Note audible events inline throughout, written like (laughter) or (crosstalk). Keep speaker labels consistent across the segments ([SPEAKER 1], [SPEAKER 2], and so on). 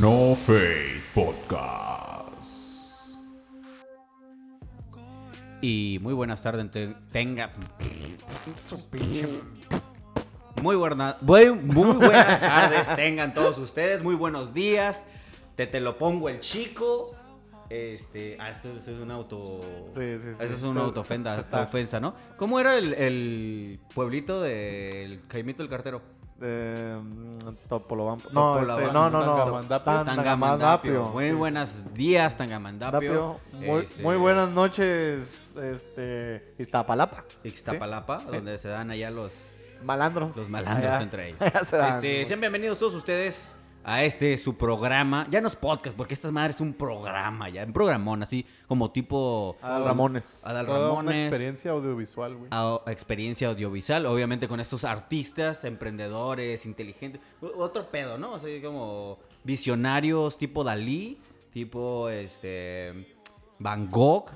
[SPEAKER 1] No Fake Podcast.
[SPEAKER 2] Y muy buenas tardes, te- tenga. Muy, buena- buen- muy buenas
[SPEAKER 3] (laughs)
[SPEAKER 2] tardes, tengan todos ustedes. Muy buenos días. Te te lo pongo el chico. Este, ah, eso, eso es un auto.
[SPEAKER 3] Sí, sí, sí.
[SPEAKER 2] Eso es una autoofenda, ofensa, ¿no? ¿Cómo era el, el pueblito del Caimito el Cartero?
[SPEAKER 3] Eh, Topolobampo. No, este,
[SPEAKER 2] Topolobampo.
[SPEAKER 3] no, no, no.
[SPEAKER 4] Tangamandapio.
[SPEAKER 3] Tan-
[SPEAKER 2] Tangamandapio.
[SPEAKER 3] Tangamandapio.
[SPEAKER 2] Muy
[SPEAKER 3] Sí.
[SPEAKER 2] buenos días, Tangamandapio.
[SPEAKER 3] Dapio. Muy,
[SPEAKER 2] Este,
[SPEAKER 3] muy buenas noches, este, Iztapalapa.
[SPEAKER 2] Ixtapalapa, donde se dan allá los,
[SPEAKER 3] Malandros.
[SPEAKER 2] los
[SPEAKER 3] (laughs)
[SPEAKER 2] malandros
[SPEAKER 3] Allá.
[SPEAKER 2] entre ellos.
[SPEAKER 3] Allá se dan.
[SPEAKER 2] Este, sean bienvenidos todos ustedes a este su programa. Ya no es podcast, porque esta madre es un programa, ya, un programón, así como tipo
[SPEAKER 3] Adal Ramones.
[SPEAKER 2] Adal
[SPEAKER 4] Toda una
[SPEAKER 2] Ramones. Ah.
[SPEAKER 4] experiencia audiovisual, güey.
[SPEAKER 2] A a experiencia audiovisual, obviamente con estos artistas, emprendedores, inteligentes, o- otro pedo, ¿no? O sea, como visionarios tipo Dalí, tipo este Van Gogh.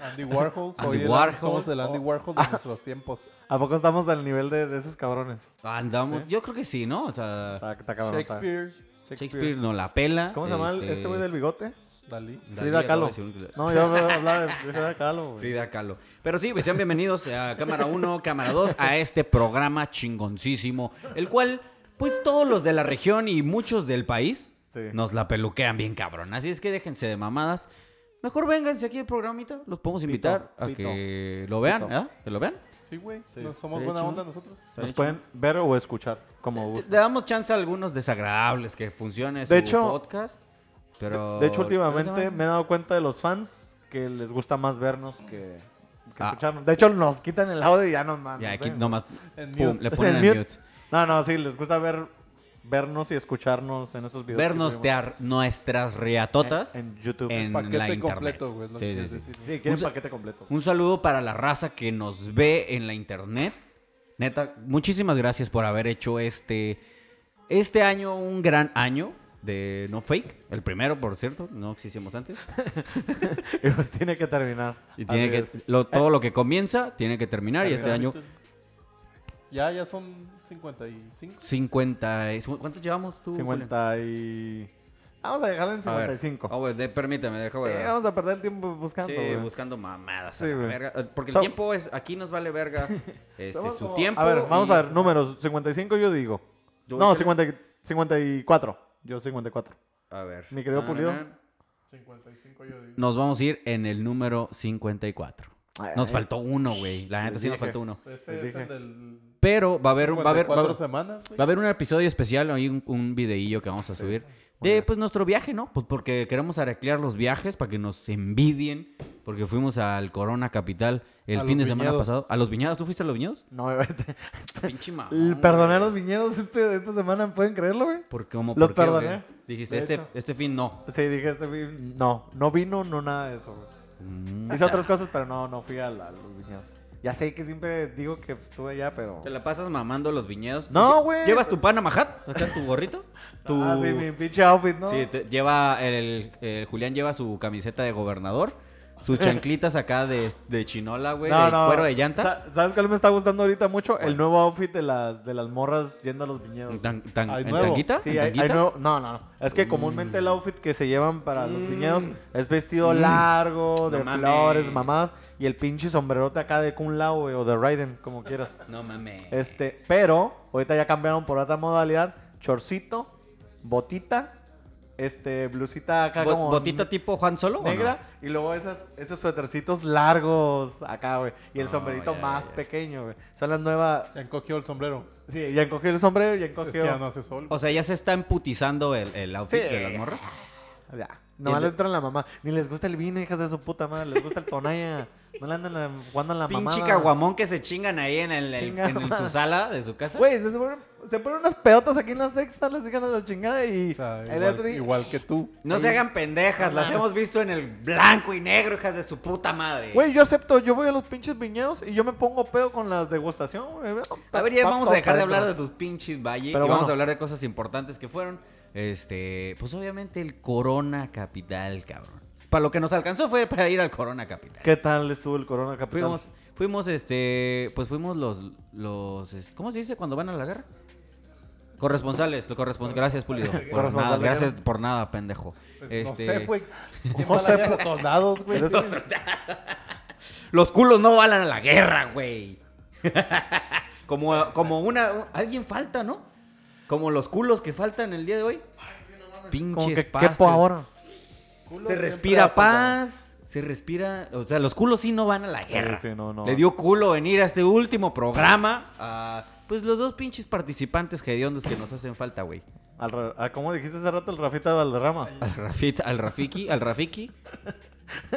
[SPEAKER 4] Andy Warhol. soy
[SPEAKER 2] Andy
[SPEAKER 4] el-
[SPEAKER 2] Warhol.
[SPEAKER 4] Somos el Andy Warhol de nuestros tiempos.
[SPEAKER 3] ¿A poco estamos al nivel de, de esos cabrones?
[SPEAKER 2] Andamos, yo creo que sí, ¿no? O sea,
[SPEAKER 3] Está, está cabrón, está.
[SPEAKER 4] Shakespeare,
[SPEAKER 2] Shakespeare no la pela.
[SPEAKER 3] Ah, ¿Cómo se llama el-
[SPEAKER 2] este,
[SPEAKER 3] este güey del bigote?
[SPEAKER 4] Dalí.
[SPEAKER 2] Dalí,
[SPEAKER 3] Frida
[SPEAKER 2] acabo
[SPEAKER 3] Kahlo.
[SPEAKER 2] de decir un-
[SPEAKER 3] No,
[SPEAKER 2] (laughs)
[SPEAKER 3] yo hablaba de de Frida Kahlo. güey.
[SPEAKER 2] Frida Kahlo. Pero sí, pues sean bienvenidos a Cámara 1, Cámara 2, a este programa chingoncísimo, el cual, pues todos los de la región y muchos del país
[SPEAKER 3] Sí.
[SPEAKER 2] nos la peluquean bien cabrón. Así es que déjense de mamadas. Mejor vénganse aquí al programita, los podemos invitar a
[SPEAKER 3] pito.
[SPEAKER 2] que lo vean,
[SPEAKER 3] Pito.
[SPEAKER 2] ¿verdad? Que lo vean.
[SPEAKER 4] Sí, güey. No, somos
[SPEAKER 2] De
[SPEAKER 4] buena
[SPEAKER 2] hecho,
[SPEAKER 4] onda nosotros.
[SPEAKER 3] Nos pueden ver o escuchar, como
[SPEAKER 2] Te,
[SPEAKER 3] gusten.
[SPEAKER 2] te damos chance a algunos desagradables que funcione su
[SPEAKER 3] De hecho-
[SPEAKER 2] podcast. Pero
[SPEAKER 3] De hecho,
[SPEAKER 2] ¿Cómo se
[SPEAKER 3] últimamente
[SPEAKER 2] llama?
[SPEAKER 3] me he dado cuenta de los fans que les gusta más vernos que, que
[SPEAKER 2] Ah.
[SPEAKER 3] escucharnos. De hecho, nos quitan el audio y ya nos mandan.
[SPEAKER 2] Ya, aquí
[SPEAKER 3] ¿eh?
[SPEAKER 2] nomás
[SPEAKER 4] En
[SPEAKER 2] pum,
[SPEAKER 4] mute.
[SPEAKER 2] le ponen
[SPEAKER 3] En
[SPEAKER 2] en
[SPEAKER 3] mute.
[SPEAKER 2] mute.
[SPEAKER 3] No, no, sí, les gusta ver, vernos y escucharnos en estos videos. que Eh,
[SPEAKER 2] Vernos
[SPEAKER 3] subimos
[SPEAKER 2] tear nuestras
[SPEAKER 3] en-
[SPEAKER 2] riatotas.
[SPEAKER 3] En YouTube.
[SPEAKER 2] en
[SPEAKER 4] Paquete
[SPEAKER 2] la internet.
[SPEAKER 4] completo, güey, es lo
[SPEAKER 2] Sí,
[SPEAKER 4] que
[SPEAKER 2] sí,
[SPEAKER 4] quieres
[SPEAKER 2] sí.
[SPEAKER 4] decir.
[SPEAKER 3] Sí, quieren
[SPEAKER 2] un sa-
[SPEAKER 3] paquete completo.
[SPEAKER 2] Un saludo para la raza que nos ve en la internet. Neta, muchísimas gracias por haber hecho este, este año un gran año de No Fake. El primero, por cierto, no existimos antes.
[SPEAKER 3] (laughs) Y pues tiene que terminar.
[SPEAKER 2] Y tiene
[SPEAKER 3] Así
[SPEAKER 2] que,
[SPEAKER 3] es.
[SPEAKER 2] lo- todo lo que comienza tiene que terminar. Y este año,
[SPEAKER 4] Ya, ya son 55.
[SPEAKER 2] 50. y- ¿Cuánto llevamos tú? Julián?
[SPEAKER 3] 50 y... Vamos a dejarlo en
[SPEAKER 2] A ver.
[SPEAKER 3] 55.
[SPEAKER 2] Ah, güey, de- permítame, deja, güey.
[SPEAKER 3] Sí, Eh, vamos a perder el tiempo buscando.
[SPEAKER 2] Sí,
[SPEAKER 3] güey.
[SPEAKER 2] buscando mamadas. a
[SPEAKER 3] Sí,
[SPEAKER 2] la
[SPEAKER 3] güey.
[SPEAKER 2] verga. Porque el
[SPEAKER 3] So-
[SPEAKER 2] tiempo es. Aquí nos vale
[SPEAKER 3] (laughs)
[SPEAKER 2] verga. Este,
[SPEAKER 3] Somos
[SPEAKER 2] su
[SPEAKER 3] como-
[SPEAKER 2] tiempo.
[SPEAKER 3] A ver, vamos
[SPEAKER 2] y-
[SPEAKER 3] a ver, números. 55 yo digo.
[SPEAKER 2] Yo
[SPEAKER 3] no,
[SPEAKER 2] échale.
[SPEAKER 3] 50 y- 54. Yo 54.
[SPEAKER 2] A ver.
[SPEAKER 3] Mi querido Pulido.
[SPEAKER 4] 55 yo digo.
[SPEAKER 2] Nos vamos a ir en el número 54.
[SPEAKER 3] Ay,
[SPEAKER 2] Nos
[SPEAKER 3] ay.
[SPEAKER 2] faltó uno, güey. La neta
[SPEAKER 3] Les
[SPEAKER 2] sí nos
[SPEAKER 3] dije.
[SPEAKER 2] faltó uno.
[SPEAKER 4] Este
[SPEAKER 3] Les
[SPEAKER 4] es el
[SPEAKER 3] dije.
[SPEAKER 4] del...
[SPEAKER 2] Pero va a haber, un- va a haber, va a haber,
[SPEAKER 4] cuatro semanas, güey.
[SPEAKER 2] va a haber un episodio especial, hay un, un videillo que vamos a subir de pues nuestro viaje, ¿no? Pues porque queremos arreglar los viajes para que nos envidien, porque fuimos al Corona Capital el
[SPEAKER 4] A
[SPEAKER 2] fin de
[SPEAKER 4] los
[SPEAKER 2] semana
[SPEAKER 4] viñedos.
[SPEAKER 2] pasado. ¿A los viñados? ¿Tú fuiste a los viñados?
[SPEAKER 3] (laughs) No, vete.
[SPEAKER 2] Pinche
[SPEAKER 3] (laughs)
[SPEAKER 2] mamá.
[SPEAKER 3] Perdoné a los viñedos este- esta semana, ¿pueden creerlo, güey?
[SPEAKER 2] ¿Por cómo?
[SPEAKER 3] Los
[SPEAKER 2] ¿Por qué, o qué?
[SPEAKER 3] perdoné,
[SPEAKER 2] Dijiste,
[SPEAKER 3] de
[SPEAKER 2] este,
[SPEAKER 3] hecho.
[SPEAKER 2] este fin no.
[SPEAKER 3] Sí, dije, este vi- no, no vino, no nada de eso, güey.
[SPEAKER 2] Mm.
[SPEAKER 3] Hice
[SPEAKER 2] Ah,
[SPEAKER 3] otras cosas, pero no, no fui a, la- a los viñedos. Ya sé que siempre digo que estuve allá, pero...
[SPEAKER 2] ¿Te la pasas mamando los viñedos?
[SPEAKER 3] No, güey.
[SPEAKER 2] ¿Llevas tu pan a Majat? ¿Acá tu gorrito? Tu...
[SPEAKER 3] (laughs) Ah, sí, mi pinche outfit, ¿no?
[SPEAKER 2] Sí, te- lleva el, el Julián lleva su camiseta de gobernador,
[SPEAKER 3] (laughs)
[SPEAKER 2] sus chanclitas acá de, de chinola, güey, de cuero de llanta.
[SPEAKER 3] Sa- ¿Sabes cuál me está gustando ahorita mucho? El nuevo outfit de las, de las morras yendo a los
[SPEAKER 2] ¿En
[SPEAKER 3] viñedos.
[SPEAKER 2] tan- tan-
[SPEAKER 4] Hay
[SPEAKER 2] en
[SPEAKER 4] nuevo.
[SPEAKER 2] tanguita?
[SPEAKER 3] Sí,
[SPEAKER 2] ¿En
[SPEAKER 3] hay, hay
[SPEAKER 2] tanguita?
[SPEAKER 3] nuevo... No, no, no. Es que comúnmente
[SPEAKER 2] Mm.
[SPEAKER 3] el outfit que se llevan para los viñedos es vestido largo, de
[SPEAKER 2] No mames.
[SPEAKER 3] flores, mamadas, y el pinche sombrerote acá de Kun Lao, güey, o de Raiden, como quieras.
[SPEAKER 2] No mames.
[SPEAKER 3] Este, pero ahorita ya cambiaron por otra modalidad, chorcito, botita, este, blusita acá
[SPEAKER 2] Bo-
[SPEAKER 3] como
[SPEAKER 2] ¿Botita
[SPEAKER 3] ne-
[SPEAKER 2] tipo Juan Solo? o no?
[SPEAKER 3] negra y luego esas, esos suétercitos largos acá, güey, y el
[SPEAKER 2] No,
[SPEAKER 3] sombrerito
[SPEAKER 2] ya,
[SPEAKER 3] más
[SPEAKER 2] ya.
[SPEAKER 3] pequeño, güey. Son las nuevas
[SPEAKER 4] Se han cogido el sombrero.
[SPEAKER 3] Sí, ya encogió el sombrero, ya
[SPEAKER 4] Es que
[SPEAKER 3] encogió.
[SPEAKER 4] ya no hace sol.
[SPEAKER 2] O sea, ya se está emputizando el, el outfit
[SPEAKER 3] Sí.
[SPEAKER 2] de las morras.
[SPEAKER 3] Ya. Nomás
[SPEAKER 2] el-
[SPEAKER 3] le entran la mamá. Ni les gusta el vino, hijas de su puta madre. Les gusta el tonaya. No le andan la- jugando a la mamá.
[SPEAKER 2] Pinche caguamón que se chingan ahí en, el, el-
[SPEAKER 3] Chinga
[SPEAKER 2] en el- su
[SPEAKER 3] madre.
[SPEAKER 2] sala de su casa.
[SPEAKER 3] Güey, se ponen, se ponen unas pedotas aquí en la sexta, las hijas de la chingada y...
[SPEAKER 4] O sea,
[SPEAKER 3] el otro
[SPEAKER 4] igual,
[SPEAKER 3] día-
[SPEAKER 4] igual que tú.
[SPEAKER 2] No se hagan pendejas, las hemos visto en el blanco y negro, hijas de su puta madre.
[SPEAKER 3] Güey, yo acepto, yo voy a los pinches viñedos y yo me pongo pedo con las degustación, güey.
[SPEAKER 2] A ver, ya vamos a dejar de hablar de tus pinches valles
[SPEAKER 3] Pero
[SPEAKER 2] y vamos
[SPEAKER 3] bueno.
[SPEAKER 2] a hablar de cosas importantes que fueron. Este, pues obviamente el Corona Capital, cabrón. Para lo que nos alcanzó fue para ir al Corona Capital.
[SPEAKER 3] ¿Qué tal estuvo el Corona Capital?
[SPEAKER 2] Fuimos, fuimos, este, pues fuimos los, los, es- ¿cómo se dice cuando van a la guerra? Corresponsales, lo correspons- Gracias,
[SPEAKER 3] (laughs)
[SPEAKER 2] Pulido. Por
[SPEAKER 3] Corresponsal
[SPEAKER 2] nada,
[SPEAKER 3] de
[SPEAKER 2] gracias
[SPEAKER 3] guerra.
[SPEAKER 2] por nada, pendejo.
[SPEAKER 4] Pues, No
[SPEAKER 2] Este, (laughs)
[SPEAKER 4] sé, güey. ¿Quién
[SPEAKER 3] No sé,
[SPEAKER 4] balaya
[SPEAKER 3] pues.
[SPEAKER 4] a los soldados, güey? Ah,
[SPEAKER 3] Pero
[SPEAKER 4] ¿Quién?
[SPEAKER 2] los culos no balan a la guerra, güey. (laughs) como, como una. Alguien falta, ¿no? Como los culos que faltan el día de hoy.
[SPEAKER 3] Como
[SPEAKER 2] Pinches
[SPEAKER 3] que
[SPEAKER 2] paz.
[SPEAKER 3] quepo ahora.
[SPEAKER 4] Culo
[SPEAKER 2] Se
[SPEAKER 4] siempre
[SPEAKER 2] respira
[SPEAKER 4] apuntado.
[SPEAKER 2] paz, se respira... O sea, los culos sí no van a la guerra.
[SPEAKER 3] Sí, sí, no, no.
[SPEAKER 2] Le dio culo venir a este último programa a... Pues los dos pinches participantes hediondos que nos hacen falta, güey.
[SPEAKER 3] Al ra- ah, ¿Cómo dijiste hace rato el Rafita Valderrama?
[SPEAKER 2] Al, Rafit, al Rafiki, al Rafiki.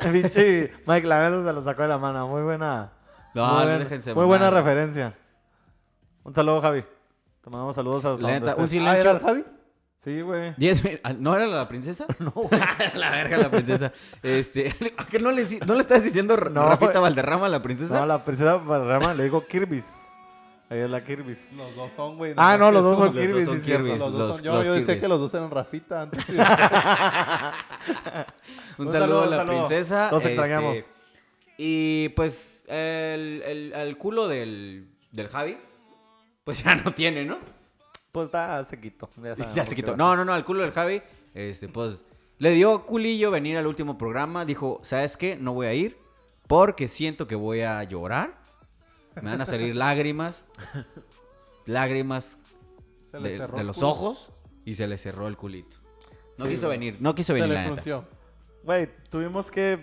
[SPEAKER 3] (laughs) Pinche Mike Lavero se lo sacó de la mano. Muy buena.
[SPEAKER 2] No,
[SPEAKER 3] muy
[SPEAKER 2] no
[SPEAKER 3] buena,
[SPEAKER 2] déjense
[SPEAKER 3] Muy buena
[SPEAKER 2] mamar.
[SPEAKER 3] referencia. Un saludo, Javi. Te mandamos saludos
[SPEAKER 2] La
[SPEAKER 3] a
[SPEAKER 2] neta, un
[SPEAKER 3] donde estés.
[SPEAKER 2] silencio.
[SPEAKER 4] Ah, ¿era el Javi?
[SPEAKER 3] Sí, güey.
[SPEAKER 2] Diez mil- ah, ¿No era la
[SPEAKER 3] (laughs)
[SPEAKER 2] princesa? (laughs) No, La verga, la princesa. Este, (laughs) ¿a qué no le, si- no le estás diciendo R-
[SPEAKER 3] No,
[SPEAKER 2] Rafita
[SPEAKER 3] güey.
[SPEAKER 2] Valderrama a la princesa?
[SPEAKER 3] No, la princesa Valderrama le digo Kirby's. Ahí es la Kirby's.
[SPEAKER 4] Los dos son, güey.
[SPEAKER 3] Ah,
[SPEAKER 4] nomás
[SPEAKER 3] no,
[SPEAKER 4] que
[SPEAKER 3] los dos
[SPEAKER 4] es uno.
[SPEAKER 3] son Kirby's.
[SPEAKER 2] son
[SPEAKER 3] sí, cierto.
[SPEAKER 2] Kirby's.
[SPEAKER 4] Los
[SPEAKER 2] Los-
[SPEAKER 4] dos son- Yo
[SPEAKER 2] los
[SPEAKER 4] yo decía
[SPEAKER 2] Kirby's.
[SPEAKER 4] que los dos eran Rafita
[SPEAKER 2] (laughs)
[SPEAKER 4] antes. y-
[SPEAKER 2] Un, saludo,
[SPEAKER 3] Un saludo,
[SPEAKER 2] a la
[SPEAKER 3] un saludo.
[SPEAKER 2] princesa. este,
[SPEAKER 3] Los extrañamos.
[SPEAKER 2] Y pues el, el- al culo del, del Javi, pues (laughs) ya no tiene, ¿no?
[SPEAKER 3] Pues está, se quitó. Ya,
[SPEAKER 2] (laughs) Ya se quitó. No, no, no, al culo del Javi, este, pues le dio culillo venir al último programa. Dijo, ¿sabes qué? No voy a ir porque siento que voy a llorar. Me van a salir (laughs) lágrimas. Lágrimas
[SPEAKER 4] Se le
[SPEAKER 2] de,
[SPEAKER 4] cerró
[SPEAKER 2] de
[SPEAKER 4] el
[SPEAKER 2] los
[SPEAKER 4] culo.
[SPEAKER 2] ojos y se le cerró el culito. No
[SPEAKER 4] Sí,
[SPEAKER 2] quiso
[SPEAKER 4] güey.
[SPEAKER 2] venir, no quiso
[SPEAKER 4] Se
[SPEAKER 2] venir
[SPEAKER 4] le
[SPEAKER 2] la neta.
[SPEAKER 4] frunció.
[SPEAKER 3] Güey, tuvimos que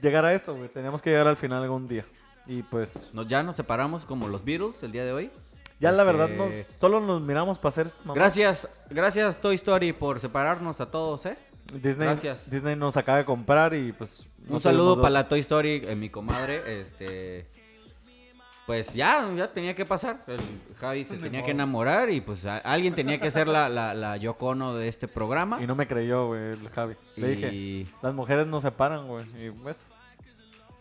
[SPEAKER 3] llegar a eso, güey. Teníamos que llegar al final algún día. Y pues,
[SPEAKER 2] No, ya nos separamos como los Beatles el día de hoy.
[SPEAKER 3] ya la
[SPEAKER 2] Este,
[SPEAKER 3] verdad, no, solo nos miramos para hacer. mamá.
[SPEAKER 2] Gracias, gracias Toy Story por separarnos a todos, ¿eh?
[SPEAKER 3] Disney,
[SPEAKER 2] gracias.
[SPEAKER 3] Disney nos acaba de comprar y pues.
[SPEAKER 2] Un
[SPEAKER 3] no
[SPEAKER 2] saludo
[SPEAKER 3] tuvimos
[SPEAKER 2] para la Toy Story, eh, mi comadre, este... Pues ya, ya tenía que pasar. El Javi se
[SPEAKER 4] Ni
[SPEAKER 2] tenía
[SPEAKER 4] modo.
[SPEAKER 2] que enamorar y pues a- alguien tenía que ser la, la, la Yocono de este programa.
[SPEAKER 3] Y no me creyó, güey, el Javi. Le dije,
[SPEAKER 2] Y-
[SPEAKER 3] las mujeres no se paran, güey. Y pues.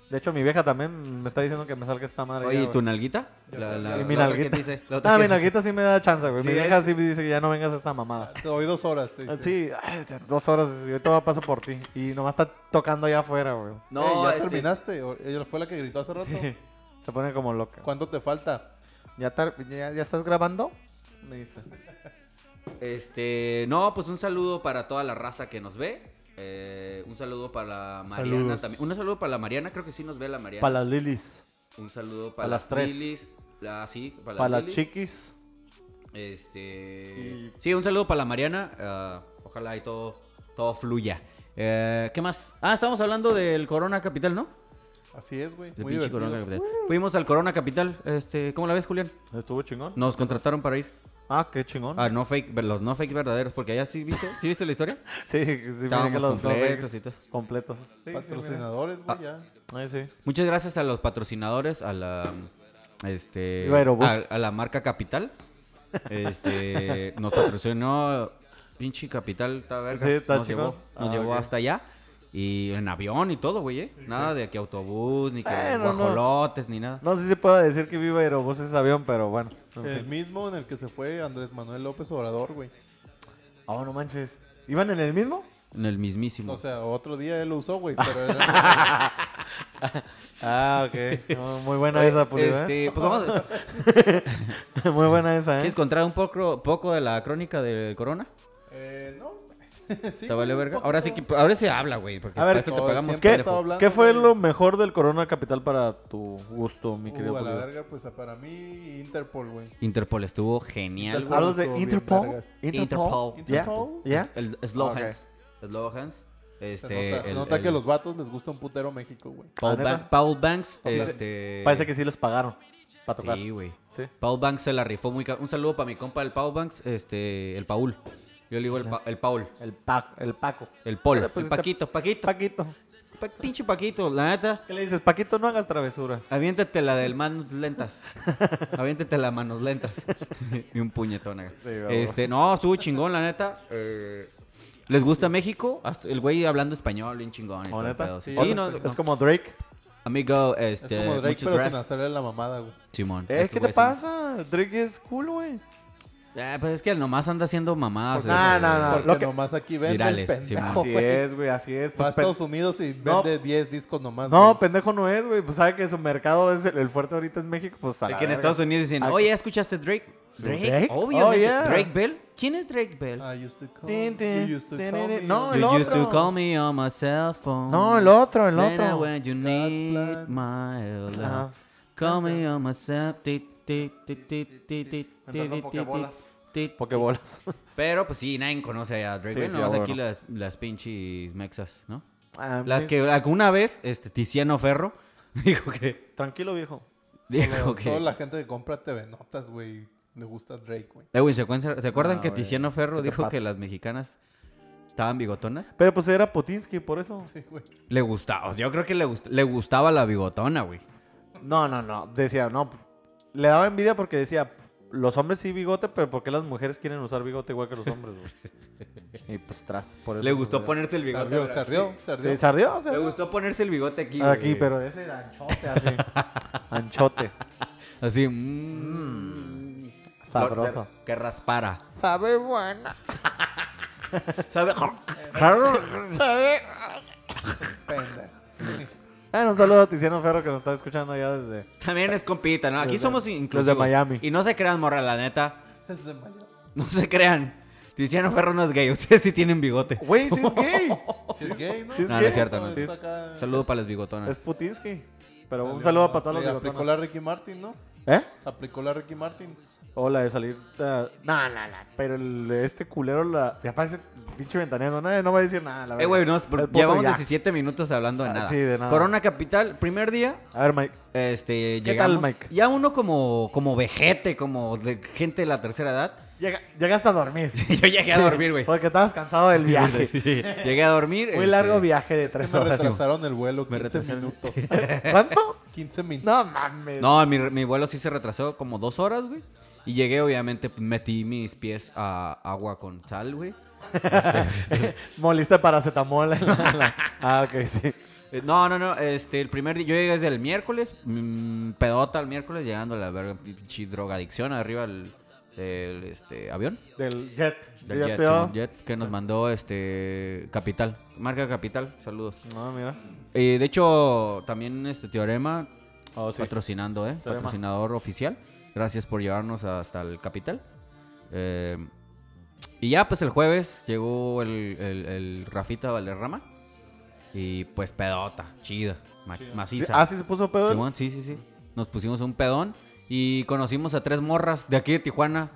[SPEAKER 3] De hecho, mi vieja también me está diciendo que me salga esta madre.
[SPEAKER 2] Oye,
[SPEAKER 3] ya,
[SPEAKER 2] ¿y
[SPEAKER 3] güey.
[SPEAKER 2] tu nalguita?
[SPEAKER 4] Ya
[SPEAKER 2] La,
[SPEAKER 4] está.
[SPEAKER 2] la-
[SPEAKER 3] Y mi
[SPEAKER 2] la otra que
[SPEAKER 3] nalguita.
[SPEAKER 2] dice, la otra
[SPEAKER 3] Ah,
[SPEAKER 2] que
[SPEAKER 3] mi
[SPEAKER 2] dice.
[SPEAKER 3] nalguita sí me da chance, güey.
[SPEAKER 2] Sí,
[SPEAKER 3] mi vieja
[SPEAKER 2] es-
[SPEAKER 3] sí me dice que ya no vengas a esta mamada.
[SPEAKER 4] Te doy dos horas. te dice.
[SPEAKER 3] Ah, Sí, ay, dos horas. y Yo te voy a paso por ti. Y nomás está tocando allá afuera, güey.
[SPEAKER 2] No,
[SPEAKER 4] Ey, ya
[SPEAKER 2] este,
[SPEAKER 4] terminaste. O- Ella fue la que gritó hace rato.
[SPEAKER 3] Sí, se pone como loca.
[SPEAKER 4] ¿Cuánto te falta?
[SPEAKER 3] ¿Ya, tar- ya, ya estás grabando? Me dice.
[SPEAKER 2] Eh, Este, no, pues un saludo para toda la raza que nos ve. Eh, un saludo para la Mariana
[SPEAKER 4] Saludos.
[SPEAKER 2] también. Un saludo para la Mariana, creo que sí nos ve la Mariana.
[SPEAKER 3] Para las lilis,
[SPEAKER 2] un saludo para
[SPEAKER 3] pa'
[SPEAKER 2] las
[SPEAKER 3] las tres.
[SPEAKER 2] Lilis. La, sí, para
[SPEAKER 3] para las
[SPEAKER 2] Lilis.
[SPEAKER 3] chiquis.
[SPEAKER 2] Este,
[SPEAKER 3] Y-
[SPEAKER 2] sí, un saludo para la Mariana. ah, ojalá y todo, todo fluya. Eh, ¿Qué más? Ah, estábamos hablando del Corona Capital, ¿no?
[SPEAKER 4] Así es, güey.
[SPEAKER 2] Del
[SPEAKER 4] Muy
[SPEAKER 2] pinche
[SPEAKER 4] divertido.
[SPEAKER 2] Corona Capital. Fuimos al Corona Capital. Este, ¿cómo la ves, Julián?
[SPEAKER 3] ¿Estuvo chingón?
[SPEAKER 2] Nos contrataron para ir.
[SPEAKER 3] Ah, qué chingón.
[SPEAKER 2] Ah, no fake, los no fake verdaderos, porque allá sí viste, sí viste la historia.
[SPEAKER 3] sí, sí, sí, mira que
[SPEAKER 2] Estábamos
[SPEAKER 3] los
[SPEAKER 2] completos y todo.
[SPEAKER 3] completos. Sí,
[SPEAKER 4] Patrocinadores,
[SPEAKER 2] Ah,
[SPEAKER 4] güey, ya.
[SPEAKER 3] sí, mira. Ahí sí.
[SPEAKER 2] Muchas gracias a los patrocinadores, a la este
[SPEAKER 3] Iba a Aerobús.
[SPEAKER 2] a, a la marca Capital.
[SPEAKER 3] (laughs)
[SPEAKER 2] Este nos patrocinó pinche Capital, está vergas,
[SPEAKER 3] Sí, está
[SPEAKER 2] nos
[SPEAKER 3] chingón.
[SPEAKER 2] llevó, nos
[SPEAKER 3] Ah,
[SPEAKER 2] llevó
[SPEAKER 3] ok.
[SPEAKER 2] hasta allá y en avión y todo, güey, ¿eh? Nada de que autobús ni que
[SPEAKER 3] Bueno, no.
[SPEAKER 2] guajolotes ni nada.
[SPEAKER 3] No sé si se puede decir que viva Aerobús ese avión, pero bueno. en
[SPEAKER 2] Eh.
[SPEAKER 4] El
[SPEAKER 3] fin.
[SPEAKER 4] mismo en el que se fue Andrés Manuel López Obrador, güey.
[SPEAKER 3] Oh, no manches. ¿Iban en el mismo?
[SPEAKER 2] En el mismísimo.
[SPEAKER 4] O sea, otro día él lo usó, güey. Pero
[SPEAKER 2] (laughs)
[SPEAKER 4] era-
[SPEAKER 3] Ah, ok. (laughs) No, muy buena esa, Pulido, ¿eh?
[SPEAKER 2] este, pues vamos,
[SPEAKER 3] (laughs)
[SPEAKER 2] a- este,
[SPEAKER 3] Muy buena esa, ¿eh?
[SPEAKER 2] ¿quieres contar un poco poco de la crónica del Corona?
[SPEAKER 4] eh, no. (laughs) sí,
[SPEAKER 2] ¿Te vale
[SPEAKER 4] un
[SPEAKER 2] verga?
[SPEAKER 4] poquito.
[SPEAKER 2] Ahora sí que ahora sí habla, güey, porque
[SPEAKER 3] A ver,
[SPEAKER 2] para eso te
[SPEAKER 4] no,
[SPEAKER 2] pagamos
[SPEAKER 4] siempre he
[SPEAKER 3] ¿Qué,
[SPEAKER 2] pendejo.
[SPEAKER 4] estado hablando,
[SPEAKER 3] qué fue
[SPEAKER 4] güey.
[SPEAKER 3] lo mejor del Corona Capital para tu gusto, mi
[SPEAKER 4] Uh,
[SPEAKER 3] querido
[SPEAKER 4] a la
[SPEAKER 3] Pulido?
[SPEAKER 4] verga, pues para mí, Interpol, güey.
[SPEAKER 2] Interpol estuvo genial.
[SPEAKER 4] Interpol.
[SPEAKER 3] ¿Hablas de
[SPEAKER 4] Estuvo bien
[SPEAKER 3] Interpol?
[SPEAKER 4] vergas.
[SPEAKER 3] Interpol.
[SPEAKER 2] Interpol.
[SPEAKER 3] ¿Ya?
[SPEAKER 4] Interpol.
[SPEAKER 3] ¿Ya? Ah,
[SPEAKER 2] El Slow
[SPEAKER 3] Ok.
[SPEAKER 2] Hands. Slow Hands.
[SPEAKER 4] Se
[SPEAKER 2] Este,
[SPEAKER 4] nota, se
[SPEAKER 2] el-
[SPEAKER 4] nota
[SPEAKER 2] el
[SPEAKER 4] que a los vatos les gusta un putero México, güey.
[SPEAKER 2] Paul,
[SPEAKER 3] ¿La neta?
[SPEAKER 2] Ban- Paul Banks.
[SPEAKER 4] sea,
[SPEAKER 2] este,
[SPEAKER 3] Parece que sí les pagaron para tocar.
[SPEAKER 2] Sí, güey.
[SPEAKER 3] Sí.
[SPEAKER 2] Paul Banks se la rifó muy ca- Un saludo para mi compa, el Paul Banks. Este, el Paul. Yo le digo el, Pa- el Paul.
[SPEAKER 3] El, pa el Paco.
[SPEAKER 2] El Paul.
[SPEAKER 3] Pero,
[SPEAKER 2] el
[SPEAKER 3] pues, está-
[SPEAKER 2] Paquito, Paquito.
[SPEAKER 3] Paquito.
[SPEAKER 2] Pa- pinche Paquito, la neta.
[SPEAKER 3] ¿Qué le dices? Paquito, no hagas travesuras.
[SPEAKER 2] Aviéntate la del manos
[SPEAKER 3] (laughs)
[SPEAKER 2] lentas. Aviéntate la manos lentas. (laughs) y un puñetón acá.
[SPEAKER 3] Sí, va,
[SPEAKER 2] este, no, estuvo chingón, la neta. Eh, ¿Les gusta México? Hasta El güey hablando español, bien chingón. y
[SPEAKER 3] ¿O
[SPEAKER 2] todo el
[SPEAKER 3] neta?
[SPEAKER 2] pedo, Sí,
[SPEAKER 4] Sí,
[SPEAKER 2] sí,
[SPEAKER 4] habla
[SPEAKER 2] no,
[SPEAKER 4] español.
[SPEAKER 2] no.
[SPEAKER 3] Es como Drake.
[SPEAKER 2] Amigo,
[SPEAKER 4] Es
[SPEAKER 2] este.
[SPEAKER 4] como Drake,
[SPEAKER 2] muchas
[SPEAKER 4] pero sin
[SPEAKER 2] gracias.
[SPEAKER 4] hacerle la mamada, güey.
[SPEAKER 2] Simón.
[SPEAKER 3] Eh,
[SPEAKER 2] estos
[SPEAKER 3] ¿Qué te
[SPEAKER 2] güeyes
[SPEAKER 3] pasa? Drake es cool, güey.
[SPEAKER 2] son- Ah, pues es que nomás anda haciendo mamadas.
[SPEAKER 3] Porque- No,
[SPEAKER 2] eh,
[SPEAKER 3] no, no.
[SPEAKER 4] Porque
[SPEAKER 3] lo que-
[SPEAKER 4] nomás aquí vende
[SPEAKER 2] Virales,
[SPEAKER 4] el pendejo,
[SPEAKER 3] Así
[SPEAKER 4] güey.
[SPEAKER 3] es, güey, así es.
[SPEAKER 4] Va a
[SPEAKER 3] Pues, pen-
[SPEAKER 4] Estados Unidos y
[SPEAKER 3] No.
[SPEAKER 4] vende 10 discos nomás,
[SPEAKER 3] No,
[SPEAKER 4] güey.
[SPEAKER 3] pendejo no es, güey. Pues sabe que su mercado es el, el fuerte ahorita es México, pues a la
[SPEAKER 2] Aquí en
[SPEAKER 3] verga.
[SPEAKER 2] Estados Unidos dicen,
[SPEAKER 3] Aquí-
[SPEAKER 2] oye, ¿escuchaste Drake? Drake,
[SPEAKER 3] Drake?
[SPEAKER 2] obviamente.
[SPEAKER 3] Oh, yeah.
[SPEAKER 2] Drake Bell. ¿Quién es Drake Bell?
[SPEAKER 4] I used to call.
[SPEAKER 3] Tin, tin,
[SPEAKER 4] you used to
[SPEAKER 3] tin,
[SPEAKER 4] call
[SPEAKER 3] tin,
[SPEAKER 4] me
[SPEAKER 3] no,
[SPEAKER 4] on-
[SPEAKER 3] el
[SPEAKER 2] You used to
[SPEAKER 3] otro.
[SPEAKER 2] call me on my cell phone.
[SPEAKER 3] No, el otro, el
[SPEAKER 2] Then
[SPEAKER 3] otro.
[SPEAKER 2] when you
[SPEAKER 4] God's
[SPEAKER 2] need
[SPEAKER 4] plan.
[SPEAKER 2] my
[SPEAKER 3] Ajá.
[SPEAKER 2] love. Call me on my cell. Ti, ti, ti, ti, ti, ti, ti,
[SPEAKER 4] Andando
[SPEAKER 2] ti, ti,
[SPEAKER 4] pokebolas.
[SPEAKER 2] ti, ti.
[SPEAKER 3] Pokébolas.
[SPEAKER 2] Pero pues sí, nadie conoce a Drake
[SPEAKER 3] Sí,
[SPEAKER 2] Bell.
[SPEAKER 3] sí,
[SPEAKER 2] nomás
[SPEAKER 3] ah,
[SPEAKER 2] aquí
[SPEAKER 3] bueno.
[SPEAKER 2] las, las pinches mexas, ¿no?
[SPEAKER 3] (laughs) Ah,
[SPEAKER 2] Las
[SPEAKER 3] mi-
[SPEAKER 2] que alguna vez este, Tiziano Ferro (laughs) dijo que.
[SPEAKER 3] Tranquilo, viejo.
[SPEAKER 2] Dijo
[SPEAKER 4] Solo, solo
[SPEAKER 2] que.
[SPEAKER 4] la gente que compra TV Notas, güey, le gusta Drake, güey.
[SPEAKER 2] Lewin, ¿se acuerdan, ¿se acuerdan
[SPEAKER 3] Ah,
[SPEAKER 2] que
[SPEAKER 3] güey,
[SPEAKER 2] Tiziano Ferro
[SPEAKER 3] ¿qué te
[SPEAKER 2] dijo que
[SPEAKER 3] pasa?
[SPEAKER 2] las mexicanas estaban bigotonas?
[SPEAKER 3] Pero pues era Potinsky, por eso.
[SPEAKER 4] Sí, güey.
[SPEAKER 2] Le gustaba, o sea, yo creo que le, gust- le gustaba la bigotona, güey.
[SPEAKER 3] No, no, no. Decía, no. Le daba envidia porque decía, los hombres sí bigote, pero ¿por qué las mujeres quieren usar bigote igual que los hombres, güey? y pues tras, por eso.
[SPEAKER 2] Le gustó
[SPEAKER 3] se-
[SPEAKER 2] ponerse el
[SPEAKER 4] Se
[SPEAKER 2] bigote.
[SPEAKER 4] ardió, se
[SPEAKER 2] ¿verdad?
[SPEAKER 4] ardió, se ardió.
[SPEAKER 3] Sí, se ardió, se
[SPEAKER 2] Le
[SPEAKER 3] ardió.
[SPEAKER 2] gustó ponerse el bigote aquí.
[SPEAKER 3] Aquí,
[SPEAKER 2] güey.
[SPEAKER 3] pero ese era anchote, así. anchote.
[SPEAKER 2] pues, Así. mm. Mmm.
[SPEAKER 3] Mm, Sabroso.
[SPEAKER 2] Que raspara.
[SPEAKER 3] Sabe buena.
[SPEAKER 2] ¿Sabe? (laughs)
[SPEAKER 3] Sabe.
[SPEAKER 4] Pendejo. Sí.
[SPEAKER 3] Bueno, un saludo a Tiziano Ferro que nos está escuchando ya desde.
[SPEAKER 2] También es compita, ¿no? Aquí
[SPEAKER 3] Los de-
[SPEAKER 2] somos
[SPEAKER 3] los de
[SPEAKER 2] inclusivos.
[SPEAKER 3] Miami.
[SPEAKER 2] Y no se crean, morra, la neta.
[SPEAKER 4] Es de mayor.
[SPEAKER 2] No se crean. Tiziano Ferro no es gay. (laughs) Ustedes sí tienen bigote.
[SPEAKER 3] Güey,
[SPEAKER 4] (laughs)
[SPEAKER 3] sí es gay.
[SPEAKER 4] Si es gay, ¿no?
[SPEAKER 3] Sí es
[SPEAKER 2] No, no es cierto, no.
[SPEAKER 4] está acá-
[SPEAKER 2] Saludo para las
[SPEAKER 3] es
[SPEAKER 2] bigotonas.
[SPEAKER 3] Putinsky. Pero un
[SPEAKER 4] Salió,
[SPEAKER 3] saludo
[SPEAKER 4] ¿no?
[SPEAKER 3] para todos los
[SPEAKER 4] Le Aplicó
[SPEAKER 3] bigotones.
[SPEAKER 4] la Ricky Martin, ¿no?
[SPEAKER 3] ¿Eh?
[SPEAKER 4] Aplicó la Ricky Martin.
[SPEAKER 3] Hola, de salir. eh, No, no, no. Pero el- este culero, la. Ya parece pinche ventaneando. No, no va a decir nada, la
[SPEAKER 2] Eh, güey, no,
[SPEAKER 3] verdad. El puto
[SPEAKER 2] llevamos
[SPEAKER 3] ya.
[SPEAKER 2] 17 minutos hablando de
[SPEAKER 3] Ah,
[SPEAKER 2] nada.
[SPEAKER 3] sí, de nada.
[SPEAKER 2] Corona Capital, primer día.
[SPEAKER 3] A ver, Mike.
[SPEAKER 2] Este,
[SPEAKER 3] ¿Qué
[SPEAKER 2] llegamos.
[SPEAKER 3] tal, Mike?
[SPEAKER 2] Ya uno como, como vejete, como de gente de la tercera edad. (laughs)
[SPEAKER 3] Llega, llegaste a dormir.
[SPEAKER 2] Yo llegué a dormir, güey.
[SPEAKER 3] Porque estabas cansado del viaje.
[SPEAKER 2] Sí, Llegué a dormir.
[SPEAKER 3] Muy
[SPEAKER 2] este,
[SPEAKER 3] largo viaje de
[SPEAKER 4] Es
[SPEAKER 3] tres
[SPEAKER 4] que me
[SPEAKER 3] horas.
[SPEAKER 4] retrasaron el vuelo
[SPEAKER 2] Me
[SPEAKER 4] 15
[SPEAKER 2] retrasaron. (laughs)
[SPEAKER 4] minutos.
[SPEAKER 3] (laughs) ¿Cuánto?
[SPEAKER 4] 15 minutos.
[SPEAKER 3] No mames.
[SPEAKER 2] No, mi, mi vuelo sí se retrasó como dos horas, güey. Y llegué, obviamente, metí mis pies a agua con sal, güey.
[SPEAKER 3] (laughs)
[SPEAKER 2] (laughs)
[SPEAKER 3] Moliste paracetamol. ah, ok, sí.
[SPEAKER 2] Eh, No, no, no. Este, el primer día, yo llegué desde el miércoles, mm, pedota el miércoles, llegando a la verga, pinche drogadicción arriba del, del, este, avión.
[SPEAKER 3] Del jet.
[SPEAKER 2] Del
[SPEAKER 3] Ya
[SPEAKER 2] jet,
[SPEAKER 3] pegó.
[SPEAKER 2] Simón Jet, que nos mandó este Capital, marca Capital, saludos.
[SPEAKER 3] No, mira.
[SPEAKER 2] Eh, de hecho, también este Teorema,
[SPEAKER 3] Oh, sí.
[SPEAKER 2] patrocinando, ¿eh?
[SPEAKER 3] Teorema.
[SPEAKER 2] Patrocinador oficial. Gracias por llevarnos hasta el Capital. Eh, y ya, pues el jueves llegó el, el- el Rafita Valderrama. Y pues pedota, chida, ma-
[SPEAKER 3] Sí,
[SPEAKER 2] maciza.
[SPEAKER 3] ah, sí se puso pedo.
[SPEAKER 2] Simón, sí, sí, sí. Nos pusimos un pedón y conocimos a tres morras de aquí de Tijuana.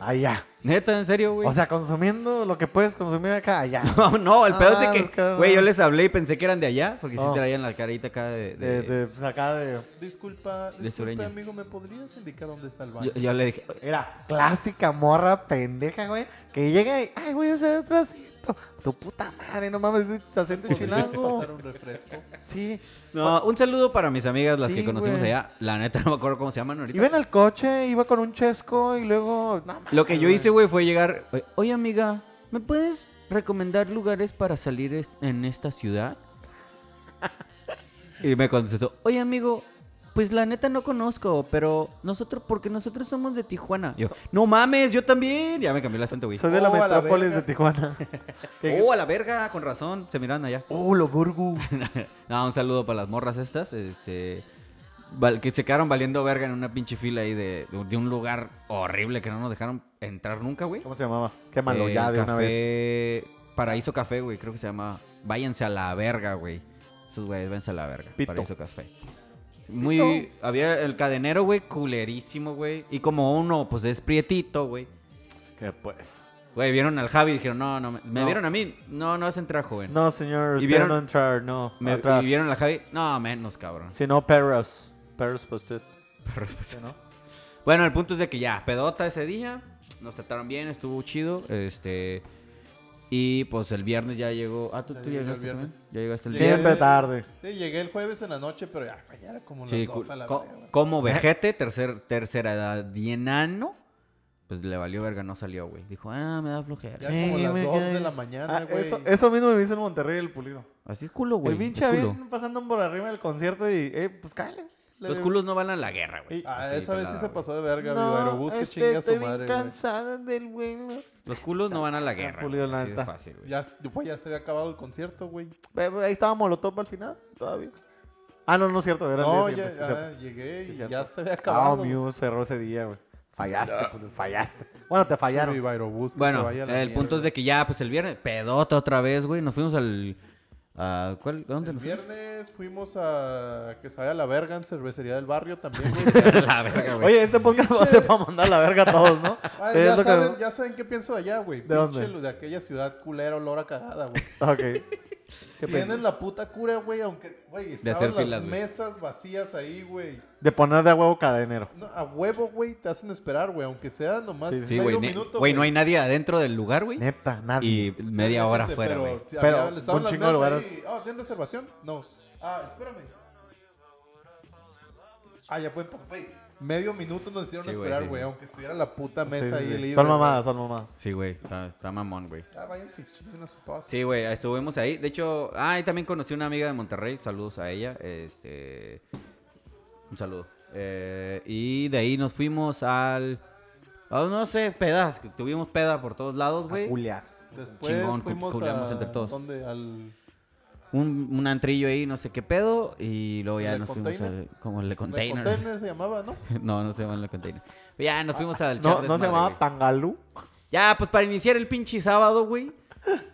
[SPEAKER 3] Ah, ya.
[SPEAKER 2] Neta, en serio, güey.
[SPEAKER 3] O sea, consumiendo lo que puedes consumir acá, allá.
[SPEAKER 2] (laughs) No, no, el pedo es de
[SPEAKER 3] Ah,
[SPEAKER 2] que,
[SPEAKER 3] los cabrones.
[SPEAKER 2] güey, yo les hablé y pensé que eran de allá, porque sí
[SPEAKER 3] Oh.
[SPEAKER 2] traían la carita acá de... de-
[SPEAKER 3] De, de, pues, acá de.
[SPEAKER 4] Disculpa,
[SPEAKER 2] De sureño.
[SPEAKER 4] disculpa, amigo, ¿me podrías indicar dónde está
[SPEAKER 2] (laughs)
[SPEAKER 4] el baño?
[SPEAKER 2] Yo, yo le dije,
[SPEAKER 3] Era clásica morra pendeja, güey. Que llega y, ay, güey, o sea, otro asiento. Tu puta madre, no mames, se acento
[SPEAKER 4] ¿Podrías
[SPEAKER 3] chilango.
[SPEAKER 4] pasar un refresco?
[SPEAKER 3] Sí.
[SPEAKER 2] no, un saludo para mis amigas, las que
[SPEAKER 3] Sí,
[SPEAKER 2] conocimos
[SPEAKER 3] güey.
[SPEAKER 2] allá. La neta, (laughs) no me acuerdo cómo se llaman ahorita.
[SPEAKER 3] Iba en el coche, iba con un chesco y luego. no mames,
[SPEAKER 2] Lo que yo
[SPEAKER 3] güey.
[SPEAKER 2] hice, güey, fue llegar, güey, oye, amiga, ¿me puedes recomendar lugares para salir es- en esta
[SPEAKER 3] (laughs)
[SPEAKER 2] ciudad? Y me contestó, oye, amigo... Pues la neta no conozco, pero nosotros, porque nosotros somos de Tijuana. Y Yo, no mames, yo también. Ya me cambié el acento, güey.
[SPEAKER 3] Soy de la
[SPEAKER 4] Oh, a la
[SPEAKER 3] metrópolis de
[SPEAKER 2] (laughs)
[SPEAKER 4] verga.
[SPEAKER 3] Tijuana. Que-
[SPEAKER 2] Oh, a la verga, con razón, se miran allá.
[SPEAKER 3] oh, lo
[SPEAKER 2] (laughs)
[SPEAKER 3] burgu.
[SPEAKER 2] No, un saludo para las morras estas, este val- que se quedaron valiendo verga en una pinche fila ahí de, de, un lugar horrible que no nos dejaron entrar nunca, güey.
[SPEAKER 3] ¿Cómo se llamaba? Quémalo
[SPEAKER 2] Eh,
[SPEAKER 3] ya de una vez.
[SPEAKER 2] café- Paraíso Café, güey, creo que se llama. Váyanse a la verga, güey. Esos güeyes, váyanse a la verga.
[SPEAKER 3] Pito.
[SPEAKER 2] Paraíso Café. Muy. Había el cadenero, güey, culerísimo, güey. Y como uno, pues es prietito, güey.
[SPEAKER 3] Que pues.
[SPEAKER 2] Güey, vieron al Javi y dijeron, no, no, me, me
[SPEAKER 3] No.
[SPEAKER 2] vieron a mí. No, no es entrar, joven.
[SPEAKER 3] No, señor,
[SPEAKER 2] ¿Y
[SPEAKER 3] usted
[SPEAKER 2] vieron-
[SPEAKER 3] no entrar, no.
[SPEAKER 2] Me,
[SPEAKER 3] atrás.
[SPEAKER 2] y vieron a la Javi. No, menos, cabrón.
[SPEAKER 3] Si no, perros. Perros, pues usted.
[SPEAKER 2] Perros, pues, Bueno, el punto es de que ya, pedota ese día, nos trataron bien, estuvo chido, este... Y pues el viernes ya llegó... Ah, ¿tú,
[SPEAKER 4] Ya
[SPEAKER 2] tú
[SPEAKER 4] llegó el
[SPEAKER 2] llegaste también?
[SPEAKER 4] viernes.
[SPEAKER 2] Ya llegaste (laughs) el
[SPEAKER 4] Llegué
[SPEAKER 2] viernes.
[SPEAKER 3] Siempre
[SPEAKER 4] el-
[SPEAKER 3] tarde.
[SPEAKER 4] Sí, llegué el jueves en la noche, pero ya, ya era como las
[SPEAKER 2] Sí,
[SPEAKER 4] dos
[SPEAKER 2] cu-
[SPEAKER 4] a la
[SPEAKER 2] co-
[SPEAKER 4] verga, güey.
[SPEAKER 2] como vejete, tercer, tercera edad, dienano, pues le valió verga, no salió, güey. Dijo, ah, me da
[SPEAKER 4] Ya
[SPEAKER 2] flojera.
[SPEAKER 4] como
[SPEAKER 3] Sí,
[SPEAKER 4] las
[SPEAKER 3] me
[SPEAKER 4] 2
[SPEAKER 3] cae.
[SPEAKER 4] de la mañana,
[SPEAKER 3] Ah,
[SPEAKER 4] güey.
[SPEAKER 3] eso, eso mismo me hizo en Monterrey el pulido.
[SPEAKER 2] Así es culo, güey.
[SPEAKER 3] el pinche
[SPEAKER 2] es culo.
[SPEAKER 3] avión pasando por arriba del concierto y, eh, pues cállate.
[SPEAKER 2] Los culos no van a la guerra, güey.
[SPEAKER 4] Ah,
[SPEAKER 2] Así,
[SPEAKER 4] esa vez sí
[SPEAKER 2] pelada,
[SPEAKER 4] se
[SPEAKER 2] güey.
[SPEAKER 4] pasó de verga, güey. Aerobús que
[SPEAKER 3] este,
[SPEAKER 4] chingue a
[SPEAKER 3] estoy
[SPEAKER 4] su
[SPEAKER 3] bien
[SPEAKER 4] madre, güey.
[SPEAKER 3] cansada del vuelo.
[SPEAKER 2] Los culos no van a
[SPEAKER 4] (laughs)
[SPEAKER 2] la guerra,
[SPEAKER 3] Pulido,
[SPEAKER 2] güey.
[SPEAKER 3] la
[SPEAKER 2] Así de
[SPEAKER 3] neta.
[SPEAKER 2] fácil, güey.
[SPEAKER 4] Ya, pues, ya se había acabado el concierto, güey.
[SPEAKER 3] Pero Ahí estaba Molotov al final, todavía. Ah, no, no es cierto, era el
[SPEAKER 4] No,
[SPEAKER 3] día
[SPEAKER 4] ya,
[SPEAKER 3] siguiente, sí,
[SPEAKER 4] ya
[SPEAKER 3] sí,
[SPEAKER 4] llegué
[SPEAKER 3] sí,
[SPEAKER 4] y
[SPEAKER 3] cierto.
[SPEAKER 4] ya se había
[SPEAKER 3] Ah,
[SPEAKER 4] acabado. güey.
[SPEAKER 3] Muse cerró ese día, güey. Fallaste, pues, fallaste. Bueno, te fallaron.
[SPEAKER 4] Viva Aerobús, que se
[SPEAKER 2] Bueno,
[SPEAKER 4] vaya a
[SPEAKER 2] el
[SPEAKER 4] la
[SPEAKER 2] punto es de que ya, pues el viernes, pedota otra vez, güey. Nos fuimos al. a- ¿Cuál? ¿A dónde
[SPEAKER 4] El
[SPEAKER 2] nos fuimos?
[SPEAKER 4] viernes fuimos a que se vaya a la verga en cervecería del
[SPEAKER 2] (laughs)
[SPEAKER 4] barrio también.
[SPEAKER 2] Sí,
[SPEAKER 4] güey.
[SPEAKER 2] la verga, güey.
[SPEAKER 3] Oye, este podcast va a ser para mandar a la verga a todos, ¿no?
[SPEAKER 4] (laughs) Ah,
[SPEAKER 3] Es
[SPEAKER 4] ya,
[SPEAKER 3] lo que-
[SPEAKER 4] saben, ya saben qué pienso de allá, güey.
[SPEAKER 3] ¿De dónde?
[SPEAKER 4] Pinche lo de aquella ciudad culera, olor a cagada, güey. (laughs)
[SPEAKER 3] Ok. (laughs) Qué
[SPEAKER 4] Tienen
[SPEAKER 3] pena.
[SPEAKER 4] la puta cura, güey, aunque, güey, estaban
[SPEAKER 2] hacer
[SPEAKER 4] las
[SPEAKER 2] filas, güey.
[SPEAKER 4] mesas vacías ahí, güey.
[SPEAKER 3] De poner de a huevo cadenero.
[SPEAKER 4] No, a huevo, güey, te hacen esperar, güey, aunque sea nomás
[SPEAKER 3] Sí,
[SPEAKER 2] Sí,
[SPEAKER 4] medio
[SPEAKER 2] güey. ne-
[SPEAKER 4] minuto,
[SPEAKER 2] Güey, no hay nadie adentro del lugar, güey.
[SPEAKER 3] Neta, nadie.
[SPEAKER 2] Y media hora
[SPEAKER 4] Obviamente,
[SPEAKER 2] afuera, güey.
[SPEAKER 4] pero, sí,
[SPEAKER 3] Pero
[SPEAKER 4] había- estaban
[SPEAKER 3] un
[SPEAKER 4] las
[SPEAKER 3] chingo de
[SPEAKER 4] mesas
[SPEAKER 3] lugares.
[SPEAKER 4] ahí. Ah, ¿tienen reservación? No. Ah, espérame. Ah, ya pueden pasar, güey. Medio minuto nos hicieron
[SPEAKER 2] Sí, güey,
[SPEAKER 4] esperar,
[SPEAKER 2] sí,
[SPEAKER 4] güey,
[SPEAKER 2] sí.
[SPEAKER 4] aunque estuviera la puta
[SPEAKER 3] Sí,
[SPEAKER 4] mesa
[SPEAKER 3] sí,
[SPEAKER 4] ahí
[SPEAKER 3] sí.
[SPEAKER 4] libre,
[SPEAKER 3] Son
[SPEAKER 4] güey.
[SPEAKER 3] mamadas, son mamadas.
[SPEAKER 2] Sí, güey. Está, está mamón, güey.
[SPEAKER 4] Ah, váyanse, chinguen a su tos.
[SPEAKER 2] Sí, güey, estuvimos ahí. De hecho, ah, y también conocí una amiga de Monterrey. Saludos a ella. Este. Un saludo. Eh, y de ahí nos fuimos al. ah, no sé, pedas. que Tuvimos peda por todos lados,
[SPEAKER 3] A
[SPEAKER 2] güey.
[SPEAKER 3] culiar.
[SPEAKER 4] Después
[SPEAKER 2] Chingón,
[SPEAKER 4] fuimos
[SPEAKER 2] culeamos
[SPEAKER 4] a-
[SPEAKER 2] entre todos.
[SPEAKER 4] ¿Dónde? Al...
[SPEAKER 2] Un, un antrillo ahí, no sé qué pedo. Y luego ya
[SPEAKER 4] ¿El
[SPEAKER 2] nos fuimos
[SPEAKER 4] container?
[SPEAKER 2] al. Como el de
[SPEAKER 4] al
[SPEAKER 2] container.
[SPEAKER 4] container se llamaba, ¿no?
[SPEAKER 2] (laughs) no, no se llama el de container. Pero ya nos fuimos al
[SPEAKER 3] No,
[SPEAKER 2] char
[SPEAKER 3] no se
[SPEAKER 2] desmadre,
[SPEAKER 3] llamaba
[SPEAKER 2] güey.
[SPEAKER 3] Tangalú.
[SPEAKER 2] Ya, pues para iniciar el pinche sábado, güey.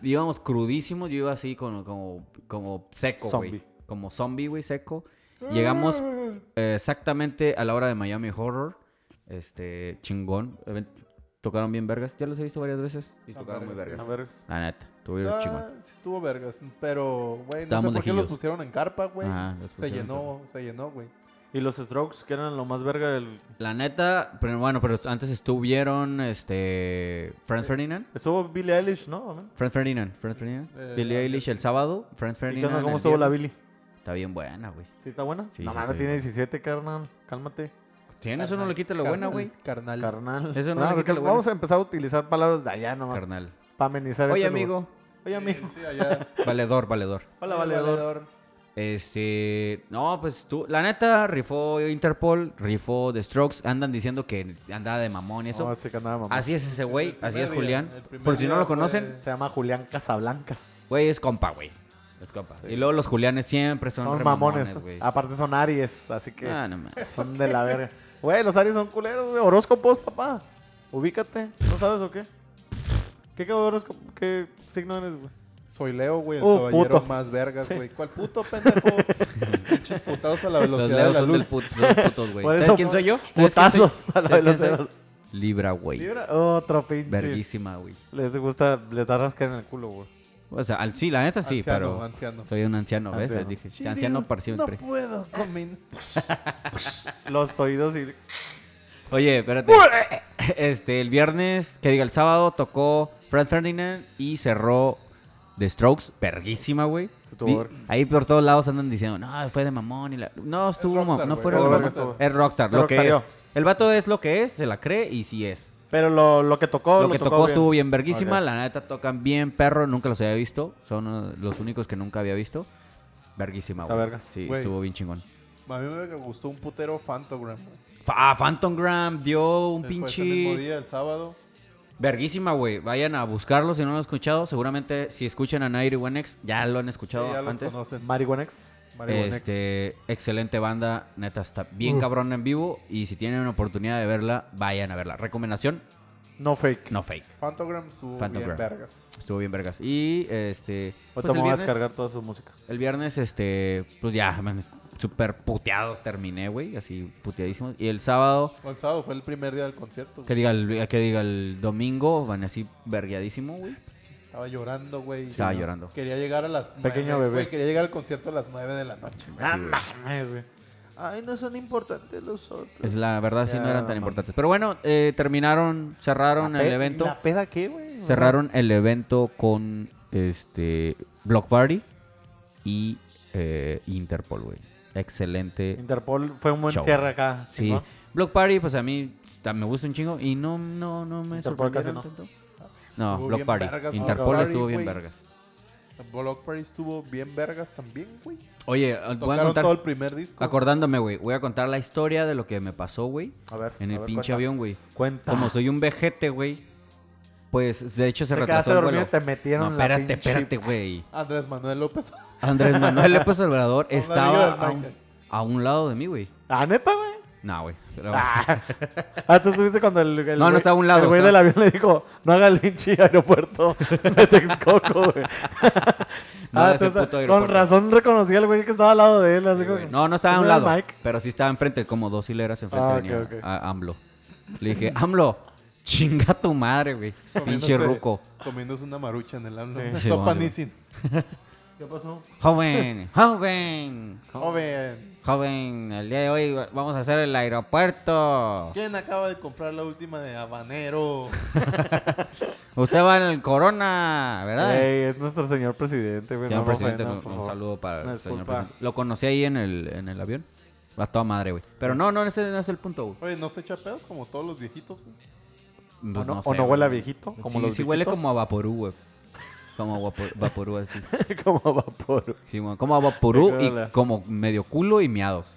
[SPEAKER 2] Íbamos crudísimos, yo iba así con- como, como seco, güey.
[SPEAKER 3] Zombie.
[SPEAKER 2] Como zombie, güey, seco.
[SPEAKER 4] Mm.
[SPEAKER 2] Llegamos
[SPEAKER 4] Ah,
[SPEAKER 2] eh, exactamente a la hora de Miami Horror. Este, chingón. Even- Tocaron bien vergas. Ya los he visto varias veces y
[SPEAKER 4] Ah,
[SPEAKER 2] tocaron muy
[SPEAKER 4] vergas,
[SPEAKER 2] vergas.
[SPEAKER 3] A ver.
[SPEAKER 2] La neta, estuvieron
[SPEAKER 4] Está-
[SPEAKER 2] chingón.
[SPEAKER 4] sí estuvo vergas, pero, güey, no sé
[SPEAKER 2] Estábamos
[SPEAKER 4] por qué los
[SPEAKER 2] lejillos.
[SPEAKER 4] pusieron en carpa, güey.
[SPEAKER 2] Ajá, los
[SPEAKER 4] Se
[SPEAKER 2] pusieron en
[SPEAKER 4] llenó, se llenó, güey.
[SPEAKER 3] Y los Strokes, que eran lo más verga del.
[SPEAKER 2] La neta, pero bueno, pero antes estuvieron este Franz Ferdinand.
[SPEAKER 3] Estuvo Billie Eilish, ¿no? Amén.
[SPEAKER 2] Franz Ferdinand, Franz Ferdinand.
[SPEAKER 4] Eh,
[SPEAKER 2] Billie
[SPEAKER 4] ah,
[SPEAKER 2] Eilish el sábado, Franz
[SPEAKER 3] ¿Y qué onda?
[SPEAKER 2] Ferdinand.
[SPEAKER 3] ¿Cómo
[SPEAKER 2] el
[SPEAKER 3] estuvo la
[SPEAKER 2] viernes.
[SPEAKER 3] Billie?
[SPEAKER 2] Está bien buena, güey.
[SPEAKER 3] ¿Sí está buena?
[SPEAKER 2] Sí,
[SPEAKER 3] no,
[SPEAKER 2] sí,
[SPEAKER 3] mames,
[SPEAKER 2] sí,
[SPEAKER 3] tiene
[SPEAKER 2] güey.
[SPEAKER 3] 17, carnal. Cálmate.
[SPEAKER 2] Tiene eso no
[SPEAKER 4] Carnal,
[SPEAKER 2] le quita lo buena,
[SPEAKER 4] carnal,
[SPEAKER 2] güey.
[SPEAKER 4] Carnal.
[SPEAKER 3] Carnal.
[SPEAKER 2] Eso no
[SPEAKER 3] Ah,
[SPEAKER 2] le
[SPEAKER 3] porque
[SPEAKER 2] quita lo bueno.
[SPEAKER 3] vamos a empezar a utilizar palabras de allá nomás.
[SPEAKER 2] Carnal.
[SPEAKER 3] Para amenizar
[SPEAKER 2] Oye,
[SPEAKER 3] este lugar.
[SPEAKER 2] amigo.
[SPEAKER 3] Oye,
[SPEAKER 4] Sí,
[SPEAKER 3] amigo. (laughs)
[SPEAKER 4] sí, allá.
[SPEAKER 2] Valedor, valedor.
[SPEAKER 3] Hola,
[SPEAKER 4] Hola,
[SPEAKER 3] valedor.
[SPEAKER 2] Este, no, pues tú, la neta, rifó Interpol, rifó The Strokes, andan diciendo que andaba de mamón y eso.
[SPEAKER 3] No, ese que andaba, mamá.
[SPEAKER 2] así es ese güey,
[SPEAKER 4] primer
[SPEAKER 2] así es
[SPEAKER 4] día,
[SPEAKER 2] Julián.
[SPEAKER 4] el primer
[SPEAKER 2] Por si no
[SPEAKER 4] día
[SPEAKER 2] lo conocen,
[SPEAKER 4] fue-
[SPEAKER 3] Se llama Julián Casablancas.
[SPEAKER 2] güey es compa, güey. Es compa. Y luego los Julianes siempre son,
[SPEAKER 3] Son
[SPEAKER 2] re
[SPEAKER 3] mamones. Ah,
[SPEAKER 2] mamones, güey.
[SPEAKER 3] Aparte son Aries, así que
[SPEAKER 2] Ah, no mames.
[SPEAKER 3] son de la verga. Güey, los Aries son culeros, güey. Horóscopos, papá. Ubícate. ¿No sabes o qué? ¿Qué, qué horóscopo? ¿Qué signo eres, güey?
[SPEAKER 4] Soy Leo, güey, el
[SPEAKER 3] Uh,
[SPEAKER 4] caballero
[SPEAKER 3] puto.
[SPEAKER 4] más vergas,
[SPEAKER 3] Sí.
[SPEAKER 4] güey. ¿Cuál puto,
[SPEAKER 2] (laughs)
[SPEAKER 4] pendejo? Pinches putados a la
[SPEAKER 2] Los
[SPEAKER 4] velocidad de
[SPEAKER 2] leos
[SPEAKER 4] la
[SPEAKER 2] son del
[SPEAKER 4] luz.
[SPEAKER 2] put- son putos, güey.
[SPEAKER 3] (laughs) Por
[SPEAKER 2] ¿Sabes
[SPEAKER 3] eso
[SPEAKER 2] quién
[SPEAKER 3] fu-
[SPEAKER 2] soy yo? ¿Sabes quién soy?
[SPEAKER 3] (laughs) putazos a la
[SPEAKER 2] ¿Sabes quién soy?
[SPEAKER 3] velocidad.
[SPEAKER 2] Libra, güey.
[SPEAKER 3] Libra, Otro pinche.
[SPEAKER 2] Verguísima, güey.
[SPEAKER 3] Les gusta, les da rasca en el culo, güey.
[SPEAKER 2] O sea, al- sí, la neta sí,
[SPEAKER 4] Anciano,
[SPEAKER 2] pero
[SPEAKER 4] anciano.
[SPEAKER 2] soy un anciano, ¿ves?
[SPEAKER 3] Anciano.
[SPEAKER 2] Les dije, anciano para siempre.
[SPEAKER 4] No puedo comer.
[SPEAKER 3] Los oídos y.
[SPEAKER 2] Oye, espérate. (laughs) Este, el viernes, que diga el sábado, tocó Fred Ferdinand y cerró The Strokes. Verguísima, güey.
[SPEAKER 3] Se tuvo
[SPEAKER 2] Di-
[SPEAKER 3] verga.
[SPEAKER 2] Ahí por todos lados andan diciendo, no, fue de mamón. Y la... No, estuvo
[SPEAKER 4] rockstar,
[SPEAKER 2] mam- no
[SPEAKER 4] güey,
[SPEAKER 2] fue de
[SPEAKER 4] es
[SPEAKER 2] mamón.
[SPEAKER 3] rockstar.
[SPEAKER 2] Es rockstar,
[SPEAKER 3] Se
[SPEAKER 2] lo que es.
[SPEAKER 3] rockstarió.
[SPEAKER 2] El vato es lo que es, se la cree y sí es.
[SPEAKER 3] Pero lo, lo que tocó.
[SPEAKER 2] Lo que tocó estuvo bien verguísima.
[SPEAKER 3] Ok.
[SPEAKER 2] La neta tocan bien, perro. Nunca los había visto. Son uh, los únicos que nunca había visto. Verguísima,
[SPEAKER 3] Está
[SPEAKER 2] güey.
[SPEAKER 3] vergas.
[SPEAKER 2] Sí,
[SPEAKER 4] Güey.
[SPEAKER 2] estuvo bien chingón.
[SPEAKER 4] (laughs) A mí me gustó un putero Fantogram. güey.
[SPEAKER 2] Fa- Ah, Phantom Gram dio un
[SPEAKER 4] Después,
[SPEAKER 2] pinche.
[SPEAKER 4] El mismo día, el sábado.
[SPEAKER 2] Verguísima, güey. Vayan a buscarlo si no lo han escuchado. Seguramente si escuchan a Nairi X ya lo han
[SPEAKER 4] Sí,
[SPEAKER 2] escuchado
[SPEAKER 4] ya los
[SPEAKER 2] antes.
[SPEAKER 4] conocen.
[SPEAKER 3] Marihuanex.
[SPEAKER 4] Marihuanex.
[SPEAKER 2] Este, excelente banda, neta, está bien cabrón en vivo. Y si tienen una oportunidad de verla, vayan a verla. Recomendación,
[SPEAKER 3] No fake.
[SPEAKER 2] no fake.
[SPEAKER 4] Fantogram estuvo bien
[SPEAKER 2] Fantogram.
[SPEAKER 4] vergas.
[SPEAKER 2] Estuvo bien vergas. Y este. pues,
[SPEAKER 3] Ahorita
[SPEAKER 2] el,
[SPEAKER 3] me voy a
[SPEAKER 2] viernes,
[SPEAKER 3] descargar toda su música.
[SPEAKER 2] el viernes, este, pues ya, man, super puteados terminé, güey. Así puteadísimos. Y el sábado,
[SPEAKER 4] O El sábado fue el primer día del concierto.
[SPEAKER 2] que
[SPEAKER 4] güey.
[SPEAKER 2] diga el, que diga el domingo, van así vergueadísimo, güey.
[SPEAKER 4] Estaba llorando, güey.
[SPEAKER 2] Estaba llorando.
[SPEAKER 4] Quería llegar a las nueve.
[SPEAKER 3] Pequeño bebé.
[SPEAKER 4] Güey, quería llegar al concierto a las 9 de la noche. güey.
[SPEAKER 2] Así, güey.
[SPEAKER 3] mames, güey. Ay, no son importantes los otros.
[SPEAKER 2] Es la verdad, sí no
[SPEAKER 3] Ya,
[SPEAKER 2] eran tan
[SPEAKER 3] mames.
[SPEAKER 2] importantes. Pero bueno, eh, terminaron, cerraron
[SPEAKER 3] La
[SPEAKER 2] el
[SPEAKER 3] pe-
[SPEAKER 2] evento.
[SPEAKER 3] ¿La peda qué, güey? O sea,
[SPEAKER 2] Cerraron el evento con este Block Party y eh, Interpol, güey. Excelente.
[SPEAKER 3] Interpol fue un buen
[SPEAKER 2] Show.
[SPEAKER 3] cierre acá.
[SPEAKER 2] Sí.
[SPEAKER 3] ¿no?
[SPEAKER 2] Block Party, pues a mí está- me gusta un chingo y no, no, no me
[SPEAKER 3] Interpol casi
[SPEAKER 2] sorprendieron tanto. No,
[SPEAKER 4] Estuvo
[SPEAKER 2] Block
[SPEAKER 4] bien
[SPEAKER 2] Party.
[SPEAKER 4] vergas, ¿no?
[SPEAKER 2] Interpol
[SPEAKER 3] Block Party,
[SPEAKER 2] estuvo bien
[SPEAKER 4] güey.
[SPEAKER 2] vergas.
[SPEAKER 4] Block Party estuvo bien vergas también, güey.
[SPEAKER 2] Oye, eh, voy a
[SPEAKER 4] Tocaron
[SPEAKER 2] contar.
[SPEAKER 4] todo el primer disco.
[SPEAKER 2] Acordándome, güey. Voy a contar la historia de lo que me pasó, güey.
[SPEAKER 3] A ver.
[SPEAKER 2] En
[SPEAKER 3] a
[SPEAKER 2] el
[SPEAKER 3] ver,
[SPEAKER 2] pinche
[SPEAKER 3] cuenta.
[SPEAKER 2] avión, güey.
[SPEAKER 3] Cuenta. Ah,
[SPEAKER 2] Como soy un vejete, güey. Pues de hecho se
[SPEAKER 3] Te quedaste
[SPEAKER 2] retrasó el
[SPEAKER 3] dormido
[SPEAKER 2] vuelo.
[SPEAKER 3] y te metieron
[SPEAKER 2] no,
[SPEAKER 3] la
[SPEAKER 2] espérate,
[SPEAKER 3] pinche-
[SPEAKER 2] espérate, güey.
[SPEAKER 4] Andrés Manuel López.
[SPEAKER 2] Andrés Manuel López Obrador
[SPEAKER 3] (laughs)
[SPEAKER 4] Con la
[SPEAKER 2] estaba
[SPEAKER 4] liga del
[SPEAKER 2] a un,
[SPEAKER 4] Michael.
[SPEAKER 2] a un lado de mí, güey.
[SPEAKER 3] Ah, neta, güey.
[SPEAKER 2] No, güey. pero-
[SPEAKER 3] Ah, (laughs) tú estuviste cuando el, el
[SPEAKER 2] No, no
[SPEAKER 3] güey-
[SPEAKER 2] estaba a un lado,
[SPEAKER 3] El güey
[SPEAKER 2] estaba-
[SPEAKER 3] del avión le dijo, no haga el hinchi aeropuerto
[SPEAKER 2] (laughs)
[SPEAKER 3] de Texcoco, güey.
[SPEAKER 2] (laughs) No haga ese
[SPEAKER 3] tú estás-
[SPEAKER 2] puto aeropuerto.
[SPEAKER 3] ah, Con razón reconocí al güey que estaba al lado de él. Así
[SPEAKER 2] Sí,
[SPEAKER 3] como,
[SPEAKER 2] güey. Este, No, no estaba a un
[SPEAKER 3] ¿No era
[SPEAKER 2] lado.
[SPEAKER 3] Mike?
[SPEAKER 2] Pero sí estaba enfrente, como dos hileras enfrente
[SPEAKER 3] Ah,
[SPEAKER 2] venía
[SPEAKER 3] ok, ok.
[SPEAKER 2] a AMLO. Le dije, AMLO, chinga tu madre, güey. Pinche
[SPEAKER 4] (laughs) Comiéndose-
[SPEAKER 2] ruco.
[SPEAKER 4] Comiéndose una marucha en el AMLO.
[SPEAKER 3] Sí.
[SPEAKER 4] Sopa
[SPEAKER 2] Sí, vamos.
[SPEAKER 4] Nissin.
[SPEAKER 3] ¿Qué pasó?
[SPEAKER 2] Joven, joven,
[SPEAKER 4] Joven,
[SPEAKER 2] joven, el día de hoy va- vamos a hacer el aeropuerto.
[SPEAKER 4] ¿quién acaba de comprar la última de habanero?
[SPEAKER 2] Usted va en el corona, ¿verdad?
[SPEAKER 3] Ey, es nuestro señor presidente, güey.
[SPEAKER 2] Señor
[SPEAKER 3] no lo
[SPEAKER 2] presidente,
[SPEAKER 3] ofendan,
[SPEAKER 2] un-
[SPEAKER 3] por
[SPEAKER 2] un,
[SPEAKER 3] favor.
[SPEAKER 2] saludo para
[SPEAKER 3] Una
[SPEAKER 2] el señor
[SPEAKER 3] disculpa.
[SPEAKER 2] presidente. Lo conocí ahí en el, en el avión. Va toda madre, güey. Pero no, no, ese no es el punto, güey.
[SPEAKER 4] Oye, ¿no se echa pedos como todos los viejitos? güey?
[SPEAKER 2] Pues
[SPEAKER 3] ¿O no,
[SPEAKER 2] sé,
[SPEAKER 3] o no
[SPEAKER 2] güey.
[SPEAKER 3] huele a viejito? Como
[SPEAKER 2] sí,
[SPEAKER 3] los
[SPEAKER 2] sí huele
[SPEAKER 3] viejitos.
[SPEAKER 2] como a vaporú, güey. Como a guapo- vaporú, así.
[SPEAKER 3] (laughs) como vapor.
[SPEAKER 2] Simón, como a vaporú y
[SPEAKER 3] Hola.
[SPEAKER 2] como medio culo y miados.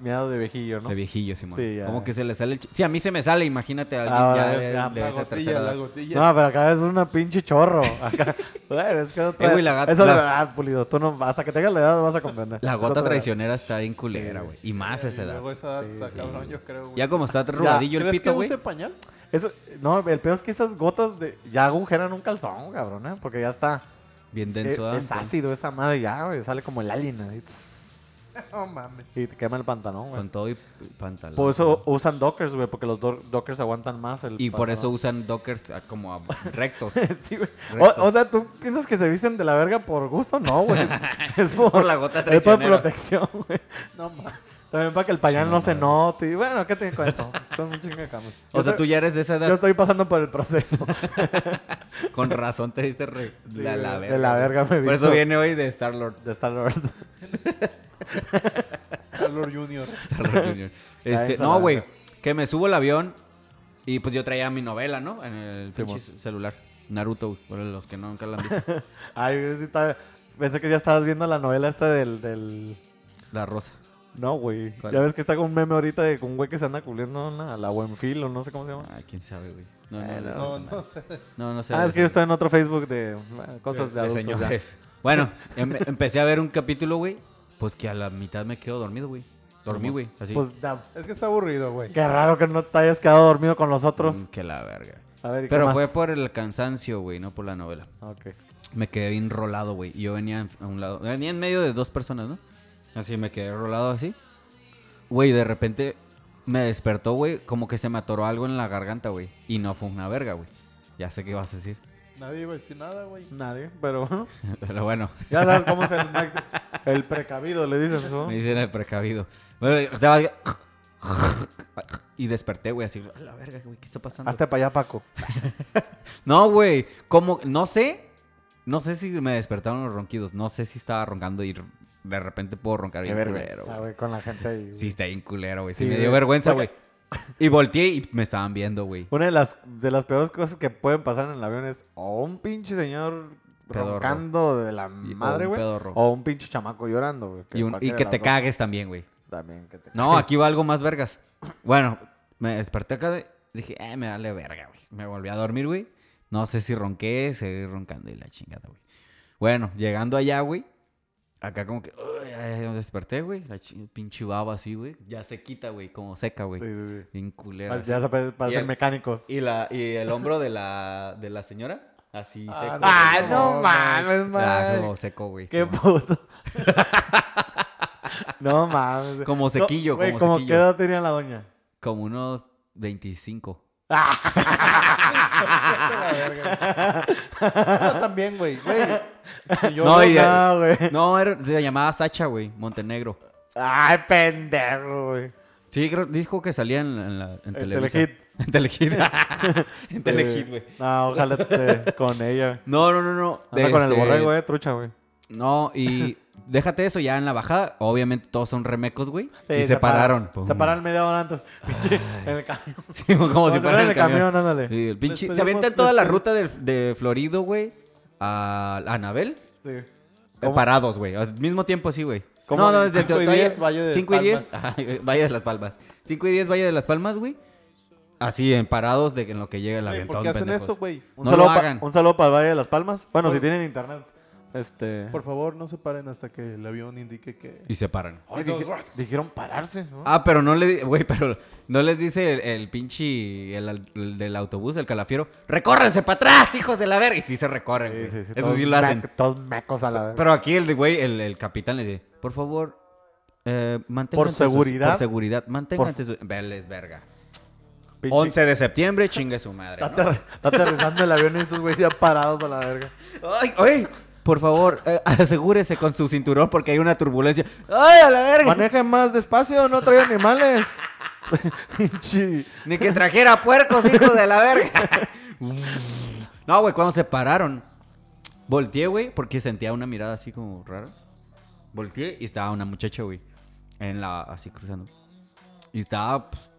[SPEAKER 3] Miado de viejillo, ¿no?
[SPEAKER 2] De viejillo, Simón.
[SPEAKER 3] Sí, ya.
[SPEAKER 2] como que se le sale el... Si sí, a mí se me sale, imagínate a alguien
[SPEAKER 3] Ah,
[SPEAKER 2] ya
[SPEAKER 3] ya,
[SPEAKER 2] de,
[SPEAKER 3] ya,
[SPEAKER 2] de
[SPEAKER 4] La
[SPEAKER 2] esa
[SPEAKER 4] gotilla,
[SPEAKER 2] tercera
[SPEAKER 4] la
[SPEAKER 2] edad.
[SPEAKER 4] gotilla.
[SPEAKER 3] No, pero acá es una pinche chorro. Acá, (laughs) bueno, es que otra-
[SPEAKER 2] Eh, güey, la gata-
[SPEAKER 3] Eso de
[SPEAKER 2] la-
[SPEAKER 3] verdad, pulido. Tú no, hasta que tengas la edad vas a comprender.
[SPEAKER 2] La
[SPEAKER 3] Es
[SPEAKER 2] gota
[SPEAKER 3] otra-
[SPEAKER 2] traicionera está bien culera, güey. Y más a esa
[SPEAKER 4] Y
[SPEAKER 2] edad.
[SPEAKER 4] luego esa edad
[SPEAKER 3] Sí,
[SPEAKER 4] está
[SPEAKER 3] sí.
[SPEAKER 4] cabrón, yo creo, güey.
[SPEAKER 2] Ya como está
[SPEAKER 4] ¿Crees
[SPEAKER 2] arrugadillo el
[SPEAKER 4] que
[SPEAKER 2] pito, güey.
[SPEAKER 4] use pañal? (laughs)
[SPEAKER 3] Eso- no, el peor es que esas gotas de, ya agujeran un calzón, cabrón, ¿eh? Porque ya está.
[SPEAKER 2] Bien
[SPEAKER 3] Es,
[SPEAKER 2] denso. ¿ah?
[SPEAKER 3] es ácido esa madre ya, güey. Sale como el alien. ahí, tss,
[SPEAKER 4] No mames.
[SPEAKER 3] Y te quema el pantalón, güey.
[SPEAKER 2] Con todo y p- pantalón.
[SPEAKER 3] Por eso usan dockers, güey. Porque los do- dockers aguantan más el
[SPEAKER 2] Y por eso
[SPEAKER 3] pantalón.
[SPEAKER 2] usan dockers ah, como a- rectos.
[SPEAKER 3] (laughs) Sí, güey.
[SPEAKER 2] Recto.
[SPEAKER 3] O, o sea, ¿tú piensas que se visten de la verga por gusto? No,
[SPEAKER 2] (laughs)
[SPEAKER 3] güey. es por,
[SPEAKER 2] por la gota
[SPEAKER 3] Es por
[SPEAKER 2] traicionera.
[SPEAKER 3] protección, güey.
[SPEAKER 4] No mames.
[SPEAKER 3] También para que el pañal
[SPEAKER 2] Sí,
[SPEAKER 3] no se
[SPEAKER 2] madre.
[SPEAKER 3] note. Y bueno, ¿qué
[SPEAKER 2] (laughs)
[SPEAKER 3] te cuento? Son un chingo de cambios.
[SPEAKER 2] O sea, tú ya eres de esa
[SPEAKER 3] Yo
[SPEAKER 2] edad.
[SPEAKER 3] estoy pasando por el proceso.
[SPEAKER 2] (laughs) Con razón te diste re- de la,
[SPEAKER 3] güey,
[SPEAKER 2] verga.
[SPEAKER 3] de la
[SPEAKER 2] güey.
[SPEAKER 3] verga me
[SPEAKER 2] Por
[SPEAKER 3] he
[SPEAKER 2] eso
[SPEAKER 3] visto.
[SPEAKER 2] viene hoy de Star-Lord.
[SPEAKER 3] De Star Lord.
[SPEAKER 4] Star-Lord Junior.
[SPEAKER 2] Star-Lord Jr. Este,
[SPEAKER 3] (laughs) está
[SPEAKER 2] no,
[SPEAKER 3] la
[SPEAKER 2] güey.
[SPEAKER 3] verga.
[SPEAKER 2] Que me subo al avión y pues yo traía mi novela, ¿no? En el
[SPEAKER 3] Sí,
[SPEAKER 2] pinche celular. Naruto, güey, para los que nunca la han
[SPEAKER 3] (laughs)
[SPEAKER 2] visto.
[SPEAKER 3] (laughs) Ay, güey, sí está- pensé que ya estabas viendo la novela esta del. del...
[SPEAKER 2] La rosa.
[SPEAKER 3] No, güey.
[SPEAKER 2] ¿Cuál?
[SPEAKER 3] Ya ves que está con un meme ahorita de con un güey que se anda culiendo a una- a la Buenfil o no sé cómo se llama.
[SPEAKER 2] Ay, Ah, quién sabe, güey. No, no,
[SPEAKER 3] Eh,
[SPEAKER 2] no,
[SPEAKER 3] no,
[SPEAKER 2] no,
[SPEAKER 4] No, no sé.
[SPEAKER 2] no, no sé.
[SPEAKER 3] Oh. ah,
[SPEAKER 2] de
[SPEAKER 3] es que yo
[SPEAKER 2] eso,
[SPEAKER 3] estoy en otro Facebook de bueno, cosas de,
[SPEAKER 2] de
[SPEAKER 3] adultos. ya.
[SPEAKER 2] señores.
[SPEAKER 3] (laughs)
[SPEAKER 2] Bueno, em- empecé a ver un capítulo, güey. Pues que a la mitad me quedo dormido, güey. Dormí, güey. Así.
[SPEAKER 3] Pues da-
[SPEAKER 4] Es que está aburrido, güey.
[SPEAKER 3] qué raro que no te hayas quedado dormido con los otros.
[SPEAKER 2] Mm, que la verga.
[SPEAKER 3] A ver, ¿y qué
[SPEAKER 2] Pero
[SPEAKER 3] más?
[SPEAKER 2] fue por el cansancio, güey, no por la novela.
[SPEAKER 3] Ok.
[SPEAKER 2] Me quedé bien rolado, güey. y Yo venía en- a un lado. Venía en medio de dos personas, ¿no? Así me quedé rolado así. Güey, de repente me despertó, güey. Como que se me atoró algo en la garganta, güey. Y no fue una verga, güey. Ya sé qué vas a decir. (laughs)
[SPEAKER 4] Nadie iba a decir
[SPEAKER 3] (laughs)
[SPEAKER 4] nada, güey.
[SPEAKER 3] Nadie, pero
[SPEAKER 2] Pero bueno,
[SPEAKER 3] ya sabes cómo es el, (laughs) el precavido, le dicen eso.
[SPEAKER 2] me dicen el precavido. Bueno, estaba... ahí- Y desperté, güey, así. A la verga, güey, ¿qué está pasando?
[SPEAKER 3] Hazte para allá, Paco.
[SPEAKER 2] No, güey. Como, no sé. No sé si me despertaron los ronquidos. No sé si estaba roncando y de repente puedo roncar
[SPEAKER 3] Qué
[SPEAKER 2] bien
[SPEAKER 3] vergüenza,
[SPEAKER 2] culero, güey.
[SPEAKER 3] güey, con la gente ahí. güey.
[SPEAKER 2] Sí, está bien culero, güey. Sí,
[SPEAKER 3] Sí,
[SPEAKER 2] me dio
[SPEAKER 3] güey.
[SPEAKER 2] vergüenza, güey. Y volteé y me estaban viendo, güey.
[SPEAKER 3] Una de las, de las peores cosas que pueden pasar en el avión es o un pinche señor
[SPEAKER 2] Pedorro.
[SPEAKER 3] roncando de la
[SPEAKER 2] Y- o
[SPEAKER 3] madre,
[SPEAKER 2] un
[SPEAKER 3] güey.
[SPEAKER 2] pedorro.
[SPEAKER 3] O un pinche chamaco llorando, güey.
[SPEAKER 2] Y, un- y
[SPEAKER 3] cualquiera
[SPEAKER 2] que
[SPEAKER 3] de
[SPEAKER 2] te
[SPEAKER 3] las
[SPEAKER 2] cagues también, güey.
[SPEAKER 3] dos. También que te
[SPEAKER 2] No, aquí va algo más vergas. Bueno, me desperté acá. de- Dije, eh, me vale verga, güey. Me volví a dormir, güey. No sé si ronqué, seguí roncando y la chingada, güey. Bueno, llegando allá, güey. Acá como que, uy, ay, me desperté, güey. La chi- pinche baba así, güey. Ya se quita, güey. Como seca, güey.
[SPEAKER 3] Sí, sí, sí.
[SPEAKER 2] Bien culera.
[SPEAKER 3] Para,
[SPEAKER 2] así.
[SPEAKER 3] ya sabes, para
[SPEAKER 2] Y
[SPEAKER 3] ser
[SPEAKER 2] el-
[SPEAKER 3] mecánicos.
[SPEAKER 2] Y, la, y el hombro de la, de la señora, así
[SPEAKER 4] Ah,
[SPEAKER 2] seco.
[SPEAKER 4] no.
[SPEAKER 2] güey.
[SPEAKER 3] ¡Ah, no,
[SPEAKER 4] No,
[SPEAKER 3] mames,
[SPEAKER 2] Ah,
[SPEAKER 3] madre!
[SPEAKER 2] como seco, güey.
[SPEAKER 3] ¡Qué
[SPEAKER 2] Simón. (laughs)
[SPEAKER 3] puto! no mames.
[SPEAKER 2] Como
[SPEAKER 3] No,
[SPEAKER 2] sequillo,
[SPEAKER 3] güey,
[SPEAKER 2] como
[SPEAKER 3] ¿cómo
[SPEAKER 2] sequillo.
[SPEAKER 3] ¿Qué edad tenía la doña?
[SPEAKER 2] Como unos
[SPEAKER 3] (laughs)
[SPEAKER 2] 25.
[SPEAKER 4] Vete a la verga, güey. No, también, güey. güey. Si yo
[SPEAKER 2] No,
[SPEAKER 4] lo-
[SPEAKER 2] y-
[SPEAKER 3] no, güey.
[SPEAKER 2] No, era- se llamaba Sacha, güey, Montenegro.
[SPEAKER 3] ¡Ay, pendejo, güey!
[SPEAKER 2] Sí, creo- dijo que salía en, la- en la, en
[SPEAKER 3] En
[SPEAKER 2] Televisa.
[SPEAKER 3] Telehit.
[SPEAKER 2] (laughs) En
[SPEAKER 3] (laughs)
[SPEAKER 2] Telehit. en Telehit, güey.
[SPEAKER 3] No, ojalá te- con ella.
[SPEAKER 2] No, no, no, no.
[SPEAKER 3] Anda con el
[SPEAKER 2] este,
[SPEAKER 3] borrego, eh, trucha, güey.
[SPEAKER 2] No, y déjate eso, ya en la bajada, obviamente todos son remecos, güey.
[SPEAKER 3] Sí,
[SPEAKER 2] y se, pararon.
[SPEAKER 3] Se pararon media hora antes. Pinche, en el camión.
[SPEAKER 2] (laughs) Sí, como si fuera el camión.
[SPEAKER 3] ándale.
[SPEAKER 2] Sí, el pinche-
[SPEAKER 4] Les
[SPEAKER 2] se avientan
[SPEAKER 4] pedimos-
[SPEAKER 2] toda
[SPEAKER 4] les
[SPEAKER 2] la
[SPEAKER 4] pedimos-
[SPEAKER 2] ruta del- de Florido, güey, a a Anabel.
[SPEAKER 3] Sí.
[SPEAKER 2] eh,
[SPEAKER 3] este. ¿Cómo?
[SPEAKER 2] Parados, güey. Al mismo tiempo, sí, güey.
[SPEAKER 4] ¿Cómo?
[SPEAKER 2] No, no, desde
[SPEAKER 4] Cinco y
[SPEAKER 2] Teotihuacán,
[SPEAKER 4] diez, Valle de
[SPEAKER 2] cinco y diez, (laughs)
[SPEAKER 4] Palmas.
[SPEAKER 2] ajá, Valle de las Palmas. 5 y 10, Valle de las Palmas, güey. Así, en parados de que en lo que llega el
[SPEAKER 4] Güey,
[SPEAKER 2] avión.
[SPEAKER 4] ¿Por
[SPEAKER 2] todos
[SPEAKER 4] qué hacen
[SPEAKER 2] pendejos.
[SPEAKER 4] eso, güey?
[SPEAKER 3] Un
[SPEAKER 2] No
[SPEAKER 3] saludo
[SPEAKER 2] lo
[SPEAKER 3] pa-
[SPEAKER 2] hagan.
[SPEAKER 3] Un saludo para el Valle de las Palmas. Bueno,
[SPEAKER 4] Por-
[SPEAKER 3] si tienen internet. Este.
[SPEAKER 4] Por favor, no se paren hasta que el avión indique que.
[SPEAKER 2] Y se paran.
[SPEAKER 3] Ay,
[SPEAKER 4] Ay,
[SPEAKER 3] dije-
[SPEAKER 4] dos-
[SPEAKER 3] dijeron pararse, ¿no?
[SPEAKER 2] Ah, pero no le, di- güey, pero no les dice el, el pinche el, al- el del autobús, el calafiero, recórrense para atrás, hijos de la verga. Y sí se recorren, güey. Eso
[SPEAKER 3] todos
[SPEAKER 2] sí lo hacen.
[SPEAKER 3] mec- todos mecos a la verga.
[SPEAKER 2] Pero aquí el de- güey, el, el capitán le dice, por favor, eh, manténganse sus-
[SPEAKER 3] seguridad.
[SPEAKER 2] por seguridad, manténganse sus- Veles, verga.
[SPEAKER 3] Pinche-
[SPEAKER 2] 11 de septiembre, chingue su madre.
[SPEAKER 3] Está aterri- está aterrizando el avión y estos güeyes ya parados a la
[SPEAKER 2] (laughs)
[SPEAKER 3] verga.
[SPEAKER 2] ¿no? Ay, ay, por favor, eh, (laughs) asegúrese con su cinturón porque hay una turbulencia. ¡Ay, a la verga!
[SPEAKER 3] Manejen más despacio, no traigan
[SPEAKER 2] (laughs)
[SPEAKER 3] animales. Pinche.
[SPEAKER 2] Ni que trajera puercos, hijo de la verga. no, güey, cuando se pararon, volteé, güey, porque sentía una mirada así como rara. Volteé y estaba una muchacha, güey, en la, así cruzando. Y estaba, pues,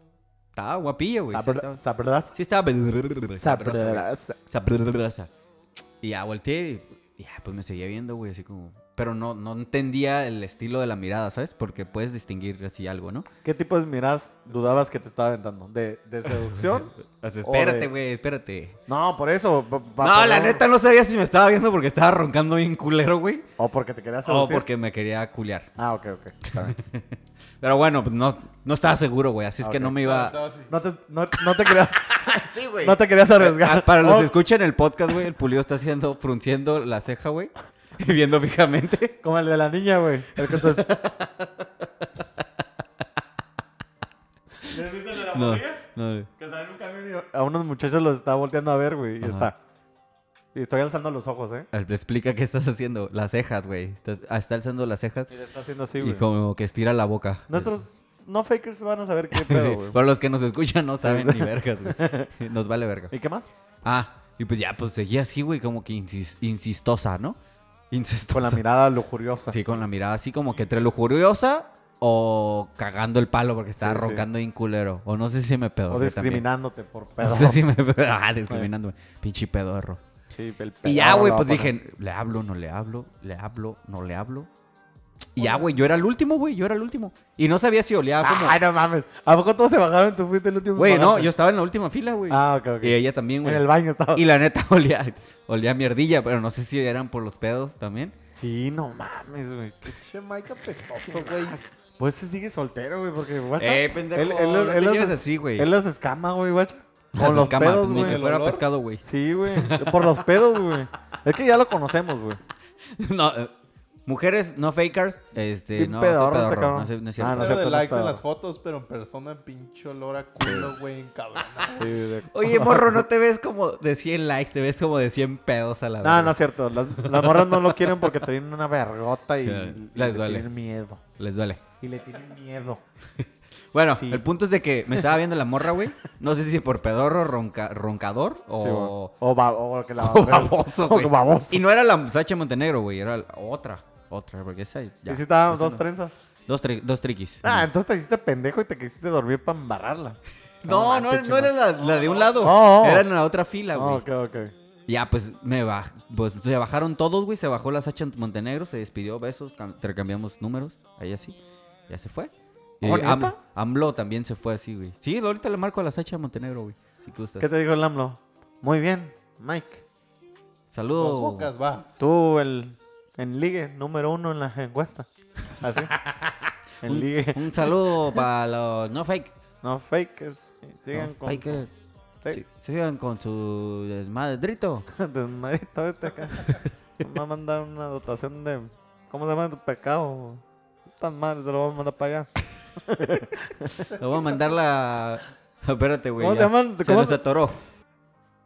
[SPEAKER 2] estaba guapilla, güey. Sí
[SPEAKER 3] Sabr-
[SPEAKER 2] estaba,
[SPEAKER 3] Sabrosa.
[SPEAKER 2] sí estaba sabrosa, güey.
[SPEAKER 3] Sabrosa.
[SPEAKER 2] Sabrosa. Y ya volteé y ya, pues me seguía viendo, güey, así como... Pero no, no entendía el estilo de la mirada, ¿sabes? Porque puedes distinguir así algo, ¿no?
[SPEAKER 3] ¿Qué tipo de miradas dudabas que te estaba aventando? ¿De, de
[SPEAKER 2] (laughs)
[SPEAKER 3] seducción?
[SPEAKER 2] O sea,
[SPEAKER 3] O de-
[SPEAKER 2] espérate, güey, espérate.
[SPEAKER 3] No, por eso. pa- pa-
[SPEAKER 2] No, la
[SPEAKER 3] pero-
[SPEAKER 2] neta no sabía si me estaba viendo porque estaba roncando bien culero, güey.
[SPEAKER 3] O porque te querías
[SPEAKER 2] O
[SPEAKER 3] seducir.
[SPEAKER 2] Oh, porque me quería culiar.
[SPEAKER 3] Ah, ok, ok. está bien.
[SPEAKER 2] Pero bueno, pues no, no estaba seguro, güey. Así es que
[SPEAKER 3] Ok.
[SPEAKER 2] no me
[SPEAKER 4] Estaba-
[SPEAKER 2] (laughs) iba.
[SPEAKER 4] estaba así.
[SPEAKER 3] No te, no, no te querías,
[SPEAKER 2] (laughs) sí, güey.
[SPEAKER 3] no te querías arriesgar.
[SPEAKER 2] Para los
[SPEAKER 3] Oh,
[SPEAKER 2] que escuchan el podcast, güey, el pulido está haciendo, frunciendo la ceja, güey. (laughs) Y viendo fijamente. (laughs)
[SPEAKER 3] Como el de la niña, güey. El que te-
[SPEAKER 4] ¿Les viste la
[SPEAKER 2] No,
[SPEAKER 4] morrilla?
[SPEAKER 2] no, güey.
[SPEAKER 4] Que estaba en un camión y-
[SPEAKER 3] A unos muchachos los está volteando a ver, güey. Y
[SPEAKER 2] Ajá.
[SPEAKER 3] está. Y estoy alzando los ojos, ¿eh?
[SPEAKER 2] Al- Explica qué estás haciendo. Las cejas, güey. Estás- ah, Está alzando las cejas
[SPEAKER 3] Y le está haciendo así,
[SPEAKER 2] y
[SPEAKER 3] güey.
[SPEAKER 2] como que estira la boca.
[SPEAKER 3] Nuestros no fakers van a saber
[SPEAKER 2] (laughs)
[SPEAKER 3] qué
[SPEAKER 2] Sí,
[SPEAKER 3] pedo, güey.
[SPEAKER 2] Para los que nos escuchan no saben
[SPEAKER 3] (laughs)
[SPEAKER 2] ni vergas, güey. (laughs) Nos vale verga.
[SPEAKER 3] ¿Y
[SPEAKER 2] (laughs)
[SPEAKER 3] qué más?
[SPEAKER 2] Ah, y pues ya, pues seguía así, güey, como que insis- insistosa, ¿no? Insistosa.
[SPEAKER 3] Con la mirada lujuriosa.
[SPEAKER 2] Sí, con la mirada así como que entre lujuriosa o cagando el palo porque estaba
[SPEAKER 3] Sí, sí.
[SPEAKER 2] roncando bien culero. O no sé si me pedo.
[SPEAKER 3] o
[SPEAKER 2] (laughs)
[SPEAKER 3] discriminándote por pedo.
[SPEAKER 2] No sé si me
[SPEAKER 3] (laughs)
[SPEAKER 2] Ah, discriminándome. Pinche pedorro.
[SPEAKER 3] Sí, el
[SPEAKER 2] Y ya, güey,
[SPEAKER 3] pedorro
[SPEAKER 2] pues
[SPEAKER 3] lo va a poner.
[SPEAKER 2] dije, le hablo, no le hablo, le hablo, no le hablo. Y ya, güey, yo era el último, güey, yo era el último. Y no sabía si olía como...
[SPEAKER 3] Ay, no mames. ¿A poco todos se bajaron y tú fuiste el último? que
[SPEAKER 2] Güey, no,
[SPEAKER 3] bajaste?
[SPEAKER 2] yo estaba en la última fila, güey.
[SPEAKER 3] Ah, ok, ok.
[SPEAKER 2] Y ella también, güey.
[SPEAKER 3] En el baño estaba.
[SPEAKER 2] Y la neta (laughs) olía, olía a mierdilla, pero no sé si eran por los pedos también.
[SPEAKER 3] Sí, no mames, güey.
[SPEAKER 4] Che, Mike apestoso, güey.
[SPEAKER 3] Pues se sigue soltero, güey, porque guacha.
[SPEAKER 2] Eh, pendejo, no te
[SPEAKER 3] los
[SPEAKER 2] lleves
[SPEAKER 3] es-
[SPEAKER 2] así, güey.
[SPEAKER 3] Él los escama, güey, guacha.
[SPEAKER 2] Las
[SPEAKER 3] Con los
[SPEAKER 2] escamas,
[SPEAKER 3] pedos,
[SPEAKER 2] ni que
[SPEAKER 3] güey.
[SPEAKER 2] fuera
[SPEAKER 4] olor.
[SPEAKER 2] pescado, güey. (laughs)
[SPEAKER 3] Sí, güey. Por los pedos, güey. Es que ya lo conocemos, güey.
[SPEAKER 2] No, eh, mujeres no fakers, este,
[SPEAKER 3] Bien
[SPEAKER 2] no,
[SPEAKER 3] pedorro
[SPEAKER 2] soy
[SPEAKER 3] este
[SPEAKER 2] pedorro,
[SPEAKER 3] cabrón.
[SPEAKER 2] no, soy- no es
[SPEAKER 3] Ah,
[SPEAKER 2] cierto.
[SPEAKER 3] no.
[SPEAKER 4] Pero
[SPEAKER 3] sé,
[SPEAKER 4] de likes en
[SPEAKER 3] pero-
[SPEAKER 4] las fotos, pero en persona, pinche olor a culo, güey, en cabrón.
[SPEAKER 3] Sí, de-
[SPEAKER 2] Oye, morro, no te ves como de 100 likes, te ves como de 100 pedos a la
[SPEAKER 3] No,
[SPEAKER 2] verga.
[SPEAKER 3] no es cierto. Las, las morras no lo quieren porque tienen una vergota y,
[SPEAKER 2] Sí,
[SPEAKER 3] y
[SPEAKER 2] les
[SPEAKER 3] le
[SPEAKER 2] duele.
[SPEAKER 3] tienen miedo.
[SPEAKER 2] Les duele.
[SPEAKER 3] Y le tienen miedo.
[SPEAKER 2] Bueno,
[SPEAKER 3] Sí.
[SPEAKER 2] el punto es de que me estaba viendo la morra, güey. No sé si por pedorro, ronca- roncador
[SPEAKER 3] Sí, güey.
[SPEAKER 2] o...
[SPEAKER 3] o, ba- o que la
[SPEAKER 2] (laughs) o baboso, güey.
[SPEAKER 3] O (laughs) baboso.
[SPEAKER 2] Y no era la Sacha Montenegro, güey, era la- otra. Otra, porque esa ya.
[SPEAKER 3] Y si estábamos
[SPEAKER 2] esa
[SPEAKER 3] dos
[SPEAKER 2] no.
[SPEAKER 3] trenzas.
[SPEAKER 2] Dos, tri- dos triquis.
[SPEAKER 3] Ah, entonces te hiciste pendejo y te quisiste dormir para
[SPEAKER 2] (laughs)
[SPEAKER 3] embarrarla. Ah,
[SPEAKER 2] No, no, no,
[SPEAKER 3] manches,
[SPEAKER 2] era la, la de un lado.
[SPEAKER 3] Oh, oh.
[SPEAKER 2] Era en la otra fila, güey.
[SPEAKER 3] Oh, ok, ok.
[SPEAKER 2] Ya, pues me baj... pues, se bajaron todos, güey. Se bajó la Sacha Montenegro, se despidió, besos, cam- intercambiamos números. Ahí así. Ya se fue. Y
[SPEAKER 3] ¿Oh,
[SPEAKER 2] Am-
[SPEAKER 3] neta?
[SPEAKER 2] AMLO también se fue así, güey. Sí, ahorita le marco a la Sacha Montenegro, güey. Si que
[SPEAKER 3] ¿Qué te dijo el AMLO? Muy bien, Mike.
[SPEAKER 4] Dos
[SPEAKER 2] Saludos.
[SPEAKER 4] bocas, va.
[SPEAKER 3] Tú el en ligue número uno en la encuesta.
[SPEAKER 2] (laughs)
[SPEAKER 3] Así. en ligue.
[SPEAKER 2] Un saludo para los no fake.
[SPEAKER 3] No fakers. (laughs) Sigan
[SPEAKER 2] no
[SPEAKER 3] con
[SPEAKER 2] fake.
[SPEAKER 3] Sí. (laughs)
[SPEAKER 2] Sí, Sigan con su desmadrito.
[SPEAKER 3] Desmadrito, vete acá. Me va a mandar una dotación de. ¿Cómo se llama tu pecado? Tan mal, se lo vamos a mandar para allá.
[SPEAKER 2] Le voy a mandar la. (laughs) Espérate, güey.
[SPEAKER 3] ¿Cómo
[SPEAKER 2] ya.
[SPEAKER 3] se llaman?
[SPEAKER 2] Se
[SPEAKER 3] ¿Cómo
[SPEAKER 2] nos
[SPEAKER 3] se-
[SPEAKER 2] atoró.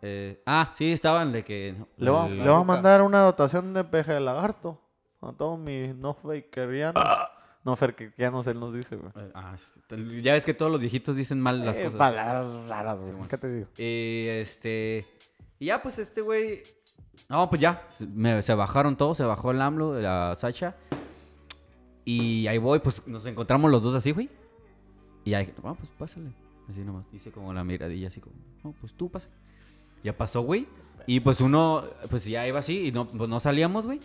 [SPEAKER 2] Eh, ah, sí, estaban de que.
[SPEAKER 3] Le va-
[SPEAKER 2] el-
[SPEAKER 3] le vamos a mandar una dotación de peje de lagarto. A todos mis no fakerianos. No fakerianos, él nos dice, güey.
[SPEAKER 2] Eh, ah, sí. ya ves que todos los viejitos dicen mal las
[SPEAKER 3] Eh,
[SPEAKER 2] cosas.
[SPEAKER 3] Palabras raras, güey.
[SPEAKER 2] Simón.
[SPEAKER 3] ¿Qué te digo?
[SPEAKER 2] Y este. Y ya, pues este güey. No, pues ya. se- me- se bajaron todos, se bajó el AMLO, la Sacha. Y ahí voy, pues nos encontramos los dos así, güey. Y ahí, ah, pues pásale. Así nomás. Hice como la miradilla, así como, no, pues tú pasa. Ya pasó, güey. Y pues uno, pues ya iba así y no, pues, no salíamos, güey.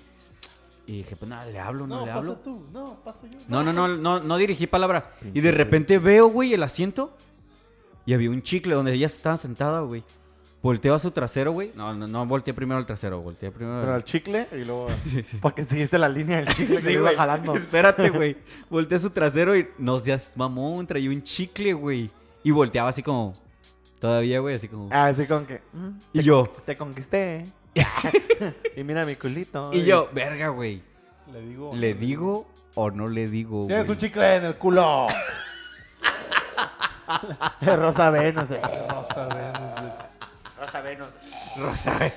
[SPEAKER 2] Y dije, pues nada, le hablo, no,
[SPEAKER 4] No,
[SPEAKER 2] le
[SPEAKER 4] pasa
[SPEAKER 2] hablo.
[SPEAKER 4] tú. No, pasa yo.
[SPEAKER 2] No, no, no, no, no dirigí palabra. Y de repente veo, güey, el asiento. Y había un chicle donde ella estaba sentada, güey. Volteó a su trasero, güey. No, no, no volteé primero al trasero, volteé primero
[SPEAKER 3] Pero
[SPEAKER 2] al...
[SPEAKER 3] al chicle
[SPEAKER 2] (laughs)
[SPEAKER 3] y luego. Porque seguiste la línea del chicle que
[SPEAKER 2] Sí,
[SPEAKER 3] le iba
[SPEAKER 2] güey.
[SPEAKER 3] jalando.
[SPEAKER 2] Espérate,
[SPEAKER 3] (laughs)
[SPEAKER 2] güey. Volteé su trasero y nos ya mamón, traía un chicle, güey. Y volteaba así como. Todavía, güey, así como.
[SPEAKER 3] Así con que. mm,
[SPEAKER 2] y yo, (laughs)
[SPEAKER 3] Te conquisté. y mira mi culito.
[SPEAKER 2] y yo, verga, güey.
[SPEAKER 4] Le digo.
[SPEAKER 2] ¿Le digo o no le digo,
[SPEAKER 4] Tienes
[SPEAKER 2] güey?
[SPEAKER 4] un chicle en el culo.
[SPEAKER 3] Rosa Venus. eh.
[SPEAKER 4] No sabemos. güey.
[SPEAKER 2] Rosa.
[SPEAKER 3] (laughs)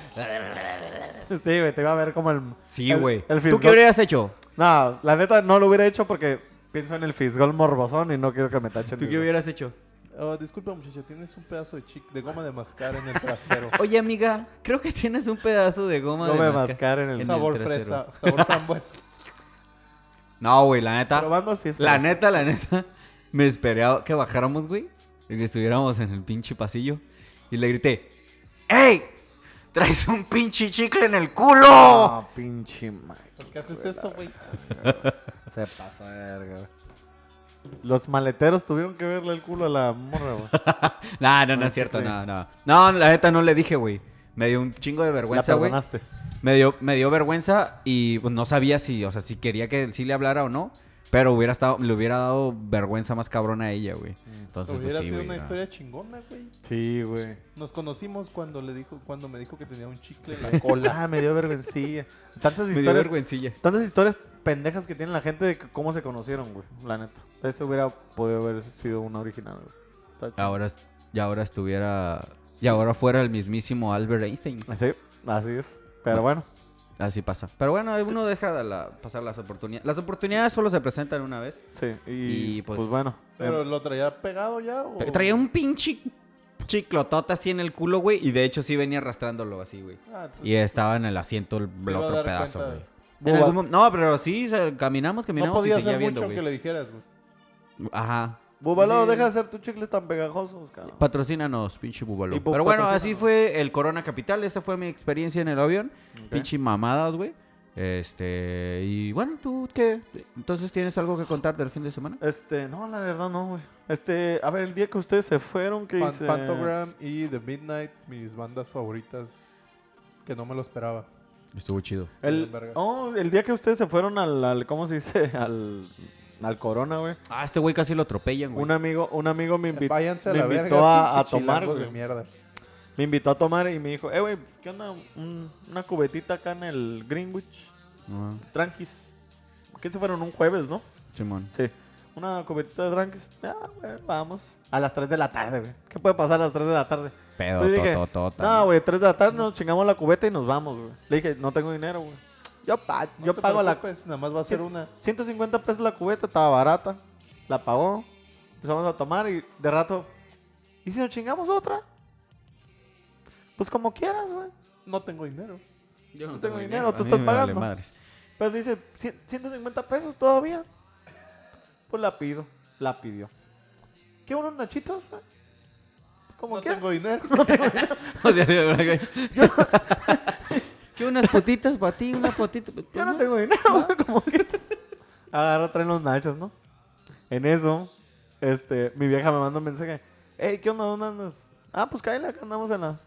[SPEAKER 3] Sí, güey, te iba a ver como el.
[SPEAKER 2] Sí,
[SPEAKER 3] el-
[SPEAKER 2] güey.
[SPEAKER 3] el
[SPEAKER 2] ¿Tú
[SPEAKER 3] Fisgol.
[SPEAKER 2] qué hubieras hecho?
[SPEAKER 3] No, la neta no lo hubiera hecho porque pienso en el fisgol morbosón y no quiero que me tachen.
[SPEAKER 2] ¿Tú qué hubieras hecho?
[SPEAKER 4] Oh, disculpa, muchacho, tienes un pedazo de chicle, de goma de
[SPEAKER 2] (laughs)
[SPEAKER 4] mascar en el trasero.
[SPEAKER 2] Oye, amiga, creo que tienes un pedazo de goma
[SPEAKER 3] No
[SPEAKER 2] de
[SPEAKER 3] me
[SPEAKER 2] mascar-
[SPEAKER 3] mascar en el.
[SPEAKER 2] en-
[SPEAKER 4] sabor
[SPEAKER 2] trasero.
[SPEAKER 4] fresa, sabor frambuesa.
[SPEAKER 2] (laughs) No, güey, la neta.
[SPEAKER 3] Probando si es.
[SPEAKER 2] La neta, la neta. (laughs) Me esperé a que bajáramos, güey. Y que estuviéramos en el pinche pasillo. Y le grité: ¡Ey! ¡Traes un pinche chicle en el culo!
[SPEAKER 3] No, pinche Mike.
[SPEAKER 4] ¿Por qué haces eso, güey?
[SPEAKER 3] Se pasa de verga. güey. Los maleteros tuvieron que verle el culo a la morra, güey.
[SPEAKER 2] No, no, no
[SPEAKER 3] Ah,
[SPEAKER 2] es cierto,
[SPEAKER 3] chicle.
[SPEAKER 2] no, no. No, la neta no le dije, güey. Me dio un chingo de
[SPEAKER 3] La
[SPEAKER 2] vergüenza, güey.
[SPEAKER 3] perdonaste.
[SPEAKER 2] Me dio, me dio vergüenza y pues, no sabía si, o sea, si quería que sí le hablara o no. Pero hubiera estado, le hubiera dado vergüenza más cabrona a ella, güey. Entonces,
[SPEAKER 4] Mm. hubiera
[SPEAKER 2] pues, sí,
[SPEAKER 4] sido
[SPEAKER 2] güey,
[SPEAKER 4] una
[SPEAKER 2] no.
[SPEAKER 4] historia chingona, güey.
[SPEAKER 3] Sí, güey.
[SPEAKER 4] Nos conocimos cuando le dijo, cuando me dijo que tenía un chicle en la cola.
[SPEAKER 3] Ah, me dio vergüencilla.
[SPEAKER 2] Me
[SPEAKER 3] Tantas
[SPEAKER 2] dio
[SPEAKER 3] historias,
[SPEAKER 2] vergüencilla.
[SPEAKER 3] tantas historias pendejas que tiene la gente de que cómo se conocieron, güey. La neta. Eso hubiera podido haber sido una original, güey. Está
[SPEAKER 2] Ahora, es- y ahora estuviera, y ahora fuera el mismísimo Albert Einstein.
[SPEAKER 3] chido. Así, así es. Pero bueno.
[SPEAKER 2] Así pasa. Pero bueno, uno deja la- pasar las oportunidades. Las oportunidades solo se presentan una vez.
[SPEAKER 3] Sí. Y,
[SPEAKER 2] Y,
[SPEAKER 3] pues,
[SPEAKER 2] pues,
[SPEAKER 3] bueno.
[SPEAKER 4] Pero lo traía pegado ya. ¿o?
[SPEAKER 2] Tra- Traía un pinche chiclotota así en el culo, güey. Y de hecho sí venía arrastrándolo así, güey.
[SPEAKER 4] Ah, entonces
[SPEAKER 2] Y estaba en el asiento el, el
[SPEAKER 4] iba a
[SPEAKER 2] otro
[SPEAKER 4] dar
[SPEAKER 2] pedazo,
[SPEAKER 4] cuenta.
[SPEAKER 2] güey.
[SPEAKER 3] Boba.
[SPEAKER 2] En algún mom- no, pero sí, se- caminamos,
[SPEAKER 4] no
[SPEAKER 2] caminamos y
[SPEAKER 4] podía
[SPEAKER 2] seguía
[SPEAKER 4] hacer
[SPEAKER 2] viendo,
[SPEAKER 4] mucho que
[SPEAKER 2] güey.
[SPEAKER 4] le dijeras, güey.
[SPEAKER 2] Ajá.
[SPEAKER 3] Búbalo,
[SPEAKER 2] Sí.
[SPEAKER 3] deja de hacer tus chicles tan pegajosos, cabrón.
[SPEAKER 2] Patrocínanos, pinche búbalo.
[SPEAKER 3] Y po-
[SPEAKER 2] Pero bueno,
[SPEAKER 3] patrocínanos.
[SPEAKER 2] así fue el Corona Capital. Esa fue mi experiencia en el avión.
[SPEAKER 3] Ok.
[SPEAKER 2] Pinche mamadas, güey. Este, y bueno, ¿tú qué? Entonces, ¿tienes algo que contar del fin de semana?
[SPEAKER 3] Este, no, la verdad no, güey. Este, a ver, el día que ustedes se fueron, ¿qué
[SPEAKER 4] Pan-
[SPEAKER 3] hice?
[SPEAKER 4] Pantogram y The Midnight, mis bandas favoritas, que no me lo esperaba.
[SPEAKER 2] Estuvo chido.
[SPEAKER 3] El,
[SPEAKER 4] Vergas.
[SPEAKER 3] oh, el día que ustedes se fueron al, al- ¿cómo se dice? (laughs) Al, al corona, güey.
[SPEAKER 2] Ah, este güey casi lo atropellan, güey.
[SPEAKER 3] Un amigo, un amigo me, invi-
[SPEAKER 4] Váyanse a
[SPEAKER 3] me
[SPEAKER 4] la
[SPEAKER 3] invitó
[SPEAKER 4] verga,
[SPEAKER 3] a, a
[SPEAKER 4] pinche
[SPEAKER 3] tomar,
[SPEAKER 4] chilangos de
[SPEAKER 3] güey.
[SPEAKER 4] mierda.
[SPEAKER 3] Me invitó a tomar y me dijo, eh, güey, ¿qué onda? Un- una cubetita acá en el Greenwich,
[SPEAKER 2] Ah,
[SPEAKER 3] tranquis. ¿Qué se fueron? Un jueves, ¿no?
[SPEAKER 2] Simón.
[SPEAKER 3] Sí. Una cubetita de tranquis. Ah, güey, vamos. A las 3 de la tarde, güey. ¿Qué puede pasar a las 3 de la tarde?
[SPEAKER 2] Pedo,
[SPEAKER 3] Le dije,
[SPEAKER 2] tototota.
[SPEAKER 3] No, güey, 3 de la tarde nos chingamos la cubeta y nos vamos, güey. Le dije, no tengo dinero, güey. Yo, pa-
[SPEAKER 4] No
[SPEAKER 3] yo
[SPEAKER 4] te
[SPEAKER 3] pago la...
[SPEAKER 4] preocupes, Nada más va a ser una.
[SPEAKER 3] 150 pesos la cubeta, estaba barata. La pagó. Empezamos a tomar y de rato... ¿Y si nos chingamos otra? Pues como quieras, güey.
[SPEAKER 4] No tengo dinero.
[SPEAKER 2] Yo
[SPEAKER 3] no tengo dinero, tú
[SPEAKER 2] a mí
[SPEAKER 3] estás
[SPEAKER 2] me vale
[SPEAKER 3] pagando.
[SPEAKER 2] madres.
[SPEAKER 3] Pero dice, "Cien- 150 pesos todavía. Pues la pido. La pidió. ¿Qué unos nachitos, güey? Como
[SPEAKER 4] No
[SPEAKER 3] quieras.
[SPEAKER 4] tengo dinero.
[SPEAKER 2] (laughs) O sea, de verdad,
[SPEAKER 3] (laughs)
[SPEAKER 2] güey. (laughs) ¿Qué unas potitas para ti? Una potita. Pues,
[SPEAKER 3] Yo no tengo dinero, güey, (laughs) como que. Ah. Agarra, traen los nachos, ¿no? En eso, este, mi vieja me manda un mensaje. Ey, ¿qué onda? ¿Dónde andas? Ah, pues cállate, acá andamos en la.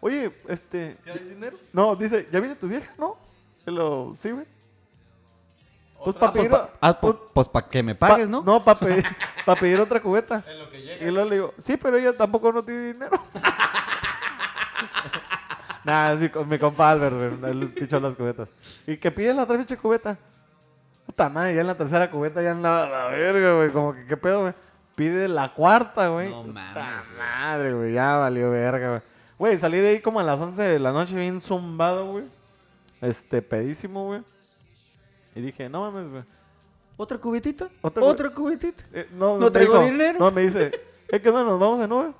[SPEAKER 3] Oye, este.
[SPEAKER 4] ¿Tienes dinero?
[SPEAKER 3] No, dice, ¿ya viene tu vieja, no? Y lo, sí, güey. Pues pa'
[SPEAKER 4] Otra vez.
[SPEAKER 2] Pues para
[SPEAKER 3] Pues-
[SPEAKER 2] que me
[SPEAKER 3] Pa-
[SPEAKER 2] pagues, ¿no?
[SPEAKER 3] No, para pedir, pa' pedir otra cubeta.
[SPEAKER 4] (laughs) En lo que
[SPEAKER 3] Y
[SPEAKER 4] llega.
[SPEAKER 3] luego le digo, sí, pero ella tampoco no tiene
[SPEAKER 4] (laughs)
[SPEAKER 3] dinero. nah, es mi, co- mi compa Albert, güey, él pichó las cubetas. Y que pide la otra pinche cubeta. Puta madre, ya en la tercera cubeta ya andaba a la verga, güey. Como que qué pedo, güey. Pide la cuarta, güey.
[SPEAKER 2] No
[SPEAKER 3] Puta
[SPEAKER 2] mames, güey.
[SPEAKER 3] madre, güey. Ya valió verga, güey. Güey, salí de ahí como a las 11 de la noche bien zumbado, güey. Este, pedísimo, güey. Y dije, no mames, güey.
[SPEAKER 2] ¿Otra cubetita?
[SPEAKER 3] Otra
[SPEAKER 2] ¿Otra,
[SPEAKER 3] cu-
[SPEAKER 2] cubetita?
[SPEAKER 3] Eh, no,
[SPEAKER 2] ¿No
[SPEAKER 3] me
[SPEAKER 2] traigo
[SPEAKER 3] dijo-
[SPEAKER 2] dinero?
[SPEAKER 3] No, me dice, es que no nos vamos en Uber.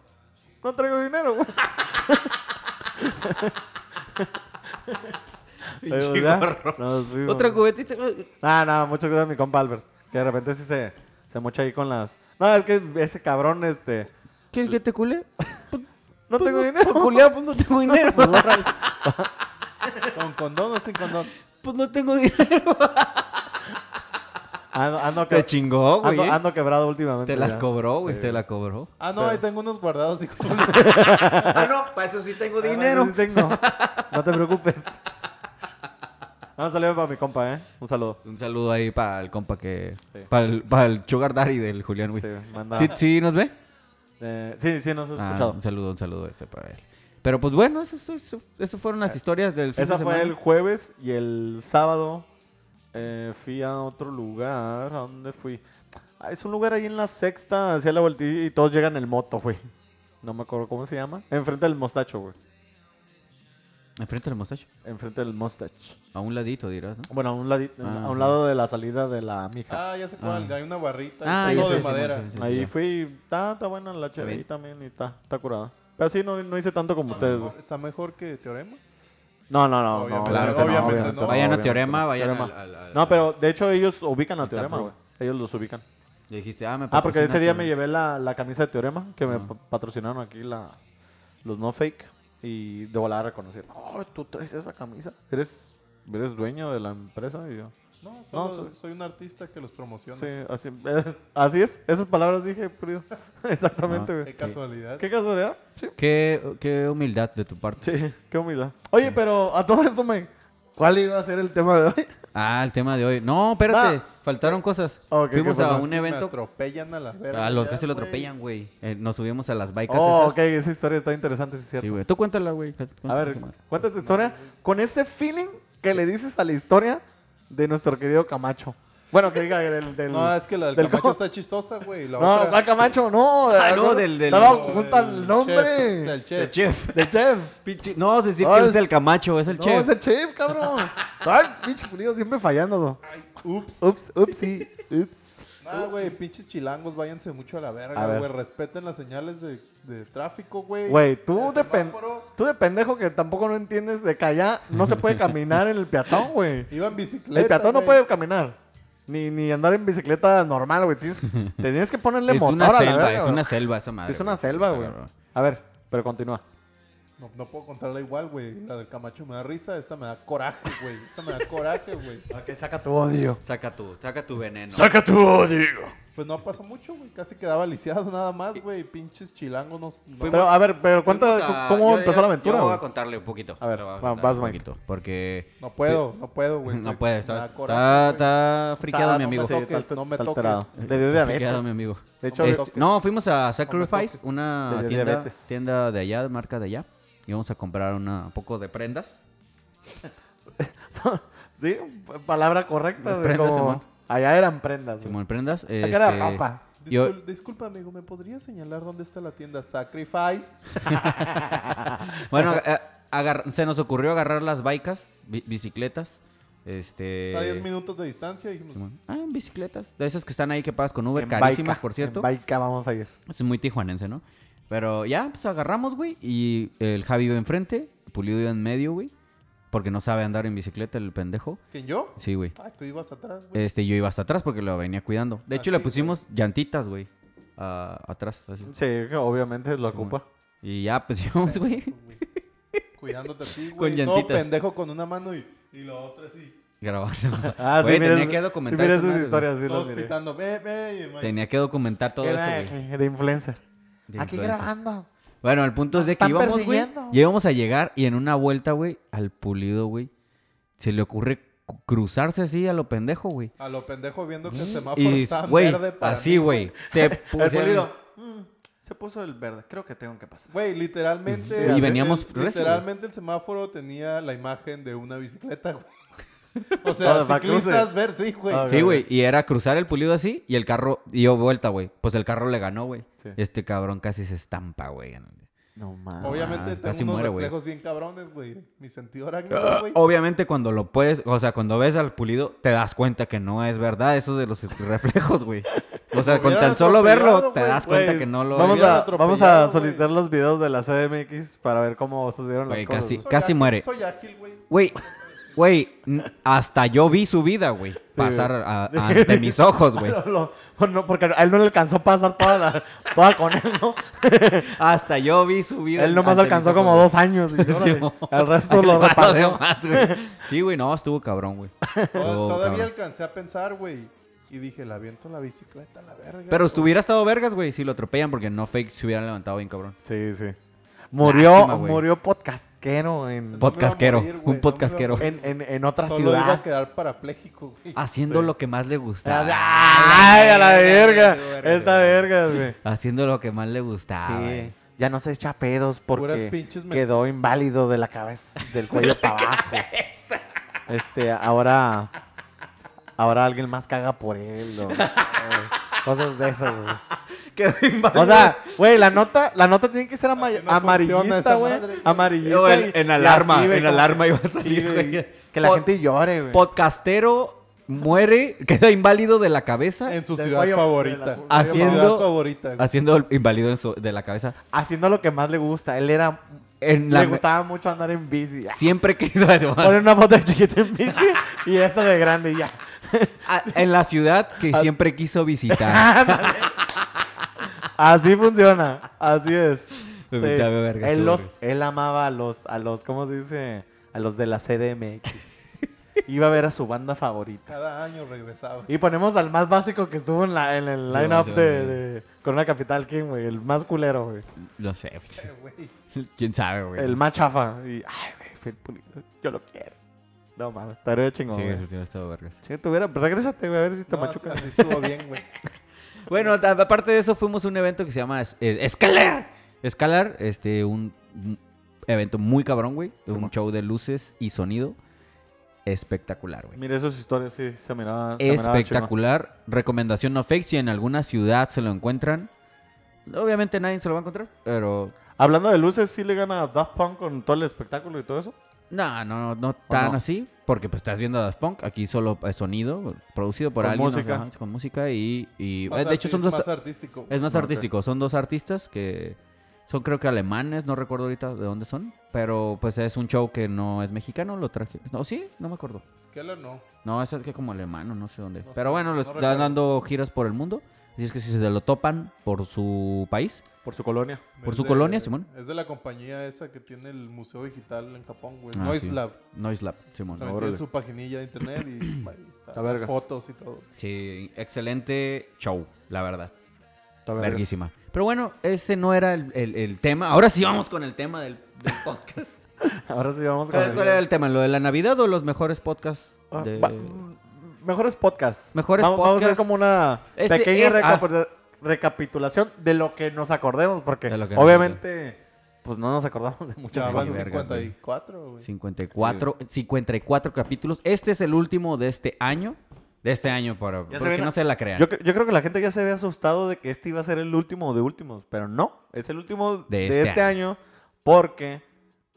[SPEAKER 3] No traigo
[SPEAKER 2] (laughs)
[SPEAKER 3] dinero, güey.
[SPEAKER 2] Pinche
[SPEAKER 3] Digo, ya,
[SPEAKER 2] gorro.
[SPEAKER 3] nos fuimos.
[SPEAKER 2] ¿Otra cubetita?
[SPEAKER 3] Ah, no, muchas gracias a mi compa Albert. Que de repente sí se, se mocha ahí con las. No, es que ese cabrón, este.
[SPEAKER 2] ¿Quieres que te culé?
[SPEAKER 3] (laughs) No tengo
[SPEAKER 2] Pues
[SPEAKER 3] (laughs) dinero.
[SPEAKER 2] culear, pues no tengo
[SPEAKER 3] (laughs)
[SPEAKER 2] dinero.
[SPEAKER 3] Pues, órale.
[SPEAKER 4] ¿Con condón o sin condón?
[SPEAKER 2] Pues no tengo dinero.
[SPEAKER 3] Ando, ando,
[SPEAKER 2] Te
[SPEAKER 3] que-
[SPEAKER 2] chingó, güey.
[SPEAKER 3] ando-
[SPEAKER 2] ¿eh?
[SPEAKER 3] ando quebrado últimamente.
[SPEAKER 2] Te las
[SPEAKER 3] ya.
[SPEAKER 2] cobró, güey. Te la cobró.
[SPEAKER 4] Ah, no, ahí tengo unos guardados. dijo.
[SPEAKER 2] (laughs) Ah, no, para eso sí tengo
[SPEAKER 3] Ah, no, sí
[SPEAKER 2] (laughs)
[SPEAKER 3] tengo. No te preocupes. No, un saludo para mi compa, ¿eh? Un saludo.
[SPEAKER 2] Un saludo ahí para el compa que.
[SPEAKER 3] Sí.
[SPEAKER 2] Para, el, para el Sugar Daddy del Julián, güey.
[SPEAKER 3] Sí, manda.
[SPEAKER 2] ¿Sí, sí nos ve?
[SPEAKER 3] eh, sí, sí, nos has
[SPEAKER 2] Ah,
[SPEAKER 3] escuchado.
[SPEAKER 2] un saludo, un saludo ese para él. Pero pues bueno, eso, eso- eso- eso fueron las historias del fin
[SPEAKER 3] Eh, Esa
[SPEAKER 2] de
[SPEAKER 3] fue
[SPEAKER 2] semana.
[SPEAKER 3] el jueves y el sábado eh, fui a otro lugar. ¿A dónde fui? Ah, es un lugar ahí en la sexta, hacia la vuelta y todos llegan en moto, güey. No me acuerdo cómo se llama. Enfrente del mostacho, güey.
[SPEAKER 2] Enfrente del mostacho.
[SPEAKER 3] Enfrente del mustache.
[SPEAKER 2] A un ladito dirás, ¿no?
[SPEAKER 3] Bueno, a un, ladito-
[SPEAKER 2] Ah,
[SPEAKER 3] a un
[SPEAKER 2] sí.
[SPEAKER 3] lado de la salida de la mija.
[SPEAKER 4] Ah, ya sé cuál. Hay una barrita.
[SPEAKER 2] Ah,
[SPEAKER 4] Ah,
[SPEAKER 2] ya
[SPEAKER 4] todo
[SPEAKER 2] sé,
[SPEAKER 4] de
[SPEAKER 2] sí,
[SPEAKER 4] madera.
[SPEAKER 2] sí, sí, sí,
[SPEAKER 3] Ahí
[SPEAKER 2] ya.
[SPEAKER 3] fui. Está, está buena la chévere
[SPEAKER 2] bien.
[SPEAKER 3] ahí también y está, está curada. Pero sí, no, no hice tanto como ustedes, güey.
[SPEAKER 4] Mejor- Está mejor que Teorema.
[SPEAKER 3] No, no, no.
[SPEAKER 4] Obviamente,
[SPEAKER 3] no,
[SPEAKER 2] Claro que no,
[SPEAKER 3] obviamente,
[SPEAKER 2] obviamente
[SPEAKER 3] no,
[SPEAKER 2] no. Vayan a
[SPEAKER 3] obviamente
[SPEAKER 2] Teorema,
[SPEAKER 3] no.
[SPEAKER 2] vayan
[SPEAKER 3] Teorema.
[SPEAKER 2] al- al- al-
[SPEAKER 3] No, pero de hecho ellos ubican a
[SPEAKER 2] Está
[SPEAKER 3] Teorema,
[SPEAKER 2] pro.
[SPEAKER 3] güey. Ellos los ubican.
[SPEAKER 2] Le dijiste, ah, me
[SPEAKER 3] Ah, porque ese
[SPEAKER 2] patrocina
[SPEAKER 3] día
[SPEAKER 2] tu-
[SPEAKER 3] me llevé la, la camisa de Teorema, que me
[SPEAKER 2] Ah.
[SPEAKER 3] pa- patrocinaron aquí la, los no fake. Y de volada reconocieron. Oh, tú traes esa camisa. Eres, eres dueño de la empresa. Y yo,
[SPEAKER 4] No, solo
[SPEAKER 3] No, soy-
[SPEAKER 4] soy... un artista que los promociona.
[SPEAKER 3] sí, así, (laughs) así es. Esas palabras dije, Prido. (laughs) Exactamente,
[SPEAKER 4] Qué
[SPEAKER 3] güey.
[SPEAKER 4] casualidad.
[SPEAKER 3] ¿Qué casualidad? Sí.
[SPEAKER 2] Qué, qué humildad de tu parte.
[SPEAKER 3] Sí, qué humildad. Oye, pero a todo esto me. ¿Cuál iba a ser el tema de hoy?
[SPEAKER 2] Ah, el tema de hoy. No, espérate. Faltaron cosas.
[SPEAKER 3] Ok, ¿qué
[SPEAKER 2] Fuimos a
[SPEAKER 3] pasó?
[SPEAKER 2] un
[SPEAKER 4] Me
[SPEAKER 2] evento.
[SPEAKER 4] atropellan a la verga.
[SPEAKER 2] A Ah, los
[SPEAKER 4] ya,
[SPEAKER 2] casi lo
[SPEAKER 4] güey.
[SPEAKER 2] atropellan, güey. Eh, nos subimos a las bikes.
[SPEAKER 3] Oh,
[SPEAKER 2] esas.
[SPEAKER 3] ok, esa historia está interesante, sí, es cierto.
[SPEAKER 2] Sí, güey. Tú cuéntala, güey. cuéntala,
[SPEAKER 3] A ver,
[SPEAKER 2] esa madre.
[SPEAKER 3] cuéntate tu historia con ese feeling que le dices a la historia de nuestro querido Camacho. Bueno, que diga del... del
[SPEAKER 4] (laughs) No, es que la del,
[SPEAKER 3] del
[SPEAKER 4] Camacho
[SPEAKER 3] co-
[SPEAKER 4] está chistosa, güey. La
[SPEAKER 3] No,
[SPEAKER 4] otra-
[SPEAKER 3] ¿cuál Camacho? No.
[SPEAKER 2] Ah,
[SPEAKER 3] de-
[SPEAKER 2] no, del- del-
[SPEAKER 3] Estaba
[SPEAKER 4] o
[SPEAKER 3] junta
[SPEAKER 4] del
[SPEAKER 3] el nombre.
[SPEAKER 4] chef,
[SPEAKER 3] Del
[SPEAKER 4] del chef.
[SPEAKER 2] El
[SPEAKER 3] (laughs)
[SPEAKER 2] chef.
[SPEAKER 3] chef.
[SPEAKER 2] Pinche- No, se decir
[SPEAKER 3] No,
[SPEAKER 2] que él es
[SPEAKER 3] es-
[SPEAKER 2] el Camacho, es el
[SPEAKER 3] no,
[SPEAKER 2] chef.
[SPEAKER 3] es el chef, cabrón. Ay, pinche pulido siempre fallando. ¿no?
[SPEAKER 4] Ay, ups.
[SPEAKER 3] Ups, ups, sí, ups.
[SPEAKER 4] No, güey, pinches chilangos, váyanse mucho a la
[SPEAKER 3] A
[SPEAKER 4] verga,
[SPEAKER 3] ver.
[SPEAKER 4] güey. Respeten las señales de, de tráfico, güey.
[SPEAKER 3] Güey, tú
[SPEAKER 4] El
[SPEAKER 3] de, pen-
[SPEAKER 4] semáforo.
[SPEAKER 3] tú de pendejo que tampoco no entiendes de que allá no se puede caminar en el peatón, güey.
[SPEAKER 4] Iba en bicicleta.
[SPEAKER 3] El peatón no
[SPEAKER 4] güey.
[SPEAKER 3] puede caminar. Ni, ni andar en bicicleta normal, güey.
[SPEAKER 2] (laughs)
[SPEAKER 3] Tienes, tenías que ponerle
[SPEAKER 2] Es
[SPEAKER 3] motor
[SPEAKER 2] una
[SPEAKER 3] a la
[SPEAKER 2] selva,
[SPEAKER 3] verga,
[SPEAKER 2] es
[SPEAKER 3] güey.
[SPEAKER 2] una selva esa madre.
[SPEAKER 3] Sí, es una
[SPEAKER 2] güey.
[SPEAKER 3] selva,
[SPEAKER 2] Está
[SPEAKER 3] güey.
[SPEAKER 2] cabrón.
[SPEAKER 3] A ver, pero continúa.
[SPEAKER 4] No, no puedo contarla igual, güey. La del Camacho me da risa, esta me da coraje, güey. Esta me da coraje, güey.
[SPEAKER 3] Ok, saca tu odio.
[SPEAKER 2] Saca tu, saca tu veneno.
[SPEAKER 3] Saca tu odio.
[SPEAKER 4] Pues no pasó mucho, güey. Casi quedaba lisiado nada más, güey. Pinches chilangos no. no-
[SPEAKER 2] Fuimos-
[SPEAKER 3] Pero, a ver, pero cuánto,
[SPEAKER 2] Fuimos a-
[SPEAKER 3] ¿cómo
[SPEAKER 2] ah, yo-
[SPEAKER 3] empezó
[SPEAKER 2] yo-
[SPEAKER 3] la aventura?
[SPEAKER 2] Yo voy a
[SPEAKER 3] güey?
[SPEAKER 2] contarle un poquito.
[SPEAKER 3] A ver,
[SPEAKER 2] Te voy
[SPEAKER 3] va-
[SPEAKER 2] contar
[SPEAKER 3] vas,
[SPEAKER 2] un
[SPEAKER 3] Mike.
[SPEAKER 2] poquito, Porque
[SPEAKER 4] No puedo, no puedo, güey.
[SPEAKER 2] no
[SPEAKER 4] Estoy-
[SPEAKER 2] puede,
[SPEAKER 4] me
[SPEAKER 2] está,
[SPEAKER 4] da coraje,
[SPEAKER 2] está,
[SPEAKER 4] güey.
[SPEAKER 2] está friqueado
[SPEAKER 4] Está-
[SPEAKER 2] mi
[SPEAKER 4] no me
[SPEAKER 2] amigo.
[SPEAKER 4] sé,
[SPEAKER 2] Está
[SPEAKER 4] toques, no me
[SPEAKER 3] está
[SPEAKER 4] toques.
[SPEAKER 3] alterado. Le dio
[SPEAKER 2] friqueado mi
[SPEAKER 3] diabetes.
[SPEAKER 2] amigo.
[SPEAKER 3] De hecho,
[SPEAKER 4] me
[SPEAKER 2] Este,
[SPEAKER 4] toques.
[SPEAKER 2] no, fuimos a Sacrifice,
[SPEAKER 4] toques.
[SPEAKER 2] una
[SPEAKER 3] De
[SPEAKER 2] tienda,
[SPEAKER 3] diabetes.
[SPEAKER 2] tienda de allá, de marca de allá. Y vamos a comprar una, un poco de prendas.
[SPEAKER 3] sí, palabra correcta.
[SPEAKER 2] Las
[SPEAKER 3] De
[SPEAKER 2] prendas,
[SPEAKER 3] como-
[SPEAKER 2] Simón.
[SPEAKER 3] Allá eran prendas. güey.
[SPEAKER 2] Simón, prendas.
[SPEAKER 3] Acá Ah, era
[SPEAKER 2] este,
[SPEAKER 3] ropa.
[SPEAKER 2] yo-
[SPEAKER 4] Discul- Disculpa, amigo, ¿me podrías señalar dónde está la tienda Sacrifice?
[SPEAKER 3] (laughs)
[SPEAKER 2] bueno, a- a- agar- se nos ocurrió agarrar las bicas, bi- bicicletas. Este,
[SPEAKER 4] Está a 10 minutos de distancia. Dijimos,
[SPEAKER 2] Simón. Ah, bicicletas. De esas que están ahí que pagas con Uber,
[SPEAKER 3] En
[SPEAKER 2] carísimas,
[SPEAKER 3] Baica,
[SPEAKER 2] por
[SPEAKER 3] en
[SPEAKER 2] cierto.
[SPEAKER 3] Baica vamos a ir.
[SPEAKER 2] Es muy tijuanense, ¿no? Pero ya, pues agarramos, güey. Y el Javi iba enfrente, Pulido iba en medio, güey. Porque no sabe andar en bicicleta el pendejo.
[SPEAKER 4] ¿quién yo?
[SPEAKER 2] Sí, güey.
[SPEAKER 4] Ay, tú ibas atrás, güey.
[SPEAKER 2] Este, yo iba hasta atrás porque lo venía cuidando. De hecho,
[SPEAKER 4] Así,
[SPEAKER 2] le pusimos llantitas, güey. a- atrás. así.
[SPEAKER 3] Sí, que obviamente lo ocupa.
[SPEAKER 2] Y ya, pues (laughs) íbamos, güey.
[SPEAKER 4] Cuidándote a ti,
[SPEAKER 2] Con
[SPEAKER 4] güey. Todo
[SPEAKER 2] llantitas.
[SPEAKER 4] pendejo con una mano y, y la otra así.
[SPEAKER 2] Grabando.
[SPEAKER 3] Ah,
[SPEAKER 2] Güey, tenía
[SPEAKER 3] miren-
[SPEAKER 2] que documentar
[SPEAKER 3] sí, miren
[SPEAKER 2] esa
[SPEAKER 3] sus
[SPEAKER 2] madre,
[SPEAKER 3] historias, sí, las
[SPEAKER 4] todos
[SPEAKER 3] miré.
[SPEAKER 4] pitando, ve, ve. y el maestro,
[SPEAKER 2] Tenía que documentar todo eso,
[SPEAKER 3] Era
[SPEAKER 2] güey.
[SPEAKER 3] De "Ah, influencer.
[SPEAKER 2] de
[SPEAKER 3] Aquí
[SPEAKER 2] influencer.
[SPEAKER 3] grabando.
[SPEAKER 2] Bueno, el punto es de que
[SPEAKER 3] están
[SPEAKER 2] íbamos, güey.
[SPEAKER 3] persiguiendo.
[SPEAKER 2] Ya íbamos a llegar y en una vuelta, güey, al pulido, güey. Se le ocurre cu- cruzarse así a lo pendejo, güey.
[SPEAKER 4] A lo pendejo viendo que el semáforo
[SPEAKER 2] Y,
[SPEAKER 4] está
[SPEAKER 2] güey,
[SPEAKER 4] verde para
[SPEAKER 2] así,
[SPEAKER 4] mí,
[SPEAKER 2] güey. Se
[SPEAKER 3] El
[SPEAKER 2] pusieron...
[SPEAKER 3] pulido. "Mm, se puso el verde. Creo que tengo que pasar.
[SPEAKER 4] Güey, literalmente.
[SPEAKER 2] Y
[SPEAKER 4] el-
[SPEAKER 2] veníamos
[SPEAKER 4] el-
[SPEAKER 2] recio, güey.
[SPEAKER 4] literalmente el semáforo tenía la imagen de una
[SPEAKER 2] (laughs)
[SPEAKER 4] bicicleta, güey. O
[SPEAKER 3] Ah,
[SPEAKER 4] sea,
[SPEAKER 3] de Back
[SPEAKER 4] ciclistas ver, sí, güey.
[SPEAKER 3] Ah,
[SPEAKER 2] Sí, güey. Y era cruzar el pulido así y el carro dio vuelta, güey. Pues el carro le ganó, güey.
[SPEAKER 3] Sí.
[SPEAKER 2] Este cabrón casi se estampa, güey. en el-
[SPEAKER 3] No mames.
[SPEAKER 4] Obviamente
[SPEAKER 2] Ah,
[SPEAKER 4] tengo
[SPEAKER 2] casi
[SPEAKER 4] unos
[SPEAKER 2] muere, güey. Ah, oh,
[SPEAKER 4] reflejos bien cabrones, güey. Mi sentido arácnido, güey.
[SPEAKER 2] Obviamente cuando lo puedes, o sea, cuando ves al pulido, te das cuenta que no es verdad eso de los (laughs) reflejos, güey. O sea,
[SPEAKER 4] Lo
[SPEAKER 2] con
[SPEAKER 4] hubieran
[SPEAKER 2] tan solo verlo,
[SPEAKER 4] atropellado,
[SPEAKER 2] te
[SPEAKER 4] güey.
[SPEAKER 2] das cuenta que no lo...
[SPEAKER 3] vamos
[SPEAKER 4] habían
[SPEAKER 3] a,
[SPEAKER 4] atropellado,
[SPEAKER 3] vamos a
[SPEAKER 4] güey.
[SPEAKER 3] solicitar los videos de la CDMX para ver cómo sucedieron las
[SPEAKER 2] Güey,
[SPEAKER 3] cosas.
[SPEAKER 2] casi-
[SPEAKER 3] güey.
[SPEAKER 4] Soy
[SPEAKER 2] casi
[SPEAKER 4] ágil,
[SPEAKER 2] muere.
[SPEAKER 4] Soy ágil, güey.
[SPEAKER 2] Güey, güey, n- hasta yo vi su vida, güey. pasar
[SPEAKER 3] güey.
[SPEAKER 2] a-
[SPEAKER 3] (laughs)
[SPEAKER 2] ante mis ojos, güey.
[SPEAKER 3] Lo- lo- o (laughs) no, porque a él no le alcanzó a pasar toda, la, toda con él, ¿no?
[SPEAKER 2] Hasta yo vi su vida.
[SPEAKER 3] Él nomás
[SPEAKER 2] ante
[SPEAKER 3] alcanzó
[SPEAKER 2] mis ojos,
[SPEAKER 3] como
[SPEAKER 2] güey.
[SPEAKER 3] dos años. Y,
[SPEAKER 2] Sí,
[SPEAKER 3] órale,
[SPEAKER 2] mo.
[SPEAKER 3] el resto
[SPEAKER 2] (laughs) Ahí
[SPEAKER 3] lo
[SPEAKER 2] va
[SPEAKER 3] repartió. (laughs)
[SPEAKER 2] demás, güey. Sí, güey, no, estuvo cabrón, güey.
[SPEAKER 4] Tod-
[SPEAKER 2] Estuvo
[SPEAKER 4] Todavía
[SPEAKER 2] cabrón.
[SPEAKER 4] alcancé a pensar, güey. Y dije, la aviento la bicicleta, a la verga.
[SPEAKER 2] Pero estuviera estado vergas, güey, si lo atropellan porque no fake se hubieran levantado bien, cabrón.
[SPEAKER 3] Sí, sí. Murió,
[SPEAKER 2] Lástima, güey.
[SPEAKER 3] murió podcastquero en,
[SPEAKER 4] Pod-
[SPEAKER 2] Podcasquero,
[SPEAKER 4] morir, güey,
[SPEAKER 2] un
[SPEAKER 4] no
[SPEAKER 2] podcasquero.
[SPEAKER 4] me
[SPEAKER 3] en, en- en otra
[SPEAKER 4] Solo iba a
[SPEAKER 3] ciudad.
[SPEAKER 4] quedar parapléjico, güey.
[SPEAKER 2] Haciendo lo que más le gustaba. Ah,
[SPEAKER 3] ¡Ay, a la verga! Esta verga, güey.
[SPEAKER 2] Haciendo lo que más le gustaba.
[SPEAKER 3] Sí.
[SPEAKER 2] güey.
[SPEAKER 3] Ya no se echa pedos
[SPEAKER 4] Puras
[SPEAKER 3] porque
[SPEAKER 4] pinches men-
[SPEAKER 3] quedó inválido de la cabeza, del cuello para abajo. Este, ahora. Ahora alguien más caga por él. o no sé, güey. cosas de esas, güey.
[SPEAKER 2] Quedó
[SPEAKER 3] O
[SPEAKER 2] invadido.
[SPEAKER 3] sea, güey, la nota, la nota tiene que ser ama-
[SPEAKER 4] Así no funciona
[SPEAKER 3] amarillista,
[SPEAKER 4] esa
[SPEAKER 3] güey.
[SPEAKER 4] madre, güey.
[SPEAKER 3] Amarillista.
[SPEAKER 2] O en-
[SPEAKER 3] y-
[SPEAKER 2] en
[SPEAKER 3] y
[SPEAKER 2] alarma,
[SPEAKER 3] así, güey,
[SPEAKER 2] en
[SPEAKER 3] como
[SPEAKER 2] alarma
[SPEAKER 3] que-
[SPEAKER 2] iba a salir,
[SPEAKER 3] sí,
[SPEAKER 2] güey.
[SPEAKER 3] Que la
[SPEAKER 2] Pod-
[SPEAKER 3] gente llore, güey.
[SPEAKER 2] Podcastero muere, (laughs) queda inválido de la cabeza.
[SPEAKER 4] En su
[SPEAKER 3] Del
[SPEAKER 4] ciudad
[SPEAKER 3] cuello- de la-
[SPEAKER 4] favorita.
[SPEAKER 2] Haciendo-
[SPEAKER 4] Su ciudad favorita. güey.
[SPEAKER 2] Haciendo el inválido en su- de la cabeza.
[SPEAKER 3] Haciendo lo que más le gusta. Él era.
[SPEAKER 2] En la
[SPEAKER 3] Le gustaba mucho andar en bici.
[SPEAKER 2] Siempre que
[SPEAKER 3] (laughs) Poner una foto de chiquita en bici y esta de grande y ya.
[SPEAKER 2] Ah, en la ciudad que siempre quiso visitar.
[SPEAKER 3] (laughs) Así funciona. Así es.
[SPEAKER 2] Me
[SPEAKER 3] Sí.
[SPEAKER 2] metí a ver vergas,
[SPEAKER 3] Él,
[SPEAKER 2] tú,
[SPEAKER 3] los,
[SPEAKER 2] güey.
[SPEAKER 3] él amaba a los, a los, ¿cómo se dice? A los de
[SPEAKER 2] (laughs)
[SPEAKER 3] la CDMX. Iba a ver a su banda favorita.
[SPEAKER 4] Cada año regresaba.
[SPEAKER 3] Y ponemos al más básico que estuvo en, la, en el
[SPEAKER 2] Sí,
[SPEAKER 3] line-up
[SPEAKER 2] sí,
[SPEAKER 3] de,
[SPEAKER 2] sí.
[SPEAKER 3] de Corona Capital King, güey. El más culero, güey.
[SPEAKER 2] No
[SPEAKER 3] (laughs)
[SPEAKER 2] sé.
[SPEAKER 4] Eh, güey.
[SPEAKER 2] (laughs) ¿Quién sabe, güey?
[SPEAKER 3] El más chafa. Y, ay, güey, Phil Pulido, yo lo quiero. No mames, estaría chingón,
[SPEAKER 2] Sí,
[SPEAKER 3] güey.
[SPEAKER 2] eso sí no estaba vergas.
[SPEAKER 3] Si tuviera, regrésate, güey, a ver si te
[SPEAKER 4] No,
[SPEAKER 3] machuca.
[SPEAKER 4] así estuvo bien, güey.
[SPEAKER 2] Bueno, ta- aparte de eso, fuimos a un evento que se llama es- eh, Escalar. Escalar, este, un un evento muy cabrón, güey. Un show de luces y sonido espectacular, güey.
[SPEAKER 3] Mira, esas historias sí se miraban. se miraban chingón.
[SPEAKER 2] Espectacular. Recomendación no fake. Si en alguna ciudad se lo encuentran, obviamente nadie se lo va a encontrar, pero.
[SPEAKER 3] Hablando de luces, ¿sí le gana a Daft Punk con todo el espectáculo y todo eso?
[SPEAKER 2] No, no, no tan
[SPEAKER 3] no?
[SPEAKER 2] así, porque pues estás viendo a Daft Punk, aquí solo es sonido producido por
[SPEAKER 3] Con
[SPEAKER 2] alguien, o sea,
[SPEAKER 3] música.
[SPEAKER 2] ajá, con música y, y-
[SPEAKER 4] Más
[SPEAKER 2] de hecho son
[SPEAKER 4] arti-
[SPEAKER 2] dos,
[SPEAKER 4] Más artístico. güey.
[SPEAKER 2] es más
[SPEAKER 3] Ah, ok.
[SPEAKER 2] artístico, son dos artistas que son creo que alemanes, no recuerdo ahorita de dónde son, pero pues es un show que no es mexicano, lo traje, no, sí, no me acuerdo,
[SPEAKER 4] Skeller no.
[SPEAKER 2] no, es el que como alemán o no sé dónde,
[SPEAKER 4] No sé,
[SPEAKER 2] pero bueno,
[SPEAKER 4] no
[SPEAKER 2] les están
[SPEAKER 4] recuerdo.
[SPEAKER 2] dando giras por el mundo, así es que si se lo topan por su país,
[SPEAKER 3] Por su colonia.
[SPEAKER 2] Por
[SPEAKER 4] Es
[SPEAKER 2] su
[SPEAKER 4] de-
[SPEAKER 2] colonia, Simón.
[SPEAKER 4] Es de la compañía esa que tiene el Museo Digital en Japón, güey.
[SPEAKER 2] Ah,
[SPEAKER 4] Noise
[SPEAKER 2] sí.
[SPEAKER 4] Lab.
[SPEAKER 2] Noise Lab, Simón.
[SPEAKER 4] También
[SPEAKER 3] Órale.
[SPEAKER 4] tiene su paginilla de
[SPEAKER 2] (coughs)
[SPEAKER 4] internet y ahí está,
[SPEAKER 3] Está
[SPEAKER 4] las
[SPEAKER 3] vergas.
[SPEAKER 4] fotos y todo.
[SPEAKER 2] Sí, excelente show, la verdad.
[SPEAKER 3] Está verga.
[SPEAKER 2] Verguísima. Pero bueno, ese no era el, el- el tema. Ahora sí vamos con el tema del, del podcast.
[SPEAKER 3] (laughs) Ahora sí vamos con
[SPEAKER 2] ¿Cuál, cuál era el tema? ¿Lo de la Navidad o los mejores podcasts?
[SPEAKER 3] Ah,
[SPEAKER 2] de-
[SPEAKER 3] va- Mejores podcasts.
[SPEAKER 2] Mejores
[SPEAKER 3] vamos, Vamos a hacer
[SPEAKER 2] podcasts.
[SPEAKER 3] como una
[SPEAKER 2] Este
[SPEAKER 3] pequeña
[SPEAKER 2] es- ah.
[SPEAKER 3] recapu- recapitulación de lo que nos acordemos, porque
[SPEAKER 2] De lo que nos
[SPEAKER 3] obviamente, pues no nos acordamos de muchas
[SPEAKER 4] Ya
[SPEAKER 2] sí,
[SPEAKER 4] van
[SPEAKER 2] ni
[SPEAKER 3] cosas.
[SPEAKER 2] vergas, güey.
[SPEAKER 4] 54, güey.
[SPEAKER 2] 54, 54 capítulos. Este es el último de este año. De este año, para,
[SPEAKER 3] se
[SPEAKER 2] porque
[SPEAKER 3] viene-
[SPEAKER 2] no se la crean.
[SPEAKER 3] Yo, cre- yo creo que la gente ya se había asustado de que este iba a ser el último de últimos, pero no, es el último de, este, año. porque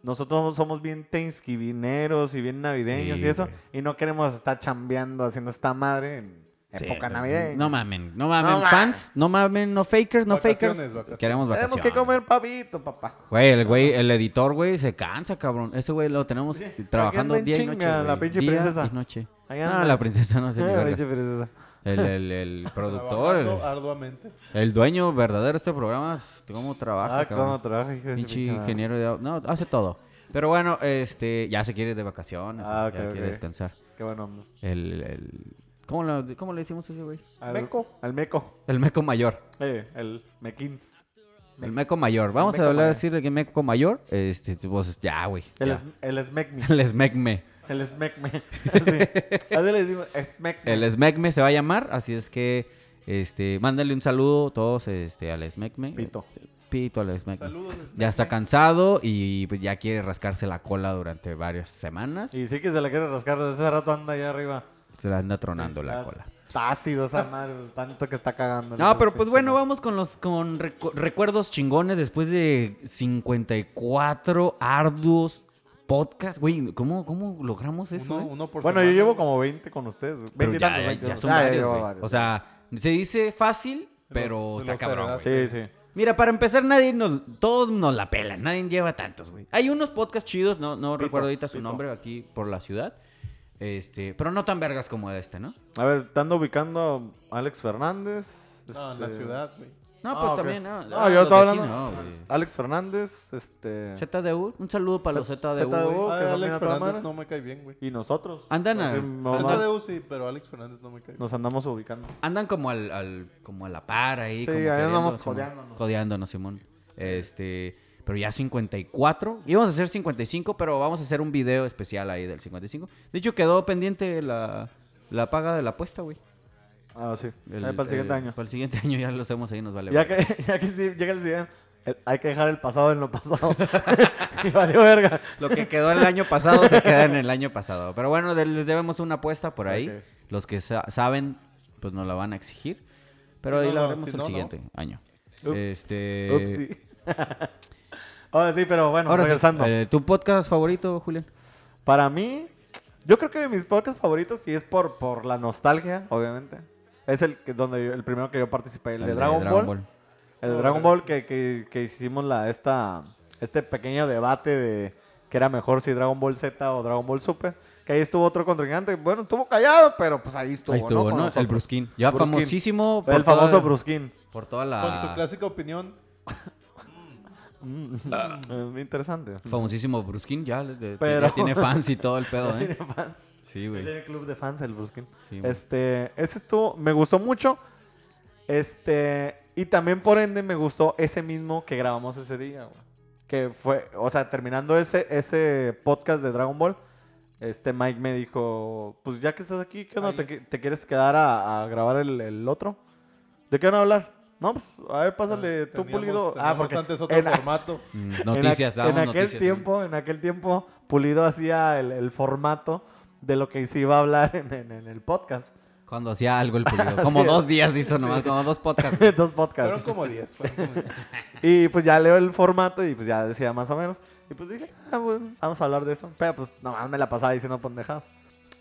[SPEAKER 3] nosotros somos bien thanksgivingeros y bien navideños
[SPEAKER 2] Sí,
[SPEAKER 3] y eso,
[SPEAKER 2] güey.
[SPEAKER 3] y no queremos estar chambeando haciendo esta madre en
[SPEAKER 2] Sí,
[SPEAKER 3] época
[SPEAKER 2] pero
[SPEAKER 3] navideña.
[SPEAKER 2] No mamen, no mamen,
[SPEAKER 3] No mamen.
[SPEAKER 2] fans, no mamen, no fakers, no
[SPEAKER 4] Vacaciones,
[SPEAKER 2] fakers.
[SPEAKER 4] vacaciones.
[SPEAKER 2] Queremos vacaciones.
[SPEAKER 3] Tenemos que comer papito, papá.
[SPEAKER 2] Güey, el güey, el editor, güey, se cansa, cabrón. Ese güey lo tenemos trabajando
[SPEAKER 3] anda en
[SPEAKER 2] día y noche.
[SPEAKER 3] chinga, la
[SPEAKER 2] güey.
[SPEAKER 3] pinche
[SPEAKER 2] Día
[SPEAKER 3] princesa.
[SPEAKER 2] y noche.
[SPEAKER 3] Ahí
[SPEAKER 2] No,
[SPEAKER 3] anda.
[SPEAKER 2] la princesa
[SPEAKER 3] (laughs)
[SPEAKER 2] no se
[SPEAKER 3] Ay,
[SPEAKER 2] libera.
[SPEAKER 3] pinche princesa.
[SPEAKER 2] El, el,
[SPEAKER 3] (laughs)
[SPEAKER 2] el productor, el,
[SPEAKER 4] Trabajando arduamente.
[SPEAKER 2] el dueño verdadero de este programa, s- cómo trabaja,
[SPEAKER 3] Ah,
[SPEAKER 2] cabrón.
[SPEAKER 3] cómo trabaja, hijo de su
[SPEAKER 2] Pinche
[SPEAKER 3] pinche madre.
[SPEAKER 2] ingeniero de au- No, hace todo. Pero bueno, este, ya se quiere ir de vacaciones,
[SPEAKER 3] Ah,
[SPEAKER 2] ya
[SPEAKER 3] ok,
[SPEAKER 2] quiere
[SPEAKER 3] ok.
[SPEAKER 2] descansar.
[SPEAKER 3] Qué bueno. hombre.
[SPEAKER 2] El, el- ¿cómo, lo- ¿Cómo le decimos a ese güey?
[SPEAKER 3] Al
[SPEAKER 4] Meco.
[SPEAKER 3] Al meco.
[SPEAKER 2] El meco mayor.
[SPEAKER 3] Eh, el mequins.
[SPEAKER 2] El meco mayor. Vamos
[SPEAKER 3] meco
[SPEAKER 2] a hablar
[SPEAKER 3] mayor.
[SPEAKER 2] decir el meco mayor. Este, pues, ya, güey.
[SPEAKER 3] El,
[SPEAKER 2] ya.
[SPEAKER 3] es, el smecme.
[SPEAKER 2] (laughs) El esmecme.
[SPEAKER 3] El (laughs) smecme.
[SPEAKER 2] (laughs)
[SPEAKER 3] Así. Así le decimos. Smecme.
[SPEAKER 2] El Smegme se va a llamar, así es que este, mándenle un saludo todos este, al Smegme.
[SPEAKER 3] Pito.
[SPEAKER 2] Pito al Smegme.
[SPEAKER 4] Saludos.
[SPEAKER 2] Ya está cansado y pues, ya quiere rascarse la cola durante varias semanas.
[SPEAKER 3] Y sí que se la quiere rascar. Desde hace rato anda allá arriba.
[SPEAKER 2] Se la anda tronando la
[SPEAKER 3] Ah,
[SPEAKER 2] cola.
[SPEAKER 3] Está ácido esa madre. Tanto que está cagando.
[SPEAKER 2] No, pero pues bueno, vamos con los con recu- recuerdos chingones después de 54 arduos podcasts. Güey, ¿cómo, cómo logramos eso?
[SPEAKER 4] este, Uno,
[SPEAKER 2] eh?
[SPEAKER 4] uno por
[SPEAKER 3] Bueno, yo
[SPEAKER 4] semana.
[SPEAKER 3] llevo como 20 con ustedes. güey.
[SPEAKER 2] Pero
[SPEAKER 3] 20 y
[SPEAKER 2] ya,
[SPEAKER 3] tantos,
[SPEAKER 2] ya-
[SPEAKER 3] 20
[SPEAKER 2] ya
[SPEAKER 3] tantos.
[SPEAKER 2] son
[SPEAKER 3] Ah, ya
[SPEAKER 2] varios,
[SPEAKER 3] llevo
[SPEAKER 2] güey.
[SPEAKER 3] varios.
[SPEAKER 2] O sea, se dice fácil, pero
[SPEAKER 4] se
[SPEAKER 2] está
[SPEAKER 4] los
[SPEAKER 2] cabrón,
[SPEAKER 4] heredas,
[SPEAKER 2] güey.
[SPEAKER 3] Sí, sí.
[SPEAKER 2] Mira, para empezar, nadie nos, todos nos la pelan, nadie lleva tantos, güey. Hay unos podcasts chidos, no, no recuerdo ahorita su nombre aquí por la ciudad. Este, pero no tan vergas como este, ¿no?
[SPEAKER 3] A ver, te ando ubicando a Alex Fernández.
[SPEAKER 4] No, en
[SPEAKER 3] este,
[SPEAKER 4] la ciudad, güey.
[SPEAKER 2] No,
[SPEAKER 3] Ah,
[SPEAKER 2] pues
[SPEAKER 3] ok.
[SPEAKER 2] también, no.
[SPEAKER 3] No,
[SPEAKER 2] ah,
[SPEAKER 3] yo
[SPEAKER 2] los
[SPEAKER 3] estaba
[SPEAKER 2] de aquí
[SPEAKER 3] hablando-
[SPEAKER 2] no, güey.
[SPEAKER 3] Alex Fernández, este.
[SPEAKER 2] ZDU, un saludo para los ZDU.
[SPEAKER 3] ZDU.
[SPEAKER 2] güey.
[SPEAKER 4] Ay,
[SPEAKER 3] que son bien
[SPEAKER 4] Ah, Alex
[SPEAKER 3] a toda
[SPEAKER 4] Fernández
[SPEAKER 3] madre.
[SPEAKER 4] no me cae bien, güey.
[SPEAKER 3] Y nosotros.
[SPEAKER 2] Andan a-
[SPEAKER 3] Así, mamá,
[SPEAKER 4] Santa Deu sí, pero Alex Fernández no me cae bien.
[SPEAKER 3] Nos andamos ubicando.
[SPEAKER 2] Andan como al, al- como a la par ahí.
[SPEAKER 3] Sí,
[SPEAKER 2] como
[SPEAKER 3] ahí
[SPEAKER 2] queriendo,
[SPEAKER 3] andamos
[SPEAKER 2] Simón.
[SPEAKER 3] codeándonos.
[SPEAKER 2] Codeándonos, Simón. Este, pero ya 54. Íbamos a hacer 55, pero vamos a hacer un video especial ahí del 55. De hecho, quedó pendiente la, la paga de la apuesta, güey.
[SPEAKER 3] Ah, sí. Ahí para el siguiente año.
[SPEAKER 2] Para el siguiente año ya lo hacemos ahí, nos vale.
[SPEAKER 3] Ya
[SPEAKER 2] verga.
[SPEAKER 3] que, (laughs) ya que sí, llega el siguiente. eh, Hay que dejar el pasado en lo
[SPEAKER 2] (laughs)
[SPEAKER 3] pasado. (laughs) y valió verga.
[SPEAKER 2] Lo que quedó el año pasado se queda en el año
[SPEAKER 3] (laughs)
[SPEAKER 2] pasado. Pero bueno, de- les debemos una apuesta por ahí.
[SPEAKER 3] Ok.
[SPEAKER 2] Los que sa- saben, pues nos la van a exigir. Pero ahí
[SPEAKER 4] Si no,
[SPEAKER 2] la
[SPEAKER 4] no,
[SPEAKER 2] haremos
[SPEAKER 4] si
[SPEAKER 2] el
[SPEAKER 4] no, no.
[SPEAKER 2] siguiente año.
[SPEAKER 3] Ups.
[SPEAKER 2] Este.
[SPEAKER 3] Ups, sí. Ahora sí, (laughs) pero bueno,
[SPEAKER 2] Ahora sí,
[SPEAKER 3] regresando.
[SPEAKER 2] eh, ¿Tu podcast favorito, Julián?
[SPEAKER 3] Para mí, yo creo que de mis podcasts favoritos, y es por, por la nostalgia, obviamente. Es el que donde yo- el primero que yo participé, el, de, Dragon, Ball. El de Dragon Ball que, que- que hicimos la esta este pequeño debate de que era mejor si Dragon Ball Z o Dragon Ball Super. Que ahí estuvo otro contrincante. Bueno, estuvo callado, pero pues ahí estuvo.
[SPEAKER 2] Ahí estuvo,
[SPEAKER 3] Con
[SPEAKER 2] ¿no? El
[SPEAKER 3] nosotros.
[SPEAKER 2] Brusquín. Ya
[SPEAKER 3] Brusquín.
[SPEAKER 2] famosísimo.
[SPEAKER 3] El
[SPEAKER 2] toda-
[SPEAKER 3] famoso
[SPEAKER 2] (laughs)
[SPEAKER 3] Brusquín.
[SPEAKER 2] Por toda
[SPEAKER 4] Con su
[SPEAKER 2] la.
[SPEAKER 4] clásica opinión,
[SPEAKER 3] Mm, eh, interesante.
[SPEAKER 2] Famosísimo Brusquín, ya, le- de-
[SPEAKER 3] Pero-
[SPEAKER 2] ya
[SPEAKER 3] (laughs)
[SPEAKER 2] tiene fans y todo el pedo,
[SPEAKER 3] Tiene
[SPEAKER 2] ¿eh?
[SPEAKER 3] (laughs) fans.
[SPEAKER 2] Sí, güey.
[SPEAKER 3] Tiene club de fans el Brusquín.
[SPEAKER 2] Sí, güey.
[SPEAKER 3] este, ese estuvo, me gustó mucho. Este, y también por ende me gustó ese mismo que grabamos ese día, güey. Que fue, o sea, terminando ese, ese podcast de Dragon Ball, este Mike me dijo, pues ya que estás aquí, ¿qué onda?
[SPEAKER 4] Ahí.
[SPEAKER 3] ¿Te, qui- te quieres quedar a, a grabar el, el otro? ¿De qué van a hablar? No, pues, a ver, pásale tú,
[SPEAKER 4] teníamos-
[SPEAKER 3] Pulido. Ah,
[SPEAKER 4] teníamos
[SPEAKER 3] porque
[SPEAKER 4] antes otro
[SPEAKER 3] en- (laughs)
[SPEAKER 4] formato.
[SPEAKER 2] Mm,
[SPEAKER 3] en aqu-
[SPEAKER 2] Noticias,
[SPEAKER 3] en,
[SPEAKER 2] damos
[SPEAKER 3] aquel
[SPEAKER 2] noticias. ¿eh? ¿no?
[SPEAKER 3] tiempo, en aquel tiempo, Pulido hacía el, el formato de lo que se iba a hablar en- en- en el podcast. (laughs)
[SPEAKER 2] Cuando hacía algo el pulido. Como
[SPEAKER 3] es.
[SPEAKER 2] dos días hizo nomás, como dos
[SPEAKER 3] (laughs)
[SPEAKER 2] podcasts.
[SPEAKER 3] dos
[SPEAKER 4] Fueron
[SPEAKER 3] podcasts.
[SPEAKER 4] como 10. fueron
[SPEAKER 3] (laughs)
[SPEAKER 4] como 10.
[SPEAKER 3] Y pues ya leo el formato y pues ya decía más o menos. Y pues dije, ah, bueno, vamos a hablar de eso. Pero pues nomás me la pasaba diciendo pendejadas.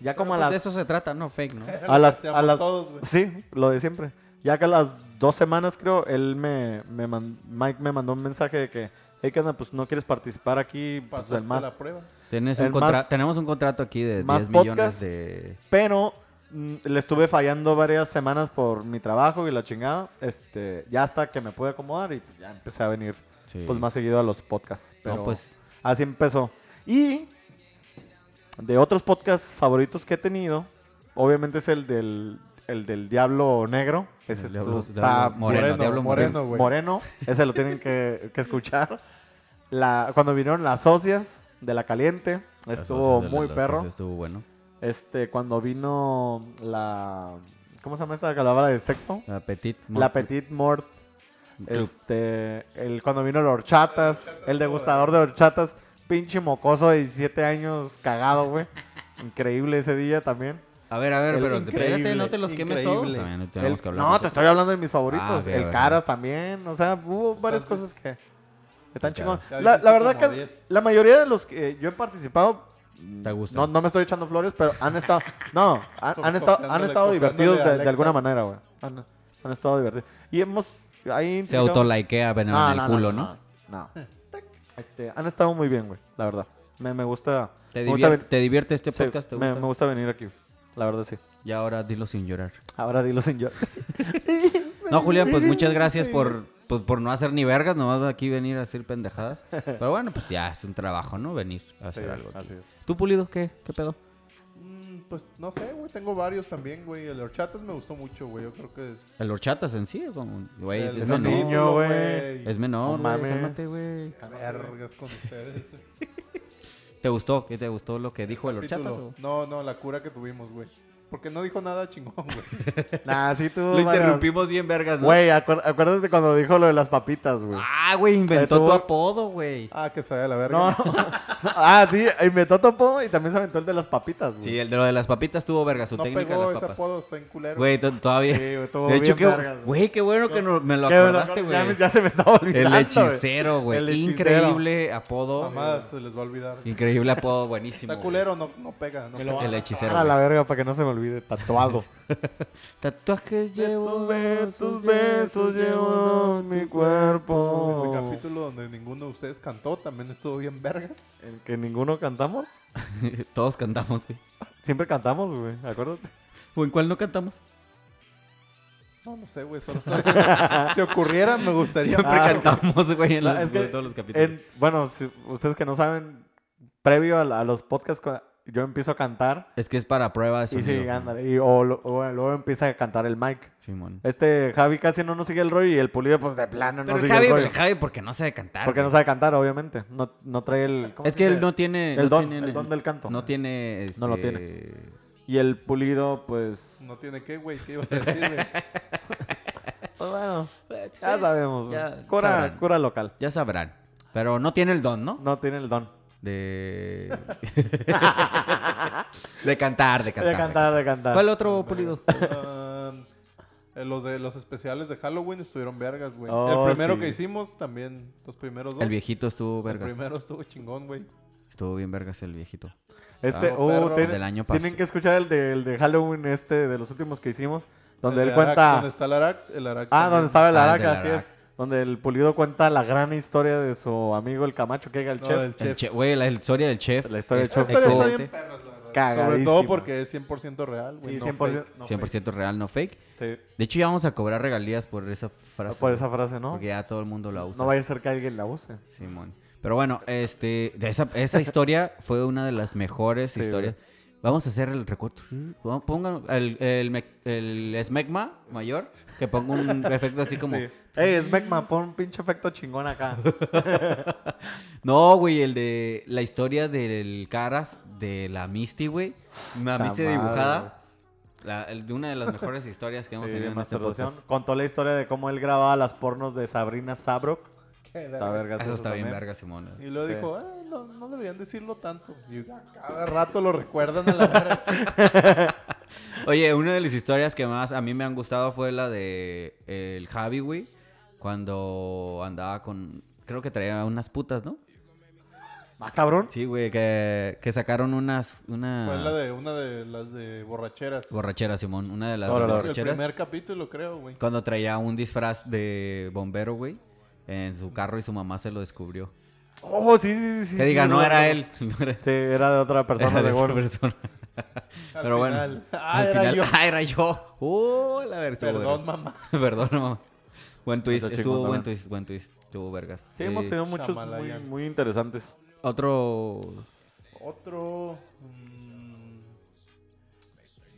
[SPEAKER 3] Ya como a
[SPEAKER 2] Pues
[SPEAKER 3] las...
[SPEAKER 2] De eso se trata, no fake, ¿no?
[SPEAKER 4] Era lo
[SPEAKER 3] A
[SPEAKER 4] que
[SPEAKER 3] las,
[SPEAKER 4] hacíamos
[SPEAKER 3] a las
[SPEAKER 4] todos, güey.
[SPEAKER 3] sí, lo de siempre. Ya que a las dos semanas, creo, él me, me man- Mike me mandó un mensaje de que, hey, ¿qué onda? Pues no quieres participar aquí, pues
[SPEAKER 4] Pasaste
[SPEAKER 3] del mal.
[SPEAKER 4] la prueba.
[SPEAKER 2] Tienes un
[SPEAKER 3] El
[SPEAKER 2] contra-
[SPEAKER 3] más-
[SPEAKER 2] Tenemos un contrato aquí de 10
[SPEAKER 3] más
[SPEAKER 2] millones
[SPEAKER 3] podcast.
[SPEAKER 2] de...
[SPEAKER 3] Pero mm, le estuve fallando varias semanas por mi trabajo y la chingada. Este, ya hasta que me pude acomodar y pues, ya empecé a venir
[SPEAKER 2] Sí.
[SPEAKER 3] pues más seguido a los podcasts. Pero
[SPEAKER 2] No, pues...
[SPEAKER 3] así empezó. Y de otros podcasts favoritos que he tenido, obviamente es el del, el del Diablo Negro. Ese
[SPEAKER 2] El
[SPEAKER 3] es
[SPEAKER 2] Diablo-
[SPEAKER 3] tu-
[SPEAKER 2] Diablo
[SPEAKER 3] está
[SPEAKER 2] Moreno, Diablo
[SPEAKER 4] Moreno, güey.
[SPEAKER 3] Moreno, ese lo tienen que, que escuchar. La, cuando vinieron las socias de La Caliente,
[SPEAKER 2] las
[SPEAKER 3] estuvo
[SPEAKER 2] socias de la-
[SPEAKER 3] muy
[SPEAKER 2] las
[SPEAKER 3] perro.
[SPEAKER 2] socias Estuvo bueno.
[SPEAKER 3] Este, cuando vino la... ¿Cómo se llama esta palabra de sexo?
[SPEAKER 2] La Petit...
[SPEAKER 3] La Petit Mort.
[SPEAKER 2] Club.
[SPEAKER 3] Este, el, cuando vino los horchatas,
[SPEAKER 4] horchatas,
[SPEAKER 3] el degustador de horchatas, pinche mocoso de 17 años, cagado, güey. Increíble ese día también.
[SPEAKER 2] A ver, a ver,
[SPEAKER 3] El-
[SPEAKER 2] pero espérate,
[SPEAKER 4] Increíble,
[SPEAKER 2] no te los quemes todos.
[SPEAKER 4] increíble.
[SPEAKER 2] También no tenemos
[SPEAKER 3] El-
[SPEAKER 2] que hablar
[SPEAKER 3] no,
[SPEAKER 2] de
[SPEAKER 3] te
[SPEAKER 2] eso.
[SPEAKER 3] estoy hablando de mis favoritos.
[SPEAKER 2] Ah, ok,
[SPEAKER 3] el
[SPEAKER 2] ok.
[SPEAKER 3] Caras también, o sea, hubo varias
[SPEAKER 4] Estás-
[SPEAKER 3] cosas que están
[SPEAKER 2] Caras.
[SPEAKER 3] chingones.
[SPEAKER 4] Ya
[SPEAKER 3] La,
[SPEAKER 4] dijiste
[SPEAKER 3] la verdad
[SPEAKER 4] como
[SPEAKER 3] que
[SPEAKER 4] 10.
[SPEAKER 3] la mayoría de los que yo he participado, mm,
[SPEAKER 2] ¿Te gusta?
[SPEAKER 3] no, no me estoy echando flores, pero han
[SPEAKER 4] (laughs)
[SPEAKER 3] estado, no, han,
[SPEAKER 4] Co-
[SPEAKER 3] han estado, han
[SPEAKER 4] copiándole-
[SPEAKER 3] estado divertidos
[SPEAKER 4] copiándole a
[SPEAKER 3] de, de alguna
[SPEAKER 4] Alexa.
[SPEAKER 3] manera, güey. Han, han estado divertidos. Y hemos... Ahí
[SPEAKER 2] Se
[SPEAKER 3] indicado-
[SPEAKER 2] autolikea pero en el culo, ¿no?
[SPEAKER 3] No.
[SPEAKER 4] (laughs)
[SPEAKER 3] Este, han estado muy bien, güey, la verdad. Me, me gusta.
[SPEAKER 2] ¿Te,
[SPEAKER 3] me gusta
[SPEAKER 2] divier-
[SPEAKER 3] ven-
[SPEAKER 2] ¿Te divierte este
[SPEAKER 3] sí,
[SPEAKER 2] podcast? ¿Te
[SPEAKER 3] me-
[SPEAKER 2] gusta?
[SPEAKER 3] me gusta venir aquí, la verdad sí.
[SPEAKER 2] Y ahora dilo sin llorar.
[SPEAKER 3] Ahora dilo
[SPEAKER 2] (laughs)
[SPEAKER 3] sin yo.
[SPEAKER 2] No, Julián, pues muchas gracias por, pues, por no hacer ni vergas, nomás aquí venir a hacer pendejadas. Pero bueno, pues ya es un trabajo, ¿no? Venir a hacer
[SPEAKER 3] Sí,
[SPEAKER 2] algo. aquí.
[SPEAKER 3] así es.
[SPEAKER 2] ¿Tú, Pulido, qué? ¿Qué pedo?
[SPEAKER 4] Mm, pues no sé, güey. Tengo varios también, güey. El de horchatas me gustó mucho, güey. Yo creo que es.
[SPEAKER 2] ¿El horchatas en sí? o cómo? Güey,
[SPEAKER 4] el
[SPEAKER 2] es
[SPEAKER 3] un
[SPEAKER 2] menor.
[SPEAKER 3] niño.
[SPEAKER 4] capítulo,
[SPEAKER 3] güey.
[SPEAKER 2] Es menor,
[SPEAKER 3] No
[SPEAKER 2] güey,
[SPEAKER 3] mames.
[SPEAKER 2] cálmate, güey.
[SPEAKER 4] Vergas con ustedes. este
[SPEAKER 2] (laughs) ¿Te gustó? ¿Qué te gustó lo que dijo el horchatas?
[SPEAKER 4] Capítulo.
[SPEAKER 2] o?
[SPEAKER 4] No, no, la cura que tuvimos, güey. Porque no dijo nada chingón,
[SPEAKER 2] (laughs)
[SPEAKER 4] güey.
[SPEAKER 3] Nah, sí tú.
[SPEAKER 2] Lo
[SPEAKER 3] varias-
[SPEAKER 2] interrumpimos bien vergas, ¿no?
[SPEAKER 3] Güey, acuer- acuérdate cuando dijo lo de las papitas, güey.
[SPEAKER 2] Ah, güey, inventó tu
[SPEAKER 3] Estuvo-
[SPEAKER 2] apodo, güey.
[SPEAKER 4] Ah, que se vaya a la
[SPEAKER 3] No, (laughs)
[SPEAKER 4] verga.
[SPEAKER 3] ah, sí, inventó Topo y también se aventó el de las papitas, güey.
[SPEAKER 2] Sí, el de lo de las papitas tuvo verga, su
[SPEAKER 4] No
[SPEAKER 2] técnica
[SPEAKER 4] pegó
[SPEAKER 2] de las
[SPEAKER 4] ese
[SPEAKER 2] papas.
[SPEAKER 4] apodo, está en culero.
[SPEAKER 2] Güey, to- todavía.
[SPEAKER 3] Sí, güey, estuvo
[SPEAKER 2] de hecho,
[SPEAKER 3] bien
[SPEAKER 2] qué,
[SPEAKER 3] vergas, güey.
[SPEAKER 2] güey, qué bueno que no- me lo
[SPEAKER 3] (laughs) Que me lo
[SPEAKER 2] acordaste,
[SPEAKER 3] acuerdo, ya
[SPEAKER 2] güey.
[SPEAKER 3] me- Ya, se me estaba (laughs) olvidando.
[SPEAKER 2] El
[SPEAKER 3] güey.
[SPEAKER 2] hechicero,
[SPEAKER 3] El
[SPEAKER 2] güey.
[SPEAKER 3] hechicero.
[SPEAKER 2] Increíble apodo.
[SPEAKER 4] Mamada se les va a olvidar.
[SPEAKER 2] Increíble apodo, buenísimo.
[SPEAKER 4] Está
[SPEAKER 2] güey.
[SPEAKER 4] culero, no, no pega. No
[SPEAKER 3] Me lo
[SPEAKER 4] pega.
[SPEAKER 2] El hechicero.
[SPEAKER 3] A la
[SPEAKER 2] güey.
[SPEAKER 3] verga, para que no se me olvide, tatuado.
[SPEAKER 2] Tatuajes (laughs) llevo.
[SPEAKER 3] Tus besos llevo en mi
[SPEAKER 4] Ese
[SPEAKER 3] cuerpo.
[SPEAKER 4] capítulo donde ninguno de ustedes cantó también estuvo bien vergas.
[SPEAKER 3] El que ninguno cantamos.
[SPEAKER 2] (laughs) Todos cantamos, güey.
[SPEAKER 3] Siempre cantamos, güey, acuérdate.
[SPEAKER 2] ¿O en cuál no cantamos?
[SPEAKER 4] No, no sé, güey.
[SPEAKER 3] (laughs)
[SPEAKER 4] Solo estaba diciendo, si ocurriera, me gustaría.
[SPEAKER 2] Siempre
[SPEAKER 3] Ah,
[SPEAKER 2] cantamos, güey, en
[SPEAKER 3] No,
[SPEAKER 2] los-
[SPEAKER 3] es que
[SPEAKER 2] todos los capítulos.
[SPEAKER 3] en- bueno, si ustedes que no saben, previo a, la- a los podcasts, cua- yo empiezo a cantar.
[SPEAKER 2] Es que es para prueba de
[SPEAKER 3] Y
[SPEAKER 2] este sonido.
[SPEAKER 3] sí, ándale, y- o, lo- o luego empieza a cantar el mic.
[SPEAKER 2] Simón.
[SPEAKER 3] Este Javi casi no nos sigue el rollo y el pulido, pues de plano
[SPEAKER 2] Pero
[SPEAKER 3] no
[SPEAKER 2] el
[SPEAKER 3] sigue
[SPEAKER 2] Javi,
[SPEAKER 3] el rollo.
[SPEAKER 2] el Javi porque no sabe cantar.
[SPEAKER 3] Porque no
[SPEAKER 2] güey.
[SPEAKER 3] sabe cantar, obviamente. No, no trae el. ¿cómo
[SPEAKER 2] Es
[SPEAKER 3] se
[SPEAKER 2] que él
[SPEAKER 3] dice?
[SPEAKER 2] no tiene...
[SPEAKER 3] El
[SPEAKER 2] no
[SPEAKER 3] don,
[SPEAKER 2] tiene-
[SPEAKER 3] el don del canto.
[SPEAKER 2] No tiene...
[SPEAKER 3] No lo
[SPEAKER 2] este,
[SPEAKER 3] Y el pulido, pues.
[SPEAKER 4] No tiene qué, güey. ¿Qué ibas a decir, güey?
[SPEAKER 3] pues, bueno, ya sabemos.
[SPEAKER 2] Ya
[SPEAKER 3] pues. cura,
[SPEAKER 2] sabrán.
[SPEAKER 3] cura local.
[SPEAKER 2] Ya sabrán. Pero no tiene el don, ¿no?
[SPEAKER 3] No tiene el don. (laughs)
[SPEAKER 2] De... (laughs) de cantar, de cantar.
[SPEAKER 3] de cantar, de cantar.
[SPEAKER 2] ¿Cuál otro, Pulido?
[SPEAKER 4] Ah, eh, los, de, los especiales de Halloween estuvieron vergas, güey.
[SPEAKER 3] Oh,
[SPEAKER 4] el primero
[SPEAKER 3] sí.
[SPEAKER 4] que hicimos también, los primeros dos.
[SPEAKER 2] El viejito estuvo
[SPEAKER 4] El
[SPEAKER 2] vergas.
[SPEAKER 4] primero estuvo chingón, güey.
[SPEAKER 2] Estuvo bien vergas el viejito.
[SPEAKER 3] Este,
[SPEAKER 4] Ah,
[SPEAKER 3] oh,
[SPEAKER 4] perro.
[SPEAKER 3] tiene-
[SPEAKER 2] Del año
[SPEAKER 3] tienen
[SPEAKER 2] pasado.
[SPEAKER 3] que escuchar el de, el de Halloween, este, de los últimos que hicimos, donde
[SPEAKER 4] El
[SPEAKER 3] él
[SPEAKER 4] de Arak,
[SPEAKER 3] cuenta.
[SPEAKER 4] Donde está el Arak. El
[SPEAKER 3] Ah,
[SPEAKER 4] Arak también.
[SPEAKER 3] donde estaba el
[SPEAKER 2] Ah, el
[SPEAKER 3] Araca,
[SPEAKER 2] del
[SPEAKER 3] así
[SPEAKER 2] Araca.
[SPEAKER 3] es. Donde el Pulido cuenta la gran historia de su amigo el Camacho, que era el
[SPEAKER 4] No,
[SPEAKER 3] chef.
[SPEAKER 4] del
[SPEAKER 2] El
[SPEAKER 4] chef.
[SPEAKER 2] che- Güey, la historia del chef.
[SPEAKER 3] La historia del
[SPEAKER 2] es
[SPEAKER 4] Esa
[SPEAKER 3] chef.
[SPEAKER 4] historia está
[SPEAKER 2] excelente.
[SPEAKER 4] bien perras, la verdad. Sobre
[SPEAKER 3] Cagadísimo.
[SPEAKER 4] todo porque es 100% real, güey.
[SPEAKER 3] Sí,
[SPEAKER 4] no
[SPEAKER 3] 100%.
[SPEAKER 4] fake, no fake.
[SPEAKER 2] 100% real, no fake.
[SPEAKER 3] Sí,
[SPEAKER 2] De hecho, ya vamos a cobrar regalías por esa frase.
[SPEAKER 3] por
[SPEAKER 2] güey,
[SPEAKER 3] esa frase, ¿no?
[SPEAKER 2] Porque ya todo el mundo la usa.
[SPEAKER 3] No vaya a ser que alguien la use.
[SPEAKER 2] Simón. Pero bueno, este, de esa, esa historia fue una de las mejores
[SPEAKER 3] Sí,
[SPEAKER 2] historias. Vamos a hacer el recuerdo. Vamos- Pongan el, el, me- el esmegma mayor, que ponga
[SPEAKER 3] (laughs)
[SPEAKER 2] un efecto así como...
[SPEAKER 3] Sí. Ey, es Mecma, pon un pinche efecto chingón
[SPEAKER 2] (laughs)
[SPEAKER 3] acá.
[SPEAKER 2] No, güey, el de la historia del Caras de la Misty, güey. Una
[SPEAKER 3] Ta
[SPEAKER 2] Misty
[SPEAKER 3] madre,
[SPEAKER 2] dibujada. La- el de una de las mejores historias que hemos
[SPEAKER 3] Sí,
[SPEAKER 2] tenido en este
[SPEAKER 3] masturbación.
[SPEAKER 2] podcast.
[SPEAKER 3] Contó la historia de cómo él grababa las pornos de Sabrina Sabrok.
[SPEAKER 4] Qué
[SPEAKER 3] Está
[SPEAKER 4] verga.
[SPEAKER 3] vergas
[SPEAKER 2] Eso está bien,
[SPEAKER 3] también.
[SPEAKER 2] verga, Simón.
[SPEAKER 4] Y luego
[SPEAKER 3] Sí.
[SPEAKER 4] dijo, "Ah, no, no deberían decirlo tanto. Y cada rato lo recuerdan a la
[SPEAKER 2] (laughs)
[SPEAKER 4] verga.
[SPEAKER 2] Oye, una de las historias que más a mí me han gustado fue la de el Javi, güey, cuando andaba con creo que traía unas putas, ¿no?
[SPEAKER 3] Ah, cabrón.
[SPEAKER 2] Sí, güey, que, que sacaron unas una
[SPEAKER 4] Fue Pues la de una de las de borracheras.
[SPEAKER 2] borrachera, Simón, una de las
[SPEAKER 3] Órale, órale.
[SPEAKER 4] El
[SPEAKER 2] borracheras
[SPEAKER 4] primer capítulo, creo, güey.
[SPEAKER 2] cuando traía un disfraz de bombero, güey, en su carro y su mamá se lo descubrió.
[SPEAKER 3] Oh, sí, sí, sí, sí.
[SPEAKER 2] que
[SPEAKER 3] sí,
[SPEAKER 2] diga,
[SPEAKER 3] sí,
[SPEAKER 2] no
[SPEAKER 3] me
[SPEAKER 2] era
[SPEAKER 3] acuerdo.
[SPEAKER 2] él, (laughs) no era,
[SPEAKER 3] Sí, era de otra
[SPEAKER 2] era
[SPEAKER 3] persona
[SPEAKER 2] de
[SPEAKER 3] de
[SPEAKER 2] esa
[SPEAKER 3] golpe.
[SPEAKER 2] persona.
[SPEAKER 4] Al
[SPEAKER 2] Pero bueno,
[SPEAKER 4] final, ah,
[SPEAKER 2] al
[SPEAKER 4] era
[SPEAKER 2] final,
[SPEAKER 4] yo.
[SPEAKER 2] (laughs) ah, era yo. Uh, la verga, estuvo
[SPEAKER 4] Perdón,
[SPEAKER 2] verga.
[SPEAKER 4] mamá.
[SPEAKER 2] (laughs) Perdón, mamá. Buen twist,
[SPEAKER 3] Está
[SPEAKER 2] estuvo
[SPEAKER 3] chingón
[SPEAKER 2] buen
[SPEAKER 3] también.
[SPEAKER 2] twist, buen twist, estuvo vergas.
[SPEAKER 3] Sí, hemos
[SPEAKER 2] Eh,
[SPEAKER 3] tenido muchos muy,
[SPEAKER 4] Shamalayan.
[SPEAKER 3] muy interesantes.
[SPEAKER 2] Otro.
[SPEAKER 4] Otro. mm,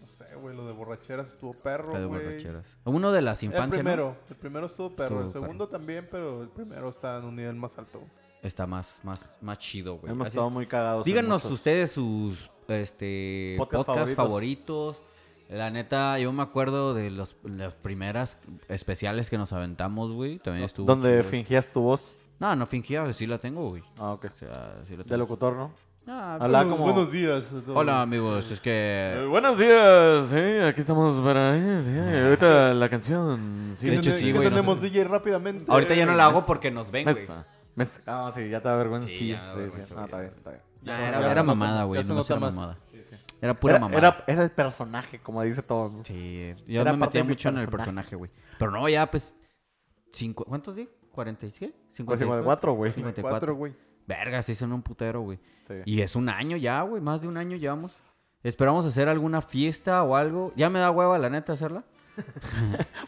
[SPEAKER 4] no sé, güey. Lo de borracheras estuvo perro,
[SPEAKER 2] la de
[SPEAKER 4] güey.
[SPEAKER 2] borracheras. Uno de las
[SPEAKER 4] El
[SPEAKER 2] infancias.
[SPEAKER 4] primero, el primero estuvo perro, el
[SPEAKER 2] Estuvo
[SPEAKER 4] segundo también, pero el primero está en un nivel más alto.
[SPEAKER 2] ¿no? Está más, más, más chido, güey.
[SPEAKER 3] Hemos
[SPEAKER 2] Así-
[SPEAKER 3] estado muy cagados. en
[SPEAKER 2] Díganos
[SPEAKER 3] muchos.
[SPEAKER 2] ustedes sus este
[SPEAKER 3] Podcast
[SPEAKER 2] podcast, favoritos. La neta, yo me acuerdo de los, las primeras especiales que nos aventamos, güey. También estuvo.
[SPEAKER 3] Donde
[SPEAKER 2] chido.
[SPEAKER 3] fingías tu voz.
[SPEAKER 2] No, no fingía, sí la tengo, güey.
[SPEAKER 3] Ah, ok.
[SPEAKER 2] O sea, sí la
[SPEAKER 3] De
[SPEAKER 2] tengo.
[SPEAKER 3] locutor, ¿no?
[SPEAKER 2] Ah,
[SPEAKER 3] Hablaba
[SPEAKER 4] Buenos-
[SPEAKER 3] como-
[SPEAKER 4] Buenos días. a todos.
[SPEAKER 2] Hola, amigos, es que.
[SPEAKER 3] Eh, buenos días, sí, aquí estamos para eh, ahorita la canción.
[SPEAKER 4] ¿Qué
[SPEAKER 2] de hecho
[SPEAKER 4] tene-
[SPEAKER 2] sí,
[SPEAKER 4] qué
[SPEAKER 2] güey, no
[SPEAKER 4] tenemos
[SPEAKER 2] sé.
[SPEAKER 4] DJ rápidamente?
[SPEAKER 2] Ahorita ya no la hago pues, porque nos ven, güey.
[SPEAKER 3] Mesa. Mesa. Ah, sí, ya te da vergüenza.
[SPEAKER 2] Sí,
[SPEAKER 3] Sí,
[SPEAKER 2] ya me da
[SPEAKER 3] sí,
[SPEAKER 2] vergüenza,
[SPEAKER 3] sí.
[SPEAKER 2] güey, ya.
[SPEAKER 3] Ah, está bien, está bien.
[SPEAKER 2] Ah,
[SPEAKER 4] Ya se-
[SPEAKER 2] era
[SPEAKER 4] ya se
[SPEAKER 2] era
[SPEAKER 4] nota-
[SPEAKER 2] mamada, güey.
[SPEAKER 4] ya se
[SPEAKER 2] No
[SPEAKER 4] nota
[SPEAKER 2] era
[SPEAKER 4] más.
[SPEAKER 2] mamada.
[SPEAKER 3] Sí, sí.
[SPEAKER 2] Era pura
[SPEAKER 3] Era,
[SPEAKER 2] mamada.
[SPEAKER 3] era, era el personaje, como dice todo. ¿no?
[SPEAKER 2] Sí, yo
[SPEAKER 3] Era
[SPEAKER 2] me
[SPEAKER 3] parte
[SPEAKER 2] metía
[SPEAKER 3] de mi
[SPEAKER 2] mucho en el
[SPEAKER 3] personaje.
[SPEAKER 2] personaje, güey. Pero no, ya pues. Cinco, ¿Cuántos di? ¿40 y qué?
[SPEAKER 3] Pues
[SPEAKER 2] 54.
[SPEAKER 3] 54, güey.
[SPEAKER 2] 54.
[SPEAKER 4] güey.
[SPEAKER 2] Verga, sí son un putero, güey.
[SPEAKER 3] Sí.
[SPEAKER 2] Y es un año ya, güey. Más de un año llevamos. Esperamos hacer alguna fiesta o algo. Ya me da hueva, la neta, hacerla. (laughs)
[SPEAKER 3] (laughs)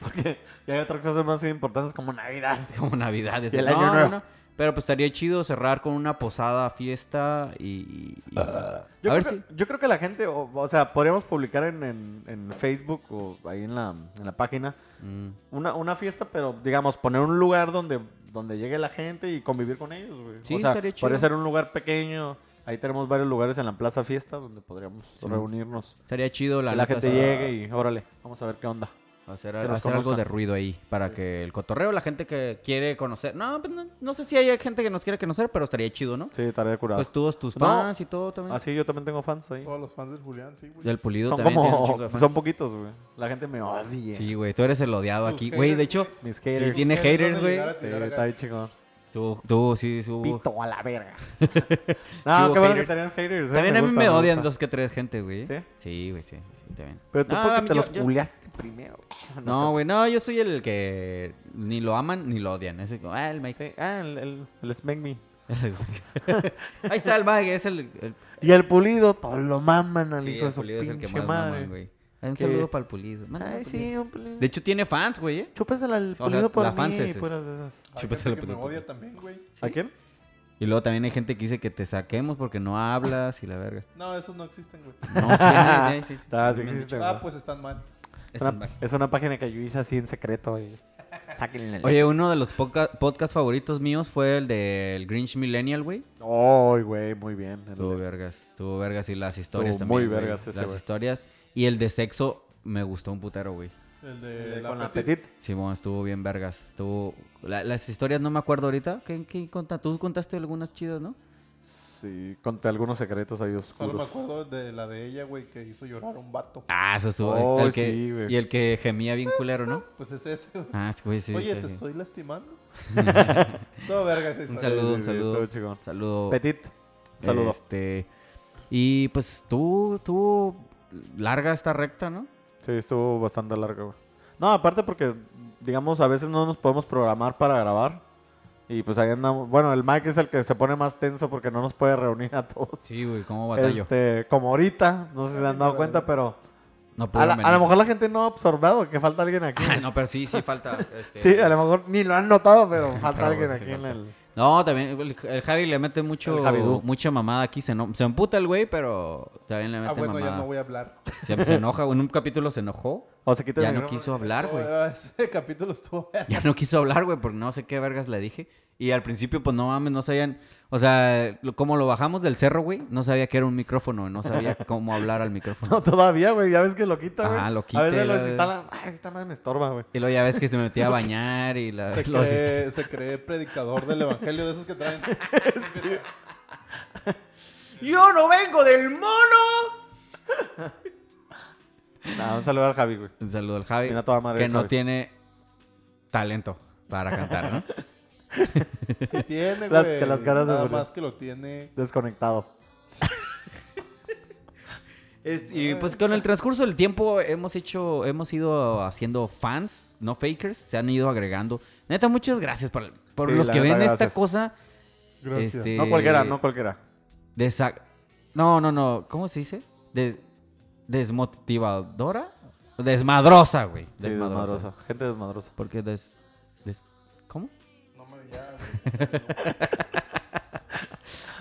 [SPEAKER 3] Porque ya hay otras cosas más importantes como Navidad.
[SPEAKER 2] Como Navidades.
[SPEAKER 3] Y el
[SPEAKER 2] no,
[SPEAKER 3] año
[SPEAKER 2] no,
[SPEAKER 3] nuevo.
[SPEAKER 2] no. Pero pues estaría chido cerrar con una posada, fiesta y. y- a
[SPEAKER 3] Ah. Yo,
[SPEAKER 2] ver
[SPEAKER 3] creo
[SPEAKER 2] si.
[SPEAKER 3] que, yo creo que la gente, o, o sea, podríamos publicar en, en- en Facebook o ahí en la, en la página
[SPEAKER 2] Mm.
[SPEAKER 3] una, una fiesta, pero digamos, poner un lugar donde, donde llegue la gente y convivir con ellos, güey.
[SPEAKER 2] Sí,
[SPEAKER 3] o sea,
[SPEAKER 2] estaría chido.
[SPEAKER 3] podría ser un lugar pequeño. Ahí tenemos varios lugares en la plaza fiesta donde podríamos
[SPEAKER 2] Sí.
[SPEAKER 3] reunirnos.
[SPEAKER 2] Estaría chido, la,
[SPEAKER 3] que la
[SPEAKER 2] neta,
[SPEAKER 3] gente
[SPEAKER 2] hacer-
[SPEAKER 3] llegue y órale, vamos a ver qué onda.
[SPEAKER 2] Hacer,
[SPEAKER 3] que nos
[SPEAKER 2] hacer algo
[SPEAKER 3] conozcan.
[SPEAKER 2] de ruido ahí para que el cotorreo, la gente que quiere conocer. No, pues no, no sé si hay gente que nos quiere conocer, pero estaría chido, ¿no?
[SPEAKER 3] Sí, tarea curada.
[SPEAKER 2] Pues todos tus
[SPEAKER 3] No.
[SPEAKER 2] fans y todo también.
[SPEAKER 3] Así yo también tengo fans ahí.
[SPEAKER 4] Todos los fans del Julián, sí, güey.
[SPEAKER 2] Del pulido
[SPEAKER 3] Son
[SPEAKER 2] también tiene un
[SPEAKER 3] como,
[SPEAKER 2] chingo de fans.
[SPEAKER 3] (laughs) son poquitos, güey. La gente me odia.
[SPEAKER 2] Sí, güey, tú eres el odiado
[SPEAKER 4] Tus
[SPEAKER 2] aquí. Güey, de
[SPEAKER 4] haters,
[SPEAKER 2] hecho,
[SPEAKER 4] güey.
[SPEAKER 3] Mis
[SPEAKER 2] sí,
[SPEAKER 3] haters.
[SPEAKER 2] tiene
[SPEAKER 4] Tus haters
[SPEAKER 2] haters,
[SPEAKER 4] van a
[SPEAKER 2] güey.
[SPEAKER 4] llegar a ti.
[SPEAKER 3] Sí, está ahí chingón.
[SPEAKER 2] Tú, tú, sí, sí hubo.
[SPEAKER 3] Pito a la verga.
[SPEAKER 2] Sí,
[SPEAKER 3] no,
[SPEAKER 2] hubo
[SPEAKER 3] qué bueno que
[SPEAKER 2] haters.
[SPEAKER 3] tenían haters. eh,
[SPEAKER 2] También a mí
[SPEAKER 3] gusta,
[SPEAKER 2] me odian
[SPEAKER 3] gusta.
[SPEAKER 2] dos que tres gente, güey.
[SPEAKER 3] ¿Sí?
[SPEAKER 2] Sí, güey, sí, sí, también.
[SPEAKER 3] Pero tú
[SPEAKER 2] No, a
[SPEAKER 3] porque
[SPEAKER 2] mí
[SPEAKER 3] te
[SPEAKER 2] yo-
[SPEAKER 3] los
[SPEAKER 2] yo- Ah,
[SPEAKER 3] culiaste
[SPEAKER 2] (laughs)
[SPEAKER 3] primero. güey.
[SPEAKER 2] No,
[SPEAKER 3] sé.
[SPEAKER 2] güey, no, yo soy el que ni lo aman ni lo odian. Ese, como, ah, el Mike.
[SPEAKER 3] Sí, Ah, el, el, el Smack Me.
[SPEAKER 2] (laughs) Ahí está el Mike, es el, el-
[SPEAKER 3] Y el pulido, todos lo maman al
[SPEAKER 2] Sí,
[SPEAKER 3] hijo de
[SPEAKER 2] el
[SPEAKER 3] su
[SPEAKER 2] pulido es el que
[SPEAKER 3] pinche
[SPEAKER 2] más
[SPEAKER 3] madre.
[SPEAKER 2] maman, güey. Un
[SPEAKER 3] que-
[SPEAKER 2] saludo para el pulido. Mándale
[SPEAKER 3] Ay,
[SPEAKER 2] al Pulido.
[SPEAKER 3] sí, un pulido.
[SPEAKER 2] De hecho, tiene fans, güey, ¿eh?
[SPEAKER 3] Chúpesela al
[SPEAKER 2] sea,
[SPEAKER 3] pulido por
[SPEAKER 2] la
[SPEAKER 3] mí
[SPEAKER 2] fans
[SPEAKER 3] y
[SPEAKER 2] es-
[SPEAKER 3] puras de esas.
[SPEAKER 4] Hay
[SPEAKER 2] Chúpate
[SPEAKER 4] gente
[SPEAKER 2] la
[SPEAKER 4] que
[SPEAKER 2] puta
[SPEAKER 4] me odia también, güey.
[SPEAKER 3] ¿A quién?
[SPEAKER 2] Y luego también hay gente que dice que te saquemos porque no hablas y la verga.
[SPEAKER 4] No, esos no existen, güey.
[SPEAKER 2] No, sí, sí,
[SPEAKER 3] (laughs)
[SPEAKER 2] sí. sí.
[SPEAKER 3] Ah, sí
[SPEAKER 2] Me han dicho.
[SPEAKER 3] existe,
[SPEAKER 4] Ah,
[SPEAKER 3] güey.
[SPEAKER 4] pues están mal.
[SPEAKER 3] es,
[SPEAKER 2] Está
[SPEAKER 3] una,
[SPEAKER 2] mal.
[SPEAKER 3] es una página que yo hice así en secreto. Y... Sáquenle.
[SPEAKER 2] Oye, uno de los podca- podcasts favoritos míos fue el del Grinch Millennial, güey.
[SPEAKER 3] Ay, güey, muy bien. El-
[SPEAKER 2] Estuvo vergas, estuvo vergas y las historias
[SPEAKER 3] Estuvo
[SPEAKER 2] también.
[SPEAKER 3] muy
[SPEAKER 2] güey.
[SPEAKER 3] vergas ese,
[SPEAKER 2] Las
[SPEAKER 3] güey.
[SPEAKER 2] historias. Y el de sexo me gustó un putero, güey.
[SPEAKER 4] El de,
[SPEAKER 3] el de
[SPEAKER 4] la
[SPEAKER 3] Eh, con la
[SPEAKER 4] Petit.
[SPEAKER 3] petit.
[SPEAKER 2] Simón, estuvo bien vergas. Estuvo... la- las historias no me acuerdo ahorita. ¿Qué, qué conta- Tú contaste algunas chidas, ¿no?
[SPEAKER 3] Sí, conté algunos secretos ahí
[SPEAKER 4] Solo me
[SPEAKER 3] oscuros.
[SPEAKER 4] acuerdo de la de ella, güey, que hizo llorar a un vato.
[SPEAKER 2] Ah, eso estuvo.
[SPEAKER 3] Oh,
[SPEAKER 2] el que,
[SPEAKER 3] sí, güey.
[SPEAKER 2] y el que gemía bien culero, ¿no?
[SPEAKER 4] Pues es ese, güey.
[SPEAKER 2] Ah, sí, güey, sí.
[SPEAKER 4] Oye,
[SPEAKER 2] que-
[SPEAKER 4] te
[SPEAKER 2] (laughs)
[SPEAKER 4] estoy lastimando. no, verga, esa
[SPEAKER 2] Un
[SPEAKER 4] historia.
[SPEAKER 2] saludo, un
[SPEAKER 3] Sí, sí, sí,
[SPEAKER 2] saludo.
[SPEAKER 3] estuvo chingón.
[SPEAKER 2] Saludo.
[SPEAKER 3] Petit. Saludo.
[SPEAKER 2] Este, y pues tú, tú, larga esta recta, ¿no?
[SPEAKER 3] Sí, estuvo bastante largo, güey. No, aparte porque, digamos, a veces no nos podemos programar para grabar. Y pues ahí andamos. Bueno, el Mike es el que se pone más tenso porque no nos puede reunir a todos.
[SPEAKER 2] Sí, güey, ¿cómo batallo?
[SPEAKER 3] Este, como ahorita, no sé si se han dado
[SPEAKER 4] Ay,
[SPEAKER 3] cuenta,
[SPEAKER 4] cabrón.
[SPEAKER 3] pero
[SPEAKER 2] No puedo
[SPEAKER 3] a, la- a
[SPEAKER 2] (laughs)
[SPEAKER 3] lo mejor la gente no ha absorbado que falta alguien aquí.
[SPEAKER 2] Ah, no, pero sí, sí
[SPEAKER 3] (laughs)
[SPEAKER 2] falta. este,
[SPEAKER 3] Sí, a lo mejor ni lo han notado,
[SPEAKER 2] (laughs)
[SPEAKER 3] pero falta
[SPEAKER 2] Pero,
[SPEAKER 3] alguien
[SPEAKER 2] pues,
[SPEAKER 3] aquí
[SPEAKER 2] sí,
[SPEAKER 3] en
[SPEAKER 2] falta.
[SPEAKER 3] el...
[SPEAKER 2] No, también el, el Javi le mete mucho,
[SPEAKER 3] El Javidú.
[SPEAKER 2] mucha mamada aquí. Se, eno- se emputa el güey, pero también le mete
[SPEAKER 4] Ah, bueno,
[SPEAKER 2] mamada.
[SPEAKER 4] ya no voy a hablar.
[SPEAKER 2] se, se enoja, güey. En un capítulo se
[SPEAKER 3] (laughs)
[SPEAKER 2] enojó.
[SPEAKER 3] O se quita el
[SPEAKER 2] Ya no
[SPEAKER 3] micrófono.
[SPEAKER 2] quiso hablar, güey.
[SPEAKER 4] (laughs) Ah, Ese capítulo estuvo.
[SPEAKER 2] Ya no quiso hablar, güey, porque no sé qué vergas le dije. Y al principio, pues no mames, no sabían. O sea, lo- como lo bajamos del cerro, güey, no sabía que era un micrófono, no
[SPEAKER 3] (laughs)
[SPEAKER 2] sabía cómo hablar al micrófono.
[SPEAKER 3] No, todavía, güey. Ya ves que lo quita, güey.
[SPEAKER 2] Ajá, lo
[SPEAKER 3] A
[SPEAKER 2] quita y
[SPEAKER 3] veces lo
[SPEAKER 2] la-
[SPEAKER 3] desinstalan. Ay, esta madre me estorba, güey.
[SPEAKER 2] Y luego ya ves que se metía a bañar y la. (laughs)
[SPEAKER 4] Se
[SPEAKER 2] los-
[SPEAKER 4] cree, se cree predicador del evangelio de esos
[SPEAKER 2] (laughs)
[SPEAKER 4] que traen.
[SPEAKER 2] ¡Yo no vengo del mono!
[SPEAKER 3] Nah, un saludo al Javi, güey.
[SPEAKER 2] Un este, saludo al Javi.
[SPEAKER 3] Mira toda madre
[SPEAKER 2] que
[SPEAKER 3] el
[SPEAKER 2] no
[SPEAKER 3] Javi.
[SPEAKER 2] tiene talento para cantar,
[SPEAKER 3] (laughs)
[SPEAKER 2] ¿no?
[SPEAKER 4] Sí tiene,
[SPEAKER 3] Las-
[SPEAKER 4] güey.
[SPEAKER 3] que las caras de
[SPEAKER 4] Nada
[SPEAKER 3] Julián.
[SPEAKER 4] más que lo tiene.
[SPEAKER 3] Desconectado.
[SPEAKER 2] Es- y pues con el transcurso del tiempo hemos hecho, hemos ido haciendo fans, no fakers, se han ido agregando. Neta, muchas gracias por, por
[SPEAKER 3] Sí,
[SPEAKER 2] los
[SPEAKER 3] la
[SPEAKER 2] que
[SPEAKER 3] neta,
[SPEAKER 2] ven esta
[SPEAKER 3] gracias.
[SPEAKER 2] cosa.
[SPEAKER 4] Gracias.
[SPEAKER 2] Este,
[SPEAKER 3] No cualquiera, no cualquiera.
[SPEAKER 2] desa- No, no, no. ¿Cómo se dice? De- desmotivadora. Desmadrosa, güey.
[SPEAKER 3] Sí, desmadrosa. Gente desmadrosa.
[SPEAKER 2] Porque des, des- ¿Cómo?
[SPEAKER 4] No me ya, güey.
[SPEAKER 2] (laughs)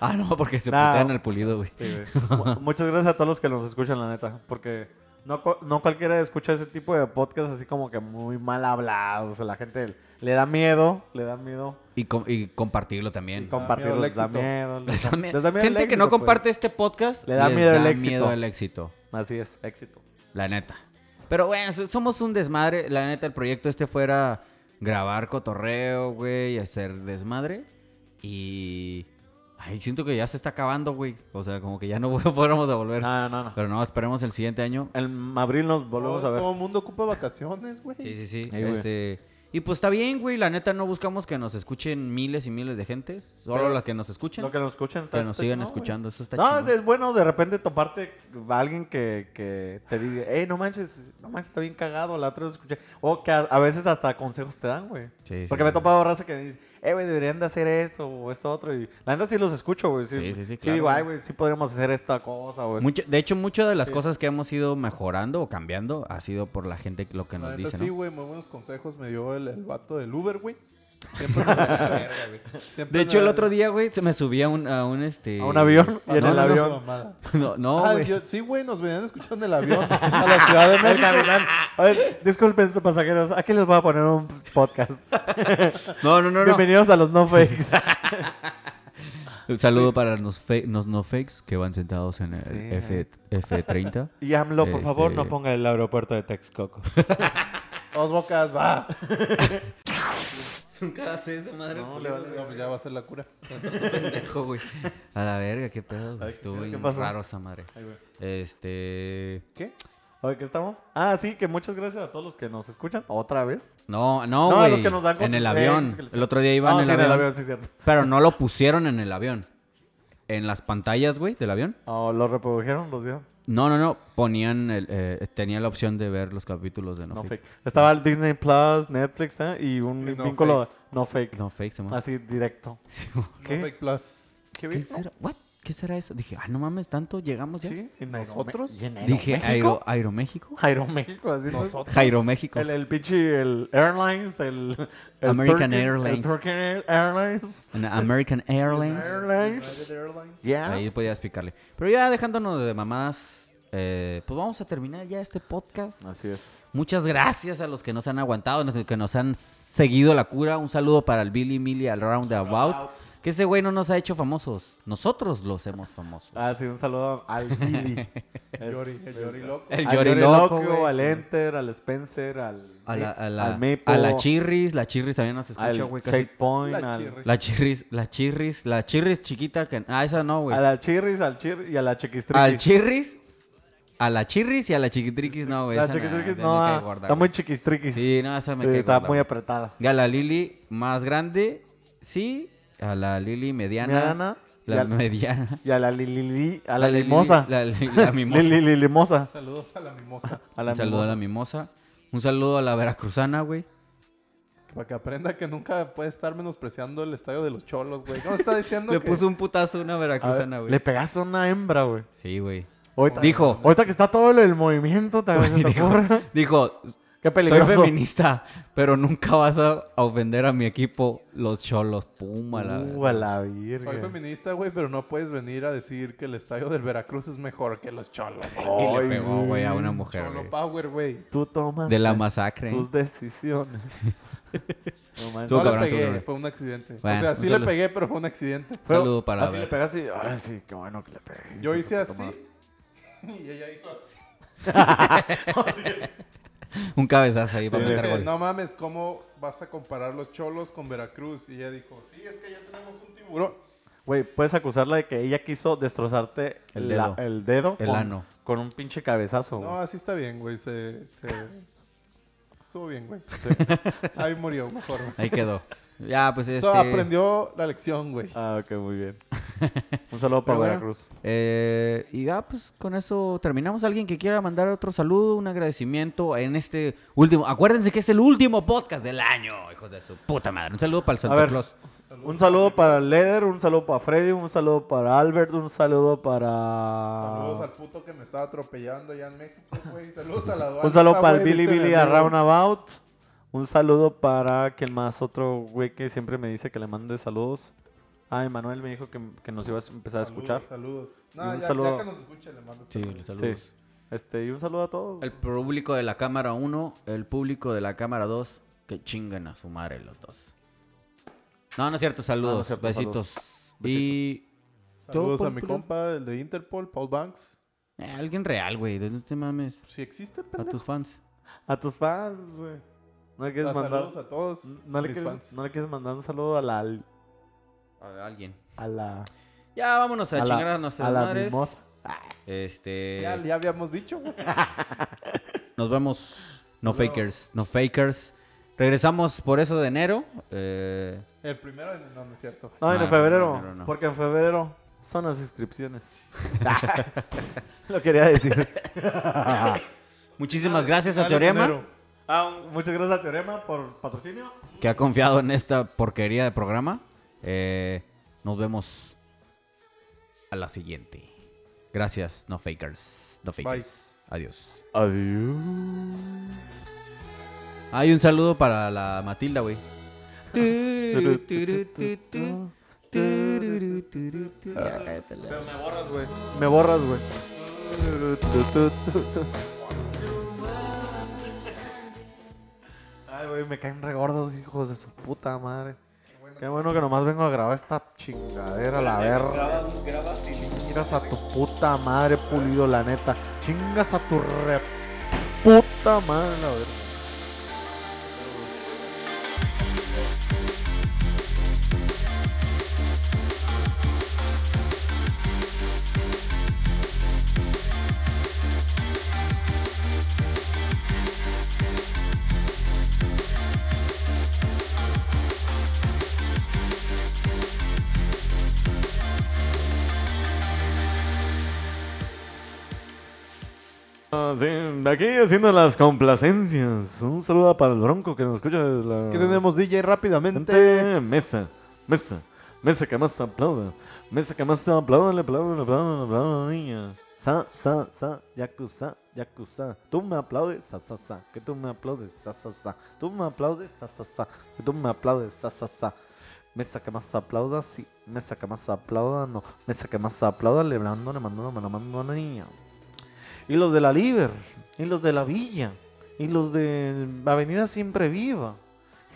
[SPEAKER 2] Ah, no, porque se
[SPEAKER 3] No.
[SPEAKER 2] putean al pulido, güey.
[SPEAKER 3] Sí, güey. Mu- Muchas gracias a todos los que nos escuchan, la neta. Porque no, cu- no cualquiera escucha ese tipo de podcast así como que muy mal hablados. O sea, la gente le da miedo, le da miedo
[SPEAKER 2] Y, com- y compartirlo también.
[SPEAKER 3] compartirlo.
[SPEAKER 4] miedo el
[SPEAKER 3] Les da
[SPEAKER 4] éxito.
[SPEAKER 3] miedo.
[SPEAKER 2] Les
[SPEAKER 3] Les
[SPEAKER 2] da
[SPEAKER 3] da,
[SPEAKER 2] mie-
[SPEAKER 3] les da miedo el
[SPEAKER 2] Gente que no
[SPEAKER 3] éxito, pues.
[SPEAKER 2] comparte este podcast
[SPEAKER 3] Le da
[SPEAKER 2] les
[SPEAKER 3] miedo el
[SPEAKER 2] da
[SPEAKER 3] éxito.
[SPEAKER 2] miedo al éxito.
[SPEAKER 3] Así es, éxito.
[SPEAKER 2] La neta. Pero bueno, so- somos un desmadre. La neta, el proyecto este fuera grabar cotorreo, güey, y hacer desmadre. Y. Ay, siento que ya se está acabando, güey. O sea, como que ya no (laughs) fuéramos a volver.
[SPEAKER 3] No, no, no.
[SPEAKER 2] Pero no, esperemos el siguiente año.
[SPEAKER 3] En abril nos Pues volvemos
[SPEAKER 4] Todo-
[SPEAKER 3] a ver.
[SPEAKER 4] Todo el mundo ocupa vacaciones, güey.
[SPEAKER 2] Sí, sí, sí.
[SPEAKER 3] Ahí, güey.
[SPEAKER 2] Este, Y pues está bien, güey. La neta, no buscamos que nos escuchen miles y miles de gentes. Solo
[SPEAKER 3] Pero-
[SPEAKER 2] las que nos escuchan.
[SPEAKER 3] Lo que
[SPEAKER 2] Que,
[SPEAKER 3] nos escuchen. está-
[SPEAKER 2] nos
[SPEAKER 3] está
[SPEAKER 2] sigan
[SPEAKER 3] chingón, güey.
[SPEAKER 2] escuchando. Eso está
[SPEAKER 3] No,
[SPEAKER 2] chido.
[SPEAKER 3] es, es bueno de repente toparte a alguien que, que te diga, hey, no manches, no manches, está bien cagado, la otra vez escuché. O que a, a veces hasta consejos te dan, güey.
[SPEAKER 2] Sí, sí,
[SPEAKER 3] Porque me he
[SPEAKER 2] sí.
[SPEAKER 3] topado raza que me dice, eh, güey, deberían de hacer eso o esto otro. Y la neta sí los escucho, güey. Sí,
[SPEAKER 2] Sí, sí, sí,
[SPEAKER 3] Sí
[SPEAKER 2] claro,
[SPEAKER 3] digo, ay,
[SPEAKER 2] güey.
[SPEAKER 3] güey, sí podríamos hacer esta cosa o esto".
[SPEAKER 2] Mucho- de hecho, muchas de las cosas que hemos ido mejorando o cambiando ha sido por la gente lo que nos
[SPEAKER 4] La neta,
[SPEAKER 2] dice,
[SPEAKER 4] sí,
[SPEAKER 2] ¿no?
[SPEAKER 4] güey, muy buenos consejos me dio el, el vato del
[SPEAKER 2] (laughs)
[SPEAKER 4] Uber, güey. Siempre me da la verga, güey. Siempre
[SPEAKER 2] De hecho,
[SPEAKER 4] me
[SPEAKER 2] el
[SPEAKER 4] da-
[SPEAKER 2] otro día, güey, se me subía a un, a un, este...
[SPEAKER 3] A un avión y en
[SPEAKER 4] No,
[SPEAKER 3] el
[SPEAKER 4] no, no,
[SPEAKER 3] avión.
[SPEAKER 4] mamada.
[SPEAKER 2] (laughs) No, no,
[SPEAKER 4] Ah,
[SPEAKER 2] güey.
[SPEAKER 4] yo- sí, güey, nos venían escuchando en el avión a la
[SPEAKER 2] (laughs)
[SPEAKER 4] Ciudad de
[SPEAKER 3] El
[SPEAKER 4] México.
[SPEAKER 3] capitán. A ver, disculpen, pasajeros, aquí les voy a poner un podcast.
[SPEAKER 2] No, no, no, no.
[SPEAKER 3] Bienvenidos a los no fakes.
[SPEAKER 2] (laughs) Un saludo para los, fe- los no fakes que van sentados en el
[SPEAKER 3] Sí. eh.
[SPEAKER 2] F
[SPEAKER 3] (laughs)
[SPEAKER 2] F30.
[SPEAKER 3] Y AMLO, por favor,
[SPEAKER 2] Este-
[SPEAKER 3] no ponga el aeropuerto de Texcoco.
[SPEAKER 4] Dos bocas, va.
[SPEAKER 2] Nunca hace eso, madre.
[SPEAKER 4] No, pues ya va a ser la cura.
[SPEAKER 2] pendejo, güey. A la verga, qué pedo, güey.
[SPEAKER 3] Ay,
[SPEAKER 2] Estuvo
[SPEAKER 3] ¿qué
[SPEAKER 2] bien
[SPEAKER 3] pasó?
[SPEAKER 2] raro esa madre. Este...
[SPEAKER 4] ¿Qué?
[SPEAKER 3] Oye, ¿qué estamos? Ah, sí, que muchas gracias a todos los que nos escuchan otra vez.
[SPEAKER 2] No, no,
[SPEAKER 3] No, a los
[SPEAKER 2] güey.
[SPEAKER 3] que nos dan
[SPEAKER 2] en el
[SPEAKER 3] consejos,
[SPEAKER 2] avión.
[SPEAKER 3] que les-
[SPEAKER 2] El otro día iba
[SPEAKER 3] Ah,
[SPEAKER 2] en, el
[SPEAKER 3] sí,
[SPEAKER 2] avión,
[SPEAKER 3] sí, cierto.
[SPEAKER 2] Pero no lo pusieron en el avión. En las pantallas, güey, del avión.
[SPEAKER 3] Oh, los reprodujeron, los vieron.
[SPEAKER 2] No, no, no. Ponían, el, eh, tenía la opción de ver los capítulos de No,
[SPEAKER 3] No,
[SPEAKER 2] Fake.
[SPEAKER 3] fake. Estaba el Disney Plus, Netflix, ¿eh? Y un
[SPEAKER 4] Y no
[SPEAKER 3] vínculo no fake. ¿Ah,
[SPEAKER 2] No Fake, se llama.
[SPEAKER 3] Así directo.
[SPEAKER 4] No
[SPEAKER 3] ¿Qué?
[SPEAKER 4] Fake Plus.
[SPEAKER 2] (laughs)
[SPEAKER 3] ¿Qué
[SPEAKER 2] ¿Qué
[SPEAKER 3] viste?
[SPEAKER 2] será? What? ¿qué será eso? Dije, ah, no mames, tanto llegamos ya.
[SPEAKER 3] Sí, en
[SPEAKER 4] ¿Nosotros?
[SPEAKER 3] Aerome- y en
[SPEAKER 2] Dije,
[SPEAKER 3] Aeroméxico.
[SPEAKER 2] Aero, Aeroméxico.
[SPEAKER 3] Aeroméxico, así ¿no?
[SPEAKER 4] Nosotros.
[SPEAKER 2] Jairo México.
[SPEAKER 3] El, el pinche, el Airlines, el... el
[SPEAKER 2] American
[SPEAKER 3] Turkin- El
[SPEAKER 2] Airlines.
[SPEAKER 3] Turkish Airlines.
[SPEAKER 2] en American Airlines.
[SPEAKER 3] Airlines.
[SPEAKER 4] United Airlines.
[SPEAKER 3] Yeah.
[SPEAKER 2] Ahí podías picarle. Pero ya dejándonos de mamadas, eh, pues vamos a terminar ya este podcast.
[SPEAKER 3] Así es.
[SPEAKER 2] Muchas gracias a los que nos han aguantado, a los que nos han seguido la cura. Un saludo para el Billy Millie al Roundabout. Que ese güey no nos ha hecho famosos. Nosotros los hemos famosos.
[SPEAKER 3] Ah, sí, un saludo al
[SPEAKER 2] (laughs)
[SPEAKER 3] Billy. Es-
[SPEAKER 4] Yori, el Yori loco.
[SPEAKER 2] El
[SPEAKER 3] al
[SPEAKER 2] Yori
[SPEAKER 3] Yori
[SPEAKER 2] Loco,
[SPEAKER 3] Loco,
[SPEAKER 2] güey.
[SPEAKER 3] al Enter, al Spencer, al,
[SPEAKER 2] A la, a la-
[SPEAKER 3] al Maple,
[SPEAKER 2] a la Chirris. La Chirris también nos escucha,
[SPEAKER 3] al
[SPEAKER 2] güey. casi.
[SPEAKER 3] Checkpoint,
[SPEAKER 4] La
[SPEAKER 3] al,
[SPEAKER 4] chirri.
[SPEAKER 2] La Chirris, la Chirris, la Chirris chiquita. Que... Ah, esa no, güey.
[SPEAKER 3] a la Chirris, al Chirris y a la Chiquistriquis.
[SPEAKER 2] Al Chirris. A la Chirris y a la Chiquitriquis, no, güey.
[SPEAKER 3] La
[SPEAKER 2] esa
[SPEAKER 3] Chiquistriquis
[SPEAKER 2] me
[SPEAKER 3] no,
[SPEAKER 2] cae
[SPEAKER 3] ah,
[SPEAKER 2] gorda,
[SPEAKER 3] está
[SPEAKER 2] güey.
[SPEAKER 3] muy Chiquistriquis.
[SPEAKER 2] Sí, no, esa me
[SPEAKER 3] Sí,
[SPEAKER 2] cae
[SPEAKER 3] está
[SPEAKER 2] gorda,
[SPEAKER 3] muy
[SPEAKER 2] güey.
[SPEAKER 3] apretada.
[SPEAKER 2] Y a la Lili más grande, sí. A la Lili mediana.
[SPEAKER 3] Mediana, y
[SPEAKER 2] La
[SPEAKER 3] al-
[SPEAKER 2] mediana.
[SPEAKER 3] Y a la Lilili, a la,
[SPEAKER 2] Lili-
[SPEAKER 3] Limosa.
[SPEAKER 2] La, li-
[SPEAKER 3] (laughs)
[SPEAKER 2] la mimosa.
[SPEAKER 3] Lili- Lili- Limosa.
[SPEAKER 4] Saludos a la mimosa.
[SPEAKER 3] A la
[SPEAKER 2] Un saludo a la
[SPEAKER 3] mimosa.
[SPEAKER 2] mimosa. Un saludo a la veracruzana, güey.
[SPEAKER 4] Para que aprenda que nunca puede estar menospreciando el estadio de los cholos, güey. ¿Cómo está diciendo
[SPEAKER 2] Le
[SPEAKER 4] que
[SPEAKER 2] puso un putazo a una
[SPEAKER 3] A ver,
[SPEAKER 2] veracruzana, güey.
[SPEAKER 3] Le pegaste a una hembra, güey.
[SPEAKER 2] Sí, güey.
[SPEAKER 3] Ahorita,
[SPEAKER 2] Dijo.
[SPEAKER 3] ahorita que está todo el movimiento, te, se
[SPEAKER 2] (laughs)
[SPEAKER 3] te
[SPEAKER 2] Dijo,
[SPEAKER 3] ocurre.
[SPEAKER 2] dijo,
[SPEAKER 3] Qué
[SPEAKER 2] soy
[SPEAKER 3] peligroso.
[SPEAKER 2] feminista, pero nunca vas a a ofender a mi equipo, los cholos. Puma, la
[SPEAKER 3] Uh,
[SPEAKER 2] verga.
[SPEAKER 3] a la virgen.
[SPEAKER 4] soy feminista, güey, pero no puedes venir a decir que el estadio del Veracruz es mejor que los cholos?
[SPEAKER 2] Y
[SPEAKER 4] güey.
[SPEAKER 2] le pegó, güey, a una mujer,
[SPEAKER 4] Cholo
[SPEAKER 2] güey.
[SPEAKER 4] Power, güey.
[SPEAKER 3] Tú tomas
[SPEAKER 2] De la masacre. ¿eh? (laughs)
[SPEAKER 3] tus decisiones. No manches.
[SPEAKER 2] Tú,
[SPEAKER 4] No le
[SPEAKER 2] cabrón, tú,
[SPEAKER 4] pegué,
[SPEAKER 2] cabrón.
[SPEAKER 4] fue un accidente.
[SPEAKER 2] Bueno,
[SPEAKER 4] o sea,
[SPEAKER 2] un
[SPEAKER 4] sí le
[SPEAKER 2] saludo.
[SPEAKER 4] pegué, pero fue un accidente.
[SPEAKER 2] Un saludo para
[SPEAKER 3] así
[SPEAKER 2] ver.
[SPEAKER 3] le pegaste y, ahora sí, qué bueno que le pegué.
[SPEAKER 4] Yo hice
[SPEAKER 3] Puta madre.
[SPEAKER 4] así (laughs) y ella hizo así.
[SPEAKER 2] Un cabezazo ahí para
[SPEAKER 4] Yo
[SPEAKER 2] meter
[SPEAKER 4] dije,
[SPEAKER 2] gol.
[SPEAKER 4] no mames, ¿cómo vas a comparar los cholos con Veracruz? Y ella dijo, sí, es que ya tenemos un tiburón.
[SPEAKER 3] Güey, puedes acusarla de que ella quiso destrozarte
[SPEAKER 2] El
[SPEAKER 3] la-
[SPEAKER 2] dedo.
[SPEAKER 3] el dedo
[SPEAKER 2] El
[SPEAKER 3] con,
[SPEAKER 2] ano.
[SPEAKER 3] con un pinche
[SPEAKER 2] Oh.
[SPEAKER 3] cabezazo. güey.
[SPEAKER 4] No, así está bien, güey. Se, se... Estuvo bien, güey.
[SPEAKER 2] (laughs)
[SPEAKER 4] Ahí murió, mejor. güey.
[SPEAKER 2] Ahí quedó. Ya, pues este...
[SPEAKER 4] O sea, aprendió la lección, güey.
[SPEAKER 3] Ah, ok,
[SPEAKER 2] (laughs)
[SPEAKER 3] muy bien. Un saludo
[SPEAKER 2] Pero
[SPEAKER 3] para
[SPEAKER 2] bueno,
[SPEAKER 3] Veracruz.
[SPEAKER 2] eh, y ya, pues con eso terminamos. Alguien que quiera mandar otro saludo, un agradecimiento en este último. Acuérdense que es el último podcast del año, hijos de su puta madre. Un saludo para el Santa
[SPEAKER 3] ver.
[SPEAKER 2] Claus.
[SPEAKER 3] Un saludo para Leder, un saludo para Freddy, un saludo para Albert, un saludo para.
[SPEAKER 4] Saludos al puto que me estaba atropellando allá en México, güey. Saludos a la aduana.
[SPEAKER 3] Un saludo para el
[SPEAKER 4] Ah, güey,
[SPEAKER 3] Billy
[SPEAKER 4] dice mi
[SPEAKER 3] Billy a
[SPEAKER 4] amigo.
[SPEAKER 3] Roundabout. Un saludo para quien más, otro güey que siempre me dice que le mande saludos. Ah, Emanuel me dijo que, que nos ibas a empezar a
[SPEAKER 4] Saludos,
[SPEAKER 3] escuchar.
[SPEAKER 4] Saludos. No,
[SPEAKER 3] Y un
[SPEAKER 4] ya, ya
[SPEAKER 3] saludo-
[SPEAKER 4] que nos escuche, le mando
[SPEAKER 2] Sí,
[SPEAKER 4] saludos.
[SPEAKER 2] los
[SPEAKER 3] Sí.
[SPEAKER 2] saludos.
[SPEAKER 3] Este, y un saludo a todos.
[SPEAKER 2] El público de la cámara 1, el público de la cámara 2, que chingan a su madre los dos. No, Ah, no es cierto, saludos,
[SPEAKER 3] No, no es cierto,
[SPEAKER 2] besitos.
[SPEAKER 3] saludos.
[SPEAKER 2] Y
[SPEAKER 4] Saludos
[SPEAKER 2] Todo
[SPEAKER 4] a mi
[SPEAKER 2] popular.
[SPEAKER 4] compa, el de Interpol, Paul Banks.
[SPEAKER 2] eh, alguien real, güey, no te mames
[SPEAKER 4] Si existe,
[SPEAKER 2] a
[SPEAKER 4] pendejo.
[SPEAKER 2] tus fans.
[SPEAKER 3] A tus fans, güey. No le quieres
[SPEAKER 4] Ah,
[SPEAKER 3] mandar.
[SPEAKER 4] Saludos a todos.
[SPEAKER 3] No le
[SPEAKER 4] mis
[SPEAKER 3] quieres,
[SPEAKER 4] fans.
[SPEAKER 3] no le quieres mandar un saludo a la.
[SPEAKER 2] A alguien.
[SPEAKER 3] A la.
[SPEAKER 2] Ya vámonos a,
[SPEAKER 3] la-
[SPEAKER 2] chingar a nuestras
[SPEAKER 3] a la
[SPEAKER 2] madres.
[SPEAKER 3] mimosa.
[SPEAKER 2] Este
[SPEAKER 4] Ya, ya habíamos dicho, güey.
[SPEAKER 2] nos vemos no
[SPEAKER 4] Nos vemos.
[SPEAKER 2] fakers, no fakers. Regresamos por eso de enero. Eh,
[SPEAKER 4] El primero, no, no es cierto.
[SPEAKER 3] No,
[SPEAKER 2] No,
[SPEAKER 3] en
[SPEAKER 2] en
[SPEAKER 3] febrero.
[SPEAKER 2] febrero no.
[SPEAKER 3] Porque en febrero son las
[SPEAKER 2] (laughs)
[SPEAKER 3] inscripciones. (laughs) Lo quería decir.
[SPEAKER 2] Ah. muchísimas gracias a
[SPEAKER 4] Sale
[SPEAKER 2] Teorema
[SPEAKER 4] enero.
[SPEAKER 3] Ah, un- muchas gracias a Teorema por patrocinio.
[SPEAKER 2] que ha confiado en esta porquería de programa. Eh, nos vemos a la siguiente. Gracias, no fakers, no fakers. Adiós.
[SPEAKER 3] Adiós.
[SPEAKER 2] Hay un saludo para la Matilda, güey. Ya, cállate.
[SPEAKER 3] Me borras, güey. Ay, güey, me caen regordos, hijos de su puta madre. Qué bueno que nomás vengo a grabar esta chingadera, la verga. Chingas a tu puta madre, pulido, la neta. Chingas a tu re puta madre, la verga. Ah, sí, aquí haciendo las complacencias. Un saludo para el Bronco que nos escucha desde la.
[SPEAKER 4] ¿Qué tenemos, DJ? Rápidamente.
[SPEAKER 3] Mesa, mesa, mesa que más aplauda. Mesa que más apláudale, apláudale, apláudale, apláudale, niña. Sa, sa, sa, yakuza, yakuza. Tú me aplaudes, sa, sa, sa. Que tú me aplaudes, sa, sa, sa. Tú me aplaudes, sa, sa, sa. Que tú me aplaudes, sa, sa, sa. Mesa que más aplauda, sí. Mesa que más aplauda, no. Mesa que más aplauda, le mando, le mando, me la mando a la niña. Y los de la Liber, y los de la Villa, y los de Avenida Siempre Viva.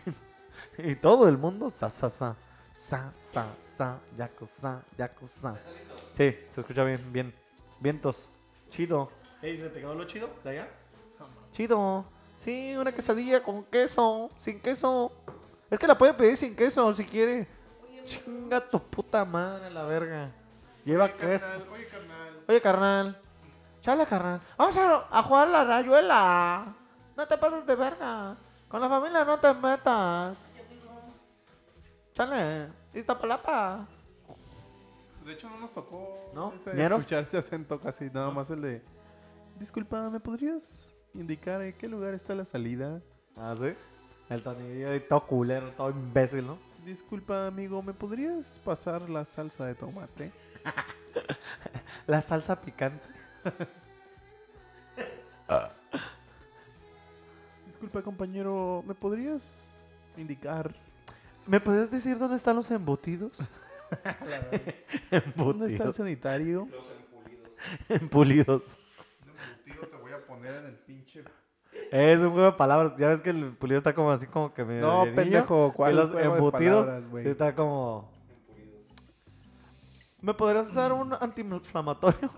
[SPEAKER 3] (laughs) y todo el mundo, sa, sa, sa. Sa, sa, sa, yakuza, yakuza. Sí, se escucha bien, bien. Vientos. Chido.
[SPEAKER 1] Ey, ¿se te quedó lo chido de allá?
[SPEAKER 3] Chido. Sí, una quesadilla con queso. Sin queso. Es que la puede pedir sin queso si quiere. Chinga tu puta madre, a la verga. Lleva queso.
[SPEAKER 4] Carnal, oye, carnal.
[SPEAKER 3] Oye, carnal. Chala, carnal. Vamos a, a jugar la rayuela. No te pases de verga. Con la familia no te metas. Chale, Iztapalapa.
[SPEAKER 4] De hecho, no nos tocó
[SPEAKER 3] ¿No?
[SPEAKER 4] ese-
[SPEAKER 3] ¿Ñeros?
[SPEAKER 4] escuchar ese acento casi, nada más el de... Disculpa, ¿me podrías indicar en qué lugar está la salida?
[SPEAKER 3] Ah, sí. El tonidillo ahí todo culero, todo imbécil, ¿no?
[SPEAKER 4] Disculpa, amigo, ¿me podrías pasar la salsa de tomate?
[SPEAKER 3] La salsa picante.
[SPEAKER 4] Disculpa, compañero, ¿me podrías indicar
[SPEAKER 3] ¿Me podrías decir dónde están los (laughs) embutidos? Oh,
[SPEAKER 4] dónde está el
[SPEAKER 3] embutidos.
[SPEAKER 4] sanitario?
[SPEAKER 3] (laughs) pulidos.
[SPEAKER 4] Tío, te voy a poner en el pinche...
[SPEAKER 3] Es un juego de palabras. Ya ves que el pulido está como así como que medio
[SPEAKER 4] No,
[SPEAKER 3] llenillo,
[SPEAKER 4] pendejo, ¿cuál
[SPEAKER 3] Y los
[SPEAKER 4] juego de
[SPEAKER 3] embutidos
[SPEAKER 4] palabras, güey?
[SPEAKER 3] está como... ¿Me podrías dar un antiinflamatorio?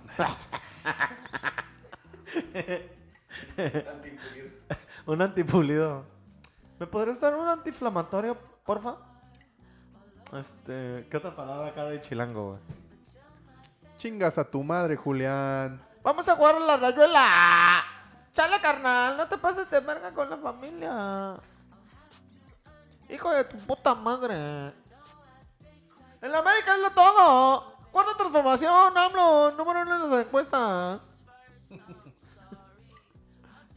[SPEAKER 3] (laughs) un antipulido. ¿Me podrías dar un antiinflamatorio, porfa? Este, ¿qué otra palabra acá de chilango, güey?
[SPEAKER 4] Chingas a tu madre, Julián.
[SPEAKER 3] Vamos a jugar a la rayuela. Chala, carnal, no te pases de verga con la familia. Hijo de tu puta madre. En la América es lo todo. Cuarta transformación, AMLO, número uno en las encuestas. (laughs)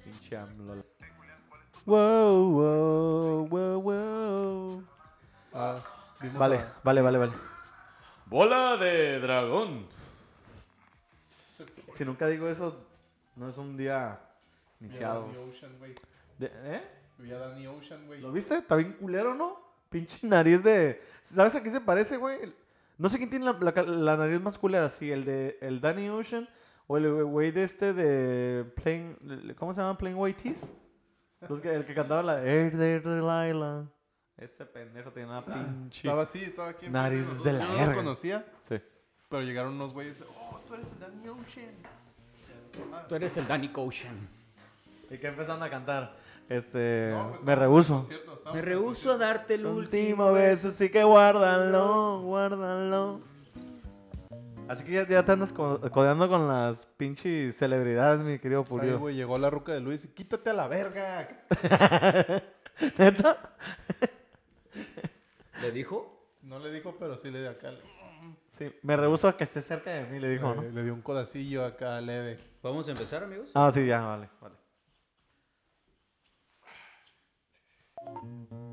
[SPEAKER 3] Pinche AMLO.
[SPEAKER 4] Wow, wow, wow, wow. Ah, vimos
[SPEAKER 3] Vale,
[SPEAKER 4] a-
[SPEAKER 3] vale, vale, vale.
[SPEAKER 1] Bola de dragón.
[SPEAKER 3] Si nunca digo eso, no es un día
[SPEAKER 4] vi a Danny Ocean, güey.
[SPEAKER 3] De- ¿Eh?
[SPEAKER 4] Vi a Danny Ocean, güey.
[SPEAKER 3] ¿Lo viste? Está bien culero, ¿no? Pinche nariz de... ¿Sabes a quién se parece, güey? No sé quién tiene la, la ca- la nariz más culera, si el de el Danny Ocean o el güey- güey de este de Plain... ¿Cómo se llama? Plain White Tees. Los que- el que cantaba la... Air de Delilah. Ese pendejo tiene
[SPEAKER 1] Ah,
[SPEAKER 3] una pinche...
[SPEAKER 4] Estaba así, estaba aquí. enfrente
[SPEAKER 3] Nariz
[SPEAKER 4] nosotros.
[SPEAKER 3] de la
[SPEAKER 4] Yo no
[SPEAKER 3] verga.
[SPEAKER 4] lo conocía,
[SPEAKER 3] Sí.
[SPEAKER 4] pero llegaron unos güeyes. Oh, tú eres el Danny Ocean.
[SPEAKER 3] Eh,
[SPEAKER 2] Tú eres el Danny Ocean.
[SPEAKER 3] Y que empezaron a cantar. Este...
[SPEAKER 4] No, pues,
[SPEAKER 3] me rehuso.
[SPEAKER 4] Concierto, estaba-
[SPEAKER 2] Me rehúso a darte el
[SPEAKER 3] El
[SPEAKER 2] último.
[SPEAKER 3] último beso, sí que guárdalo, guárdalo. Así que ya, ya te andas co- codeando con las pinches celebridades, mi querido
[SPEAKER 4] Ahí,
[SPEAKER 3] Pulido.
[SPEAKER 4] güey, llegó la ruca de Luis y quítate a la verga.
[SPEAKER 3] (laughs) ¿Neta?
[SPEAKER 2] ¿Le dijo?
[SPEAKER 4] No le dijo, pero sí le dio acá. Le,
[SPEAKER 3] Sí, me rehuso a que esté cerca de mí, le dijo, ¿no?
[SPEAKER 4] le- le dio un codacillo acá leve.
[SPEAKER 2] ¿Vamos a empezar, amigos?
[SPEAKER 3] Ah, sí, ya, vale, vale.